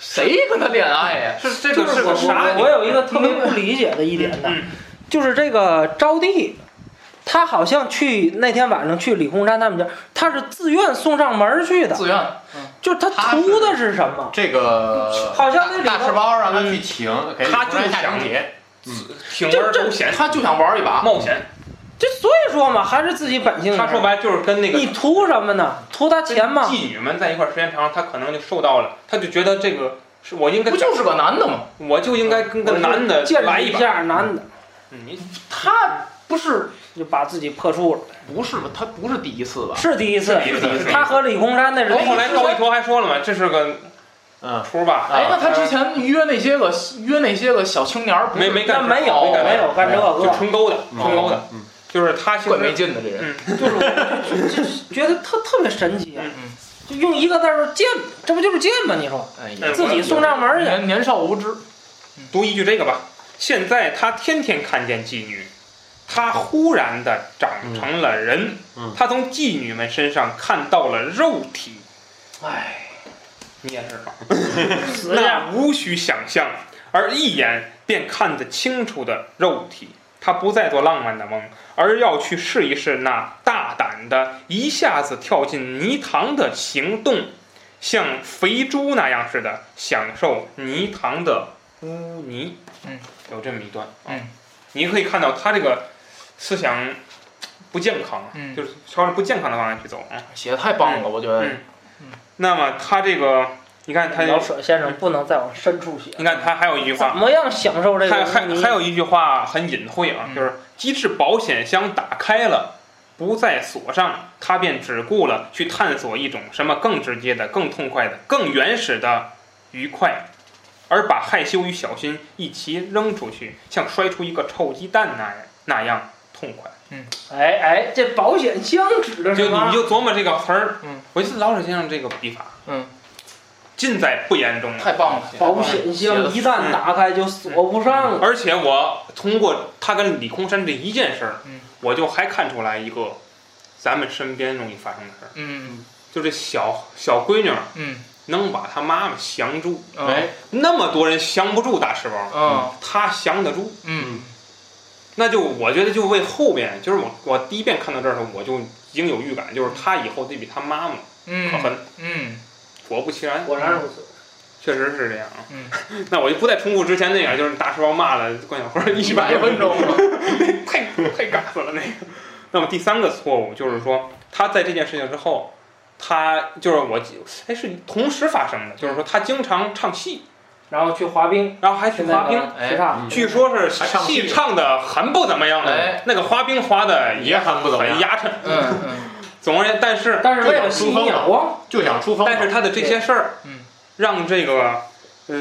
Speaker 5: 谁跟他恋爱呀？
Speaker 1: 是这
Speaker 3: 就
Speaker 1: 个
Speaker 3: 是我
Speaker 1: 个啥？
Speaker 3: 我我有一个特别不理解的一点呢，
Speaker 1: 嗯
Speaker 3: 就是这个招娣，她好像去那天晚上去李空山他们家，她是自愿送上门儿去的，
Speaker 5: 自愿，
Speaker 3: 就是她图的是什么？
Speaker 4: 这个
Speaker 3: 好像那里头
Speaker 4: 大大赤包让他去请，给
Speaker 1: 他就
Speaker 4: 李逵下
Speaker 1: 想
Speaker 4: 场帖，
Speaker 1: 铤而走险，
Speaker 5: 他就想玩一把，
Speaker 1: 冒险。
Speaker 3: 就所以说嘛，还是自己本性。
Speaker 1: 他说，白了就是跟那个
Speaker 3: 嗯你图什么呢？图她钱吗？
Speaker 1: 妓女们在一块儿时间长，他可能就受到了，他就觉得这个是我应该
Speaker 5: 不，就是个男的吗？
Speaker 1: 我就应该跟个
Speaker 3: 我就
Speaker 1: 男的
Speaker 3: 见
Speaker 1: 来
Speaker 3: 识一
Speaker 1: 把。
Speaker 3: 下男的，
Speaker 1: 嗯你
Speaker 5: 他不是
Speaker 3: 就把自己破处了，
Speaker 5: 不是吧？他不是第一次吧？
Speaker 3: 是第一次
Speaker 1: 啊第一次。
Speaker 3: 他和李空山那是
Speaker 1: 我后
Speaker 3: 第
Speaker 1: 来高一头还说了嘛，这是个
Speaker 7: 嗯，
Speaker 1: 出吧，啊
Speaker 5: 哎，那他之前约那些个约那些个小青年儿，不是
Speaker 1: 没没
Speaker 3: 那
Speaker 1: 干
Speaker 3: 没
Speaker 1: 这
Speaker 3: 有
Speaker 1: 没干
Speaker 3: 没有干这
Speaker 1: 哎就
Speaker 3: 个，
Speaker 1: 冲勾的，冲勾
Speaker 4: 哦
Speaker 1: 的，
Speaker 7: 嗯
Speaker 1: 就是他现
Speaker 5: 怪没
Speaker 1: 在
Speaker 5: 劲的这人。
Speaker 3: 就是我就就觉得特特别神奇
Speaker 1: 嗯
Speaker 5: 嗯，
Speaker 3: 就用一个字儿贱，这不就是贱吗？你说
Speaker 5: 哎
Speaker 1: 哎
Speaker 5: 呀，
Speaker 3: 自己送上门去，
Speaker 5: 年年少无知，
Speaker 1: 读一句这个吧。现在他天天看见妓女，他忽然的长成了人，
Speaker 7: 嗯嗯
Speaker 1: 他从妓女们身上看到了肉体，
Speaker 5: 哎，
Speaker 1: 你也是吧？
Speaker 3: 死去。
Speaker 1: 那无需想象，而一眼便看得清楚的肉体。他不再做浪漫的梦，而要去试一试那大胆的一下子跳进泥塘的行动，像肥猪那样似的享受泥塘的污泥。
Speaker 5: 嗯，
Speaker 1: 有这么一段。啊
Speaker 5: 嗯，
Speaker 1: 你可以看到他这个思想不健康啊，
Speaker 5: 嗯
Speaker 1: 就是朝着不健康的方向去走啊。
Speaker 5: 写的太棒了，我觉得
Speaker 1: 嗯那么他这个，你看他，
Speaker 3: 老舍先生不能再往深处写，
Speaker 1: 你看他还有一句话
Speaker 3: 怎，么样享受这个嗯
Speaker 1: 还还
Speaker 3: 污泥？
Speaker 1: 还有一句话很隐晦啊，
Speaker 5: 嗯
Speaker 1: 就是机智保险箱打开了，不再锁上，他便只顾了去探索一种什么更直接的、更痛快的、更原始的愉快，而把害羞与小心一齐扔出去，像摔出一个臭鸡蛋那样那样痛快。
Speaker 3: 哎哎，这保险箱指的
Speaker 1: 就是你
Speaker 3: 吗？
Speaker 1: 就琢磨这个词儿，
Speaker 5: 嗯，
Speaker 1: 我觉得老舍先生这个笔法，
Speaker 5: 嗯，
Speaker 1: 尽在不言中啊。
Speaker 5: 太棒了。
Speaker 3: 保险
Speaker 4: 嗯
Speaker 3: 箱一旦打开就锁不上了。
Speaker 1: 而且我通过他跟李空山这一件事儿，
Speaker 5: 嗯
Speaker 1: 我就还看出来一个咱们身边容易发生的事儿，
Speaker 5: 嗯
Speaker 1: 就这小小闺女儿
Speaker 5: 嗯
Speaker 1: 能把她妈妈降住，
Speaker 5: 嗯
Speaker 1: 哎，那么多人降不住大石包，
Speaker 5: 嗯
Speaker 1: 她降得住，
Speaker 5: 嗯
Speaker 1: 那就我觉得就为后边，就是我我第一遍看到这儿的时候，我就已经有预感，就是她以后得比她妈妈可
Speaker 5: 嗯
Speaker 1: 狠。
Speaker 5: 嗯，
Speaker 1: 果不其然，
Speaker 3: 果然如此，
Speaker 1: 确实是这样啊。
Speaker 5: 嗯
Speaker 1: 那我就不再重复之前那样，就是大石包骂了关小辉一百分钟。
Speaker 5: 钟，
Speaker 1: 嗯 太太尬死了那个。 那么第三个错误就是说，他在这件事情之后，他就是我记，哎，是同时发生的，就是说他经常唱戏，
Speaker 3: 然后去滑冰，
Speaker 1: 然后还去
Speaker 3: 现在
Speaker 1: 滑
Speaker 3: 呢
Speaker 1: 冰。
Speaker 5: 哎
Speaker 3: 时尚
Speaker 7: 嗯
Speaker 1: 据说是
Speaker 7: 还唱戏
Speaker 1: 戏唱的很不怎么样，
Speaker 5: 哎
Speaker 1: 那个滑冰滑的也很
Speaker 7: 不怎么样
Speaker 1: 很压碜。
Speaker 5: 嗯嗯
Speaker 1: 总而言之，但是
Speaker 3: 但是为了吸引眼光，
Speaker 7: 就想出风头，
Speaker 1: 但是他的这些事儿
Speaker 5: 嗯，
Speaker 1: 让这个呃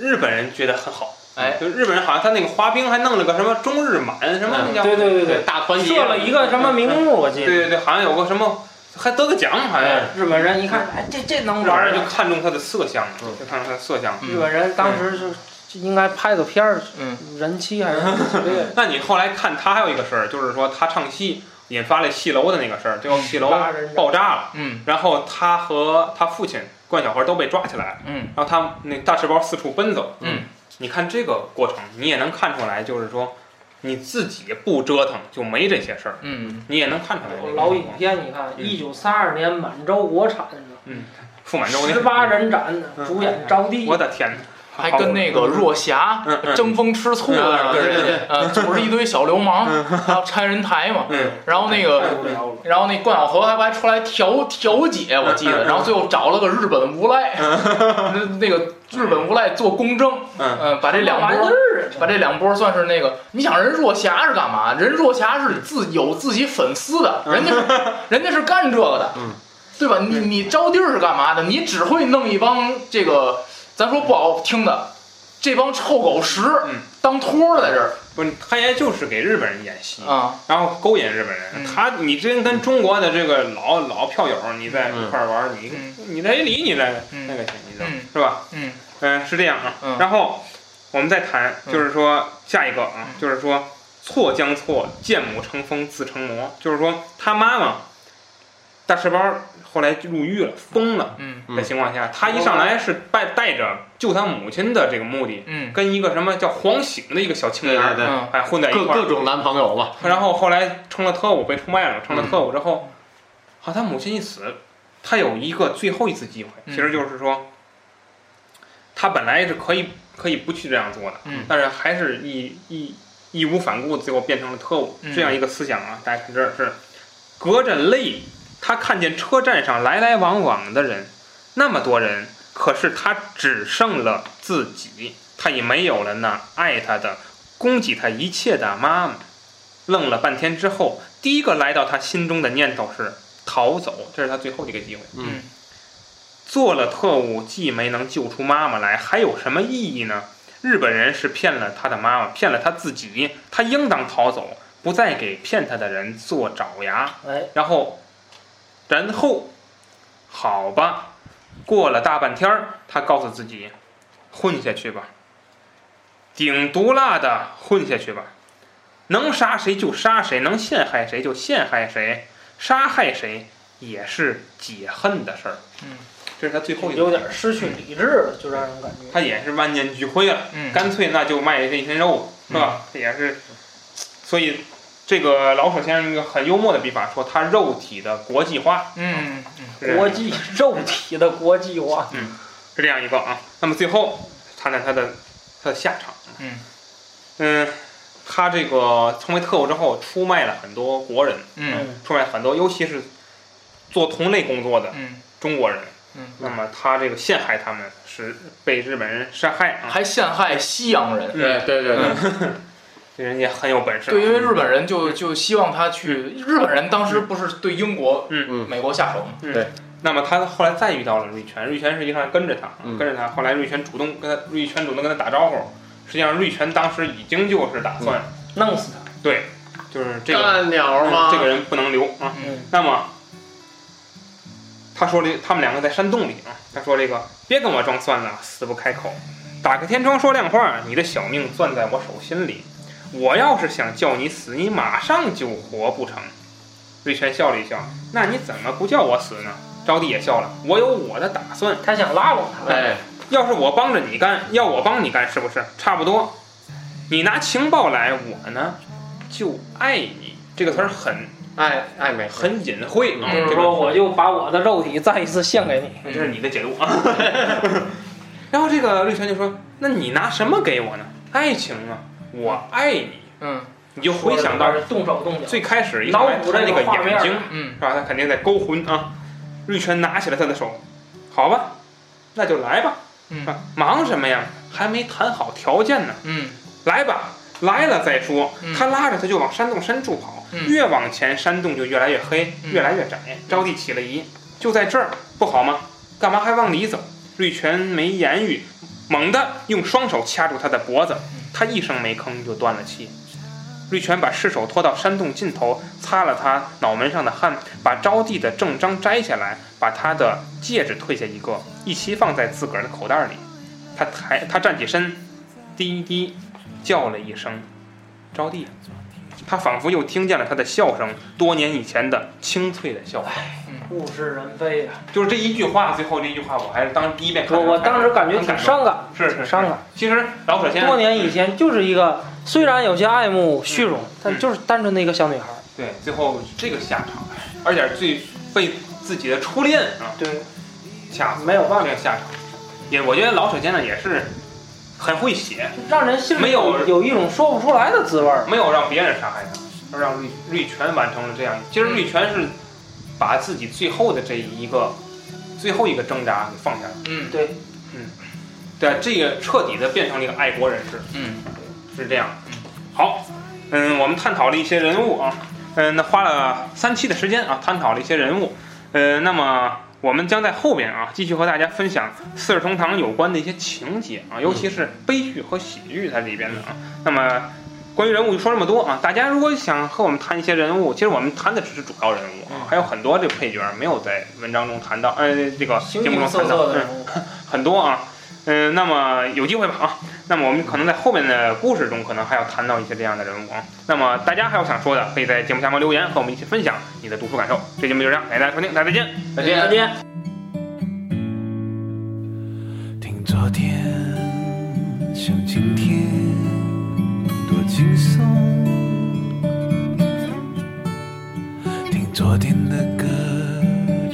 Speaker 1: 日本人觉得很好。
Speaker 5: 哎
Speaker 1: 就日本人好像他那个滑冰还弄了个什么中日满什么那叫
Speaker 3: 对对对
Speaker 7: 对
Speaker 3: 对，
Speaker 7: 大团结
Speaker 3: 设了一个什么名目，我记
Speaker 1: 对
Speaker 3: 得。
Speaker 1: 对对，好像有个什么还得个奖，好像
Speaker 7: 哎
Speaker 3: 日本人一看，哎，这这能
Speaker 1: 日本
Speaker 3: 玩
Speaker 1: 人就
Speaker 3: 儿。
Speaker 1: 看中他的色相了，
Speaker 7: 嗯
Speaker 1: 就看中他的色相了。
Speaker 5: 嗯
Speaker 3: 日本人当时就就应该拍个片儿，
Speaker 5: 嗯
Speaker 3: 人气还是挺烈的
Speaker 1: 那你后来看他还有一个事儿，就是说他唱戏引发了戏楼的那个事儿，最后戏楼
Speaker 3: 拉人
Speaker 1: 爆炸了，
Speaker 5: 嗯
Speaker 1: 然后他和他父亲关小华都被抓起来了，
Speaker 5: 嗯
Speaker 1: 然后他那大赤包四处奔走。
Speaker 5: 嗯，
Speaker 1: 你看这个过程，你也能看出来，就是说你自己不折腾就没这些事儿，
Speaker 5: 嗯
Speaker 1: 你也能看出来这
Speaker 3: 我
Speaker 1: 个。
Speaker 3: 老影片，你看，一九三二年满洲国产的，
Speaker 1: 傅满洲那
Speaker 3: 十八，人展的，主演招娣，
Speaker 1: 我的天，
Speaker 5: 还跟那个若霞
Speaker 1: 嗯嗯啊
Speaker 5: 争风吃醋的那个人，呃，组织一堆小流氓，然后拆人台嘛，
Speaker 1: 嗯，
Speaker 5: 然后那个
Speaker 3: 太无聊了。
Speaker 5: 然后那冠晓荷还还出来调调解，我
Speaker 1: 嗯
Speaker 5: 记得，然后最后找了个日本无赖，那那个日本无赖做公证，
Speaker 1: 嗯
Speaker 5: 呃，把这两
Speaker 3: 玩意
Speaker 5: 波。
Speaker 3: 儿啊，
Speaker 5: 把这两波算是那个，你想人若霞是干嘛？人若霞是自有自己粉丝的，人家是人家是干这个的，
Speaker 7: 嗯
Speaker 5: 对吧？你你招弟儿是干嘛的？你只会弄一帮这个，咱说不好听的，这帮臭狗食
Speaker 1: 嗯
Speaker 5: 当托儿的在这儿
Speaker 1: 不是，他也就是给日本人演戏。
Speaker 5: 啊，
Speaker 1: 然后勾引日本人。
Speaker 5: 嗯
Speaker 1: 他，你真跟中国的这个老老票友，你在一块儿玩，你
Speaker 5: 嗯
Speaker 1: 你谁理你这个
Speaker 5: 嗯
Speaker 1: 那个谁，你知道
Speaker 5: 嗯
Speaker 1: 是吧？
Speaker 5: 嗯
Speaker 1: 嗯，是这样啊。
Speaker 5: 嗯
Speaker 1: 然后我们再谈，
Speaker 5: 嗯
Speaker 1: 就是说下一个啊，
Speaker 5: 嗯
Speaker 1: 就是说错将错，见母成风自成魔，就是说他妈妈大赤包后来入狱了，疯了
Speaker 5: 嗯
Speaker 7: 嗯
Speaker 1: 的情况下，他一上来是带带着救他母亲的这个目的，
Speaker 5: 嗯
Speaker 1: 跟一个什么叫黄醒的一个小青
Speaker 7: 对
Speaker 1: 年
Speaker 7: 对对，
Speaker 1: 儿，
Speaker 5: 嗯
Speaker 1: 哎，混在一块
Speaker 7: 各
Speaker 1: 儿，
Speaker 7: 各种男朋友嘛，
Speaker 1: 然后后来成了特务，被出卖了，成了特
Speaker 5: 嗯
Speaker 1: 务之后，好，他母亲一死，他有一个最后一次机会，
Speaker 5: 嗯
Speaker 1: 其实就是说，他本来是可以可以不去这样做的，
Speaker 5: 嗯
Speaker 1: 但是还是义义义无反顾，最后变成了特务，
Speaker 5: 嗯
Speaker 1: 这样一个思想啊，大家看这儿是，隔着泪，他看见车站上来来往往的人，那么多人，可是他只剩了自己，他也没有了那爱他的、供给他一切的妈妈。愣了半天之后，第一个来到他心中的念头是逃走，这是他最后的一个机会。
Speaker 7: 嗯，
Speaker 1: 做了特务既没能救出妈妈来，还有什么意义呢？日本人是骗了他的妈妈，骗了他自己，他应当逃走，不再给骗他的人做爪牙。
Speaker 3: 哎，
Speaker 1: 然后，然后，好吧，过了大半天儿，他告诉自己，混下去吧，顶毒辣的混下去吧，能杀谁就杀谁，能陷害谁就陷害谁，杀害谁也是解恨的事儿。
Speaker 5: 嗯，
Speaker 1: 这是他最后一个
Speaker 3: 有点失去理智了，就让人感觉。
Speaker 1: 他也是万念俱灰了，
Speaker 5: 嗯，
Speaker 1: 干脆那就卖这一身肉，是吧？这也是，所以这个老舍先生一个很幽默的笔法，说他肉体的国际化，
Speaker 5: 嗯嗯
Speaker 1: 是这
Speaker 3: 国
Speaker 1: 样
Speaker 3: 际 肉体的国际化，
Speaker 1: 是这样一个啊。那么最后谈谈他的他的下场，
Speaker 5: 嗯
Speaker 1: 嗯，他这个成为特务之后，出卖了很多国人，
Speaker 5: 嗯
Speaker 1: 出卖很多，尤其是做同类工作的
Speaker 5: 嗯
Speaker 1: 中国人。
Speaker 5: 嗯，
Speaker 1: 那么他这个陷害他们是被日本人杀害啊，
Speaker 5: 还陷害西洋人。
Speaker 1: 嗯
Speaker 4: 对对对，
Speaker 1: 这人也很有本事啊。
Speaker 5: 对，因为日本人就就希望他去，日本人当时不是对英国、
Speaker 4: 嗯
Speaker 5: 美国下手吗？
Speaker 1: 那么他后来再遇到了瑞全，瑞全实际上跟着他，
Speaker 4: 嗯
Speaker 1: 跟着他。后来瑞全主动跟他，瑞全主动跟他打招呼。实际上，瑞全当时已经就是打算，
Speaker 3: 弄死他。
Speaker 1: 对，就是这个、
Speaker 4: 干鸟儿
Speaker 1: 嗯
Speaker 4: 吗？
Speaker 1: 这个人不能留啊。
Speaker 5: 嗯
Speaker 1: 那么他说这他们两个在山洞里啊，他说这个别跟我装蒜了，死不开口，打开天窗说亮话，你的小命攥在我手心里，我要是想叫你死，你马上就活不成。瑞全笑了一笑，那你怎么不叫我死呢？招娣也笑了，我有我的打算，
Speaker 3: 他想拉拢他，
Speaker 4: 哎，
Speaker 1: 要是我帮着你干，要我帮你干，是不是差不多？你拿情报来，我呢就爱你。这个词儿很
Speaker 4: 爱爱美，
Speaker 1: 很隐晦啊，
Speaker 3: 就是
Speaker 1: 这
Speaker 3: 说
Speaker 1: 个
Speaker 3: 我又把我的肉体再一次献给你。
Speaker 1: 这是你的解读啊。 然后这个绿泉就说：“那你拿什么给我呢？爱情啊，我爱你。
Speaker 5: 嗯”
Speaker 1: 你就回想到
Speaker 3: 说的动手动脚，
Speaker 1: 最开始一
Speaker 3: 脑
Speaker 1: 上来
Speaker 3: 补
Speaker 1: 他
Speaker 3: 这
Speaker 1: 那
Speaker 3: 个
Speaker 1: 个
Speaker 3: 画面
Speaker 1: 眼睛，
Speaker 5: 嗯
Speaker 1: 是吧？他肯定在勾魂啊。绿泉拿起了他的手，好吧，那就来吧，
Speaker 5: 嗯
Speaker 1: 啊，忙什么呀？还没谈好条件呢。
Speaker 5: 嗯
Speaker 1: 来吧，来了再说。
Speaker 5: 嗯
Speaker 1: 他拉着他就往山洞深处跑，
Speaker 5: 嗯
Speaker 1: 越往前山洞就越来越黑，
Speaker 5: 嗯
Speaker 1: 越来越窄。招娣起了疑，就在这儿不好吗？干嘛还往里走？瑞全没言语，猛地用双手掐住他的脖子，
Speaker 5: 嗯
Speaker 1: 他一声没吭就断了气。瑞全把尸首拖到山洞尽头，擦了擦脑门上的汗，把招娣的正章摘下来，把她的戒指褪下一个，一起放在自个儿的口袋里。他抬，他站起身，滴滴叫了一声“招娣”，他仿佛又听见了他的笑声，多年以前的清脆的笑声。
Speaker 3: 物是人非呀。
Speaker 1: 就是这一句话，最后这一句话，我还是当第一遍看
Speaker 3: 我
Speaker 1: 的时
Speaker 3: 我
Speaker 1: 候
Speaker 3: 当时感觉挺伤感，
Speaker 1: 是
Speaker 3: 挺
Speaker 1: 是
Speaker 3: 伤
Speaker 1: 是。
Speaker 3: 感。
Speaker 1: 其实老舍先生
Speaker 3: 多年以前就是一个，虽然有些爱慕虚荣，
Speaker 1: 嗯
Speaker 3: 但就是单纯的一个小女孩。
Speaker 1: 对最后这个下场，而且是最被自己的初恋啊
Speaker 3: 对，
Speaker 1: 吓死，
Speaker 3: 没有办法
Speaker 1: 这个下场。也我觉得老舍先生也是很会写，
Speaker 3: 让人心里
Speaker 1: 没有
Speaker 3: 有一种说不出来的滋味儿。
Speaker 1: 没有让别人杀害他，而嗯让瑞瑞全完成了这样。其实瑞全是把自己最后的这一个最后一个挣扎给放下了，
Speaker 5: 嗯
Speaker 3: 对，
Speaker 1: 对，这个彻底的变成了一个爱国人士，
Speaker 5: 嗯
Speaker 1: 是这样。好，嗯，我们探讨了一些人物啊，嗯，那花了三期的时间啊，探讨了一些人物，呃，那么。我们将在后边啊，继续和大家分享四世同堂有关的一些情节啊，尤其是悲剧和喜剧它里边的啊。那么关于人物就说这么多啊！大家如果想和我们谈一些人物，其实我们谈的只是主要人物啊，还有很多这配角没有在文章中谈到，呃，这个节
Speaker 3: 形
Speaker 1: 目
Speaker 3: 形
Speaker 1: 中
Speaker 3: 色
Speaker 1: 谈到，
Speaker 3: 色的
Speaker 1: 嗯，
Speaker 3: 人物，
Speaker 1: 很多啊。嗯、那么有机会吧啊。那么我们可能在后面的故事中，可能还要谈到一些这样的人物啊。那么大家还有想说的，可以在节目下方留言和我们一起分享你的读书感受。这节目就这样，感谢大家收听，大家再见。
Speaker 5: 再见
Speaker 3: 再见。
Speaker 2: 听昨天，想今天，多轻松。听昨天的歌，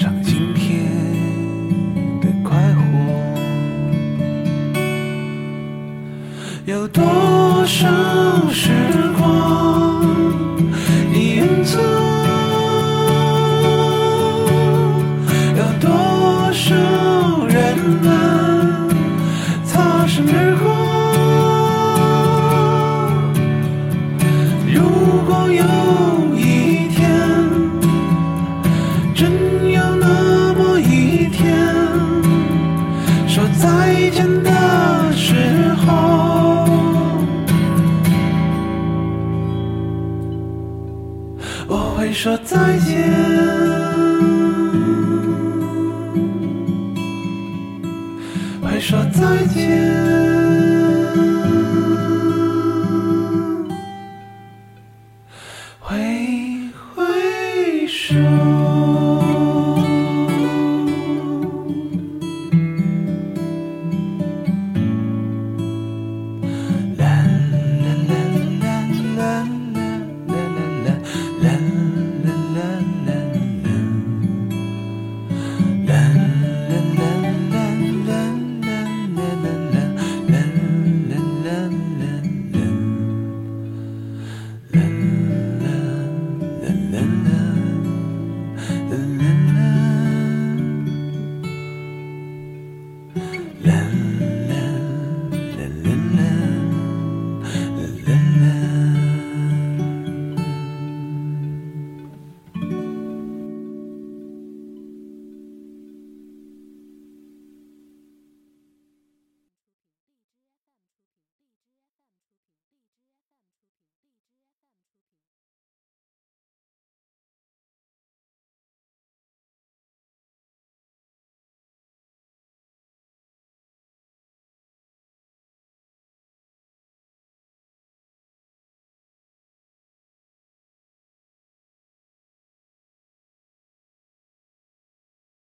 Speaker 2: 唱今天的快活。有多少时光已远走？有多少人们擦身而过？如果有一天，真有那么一天。说再见。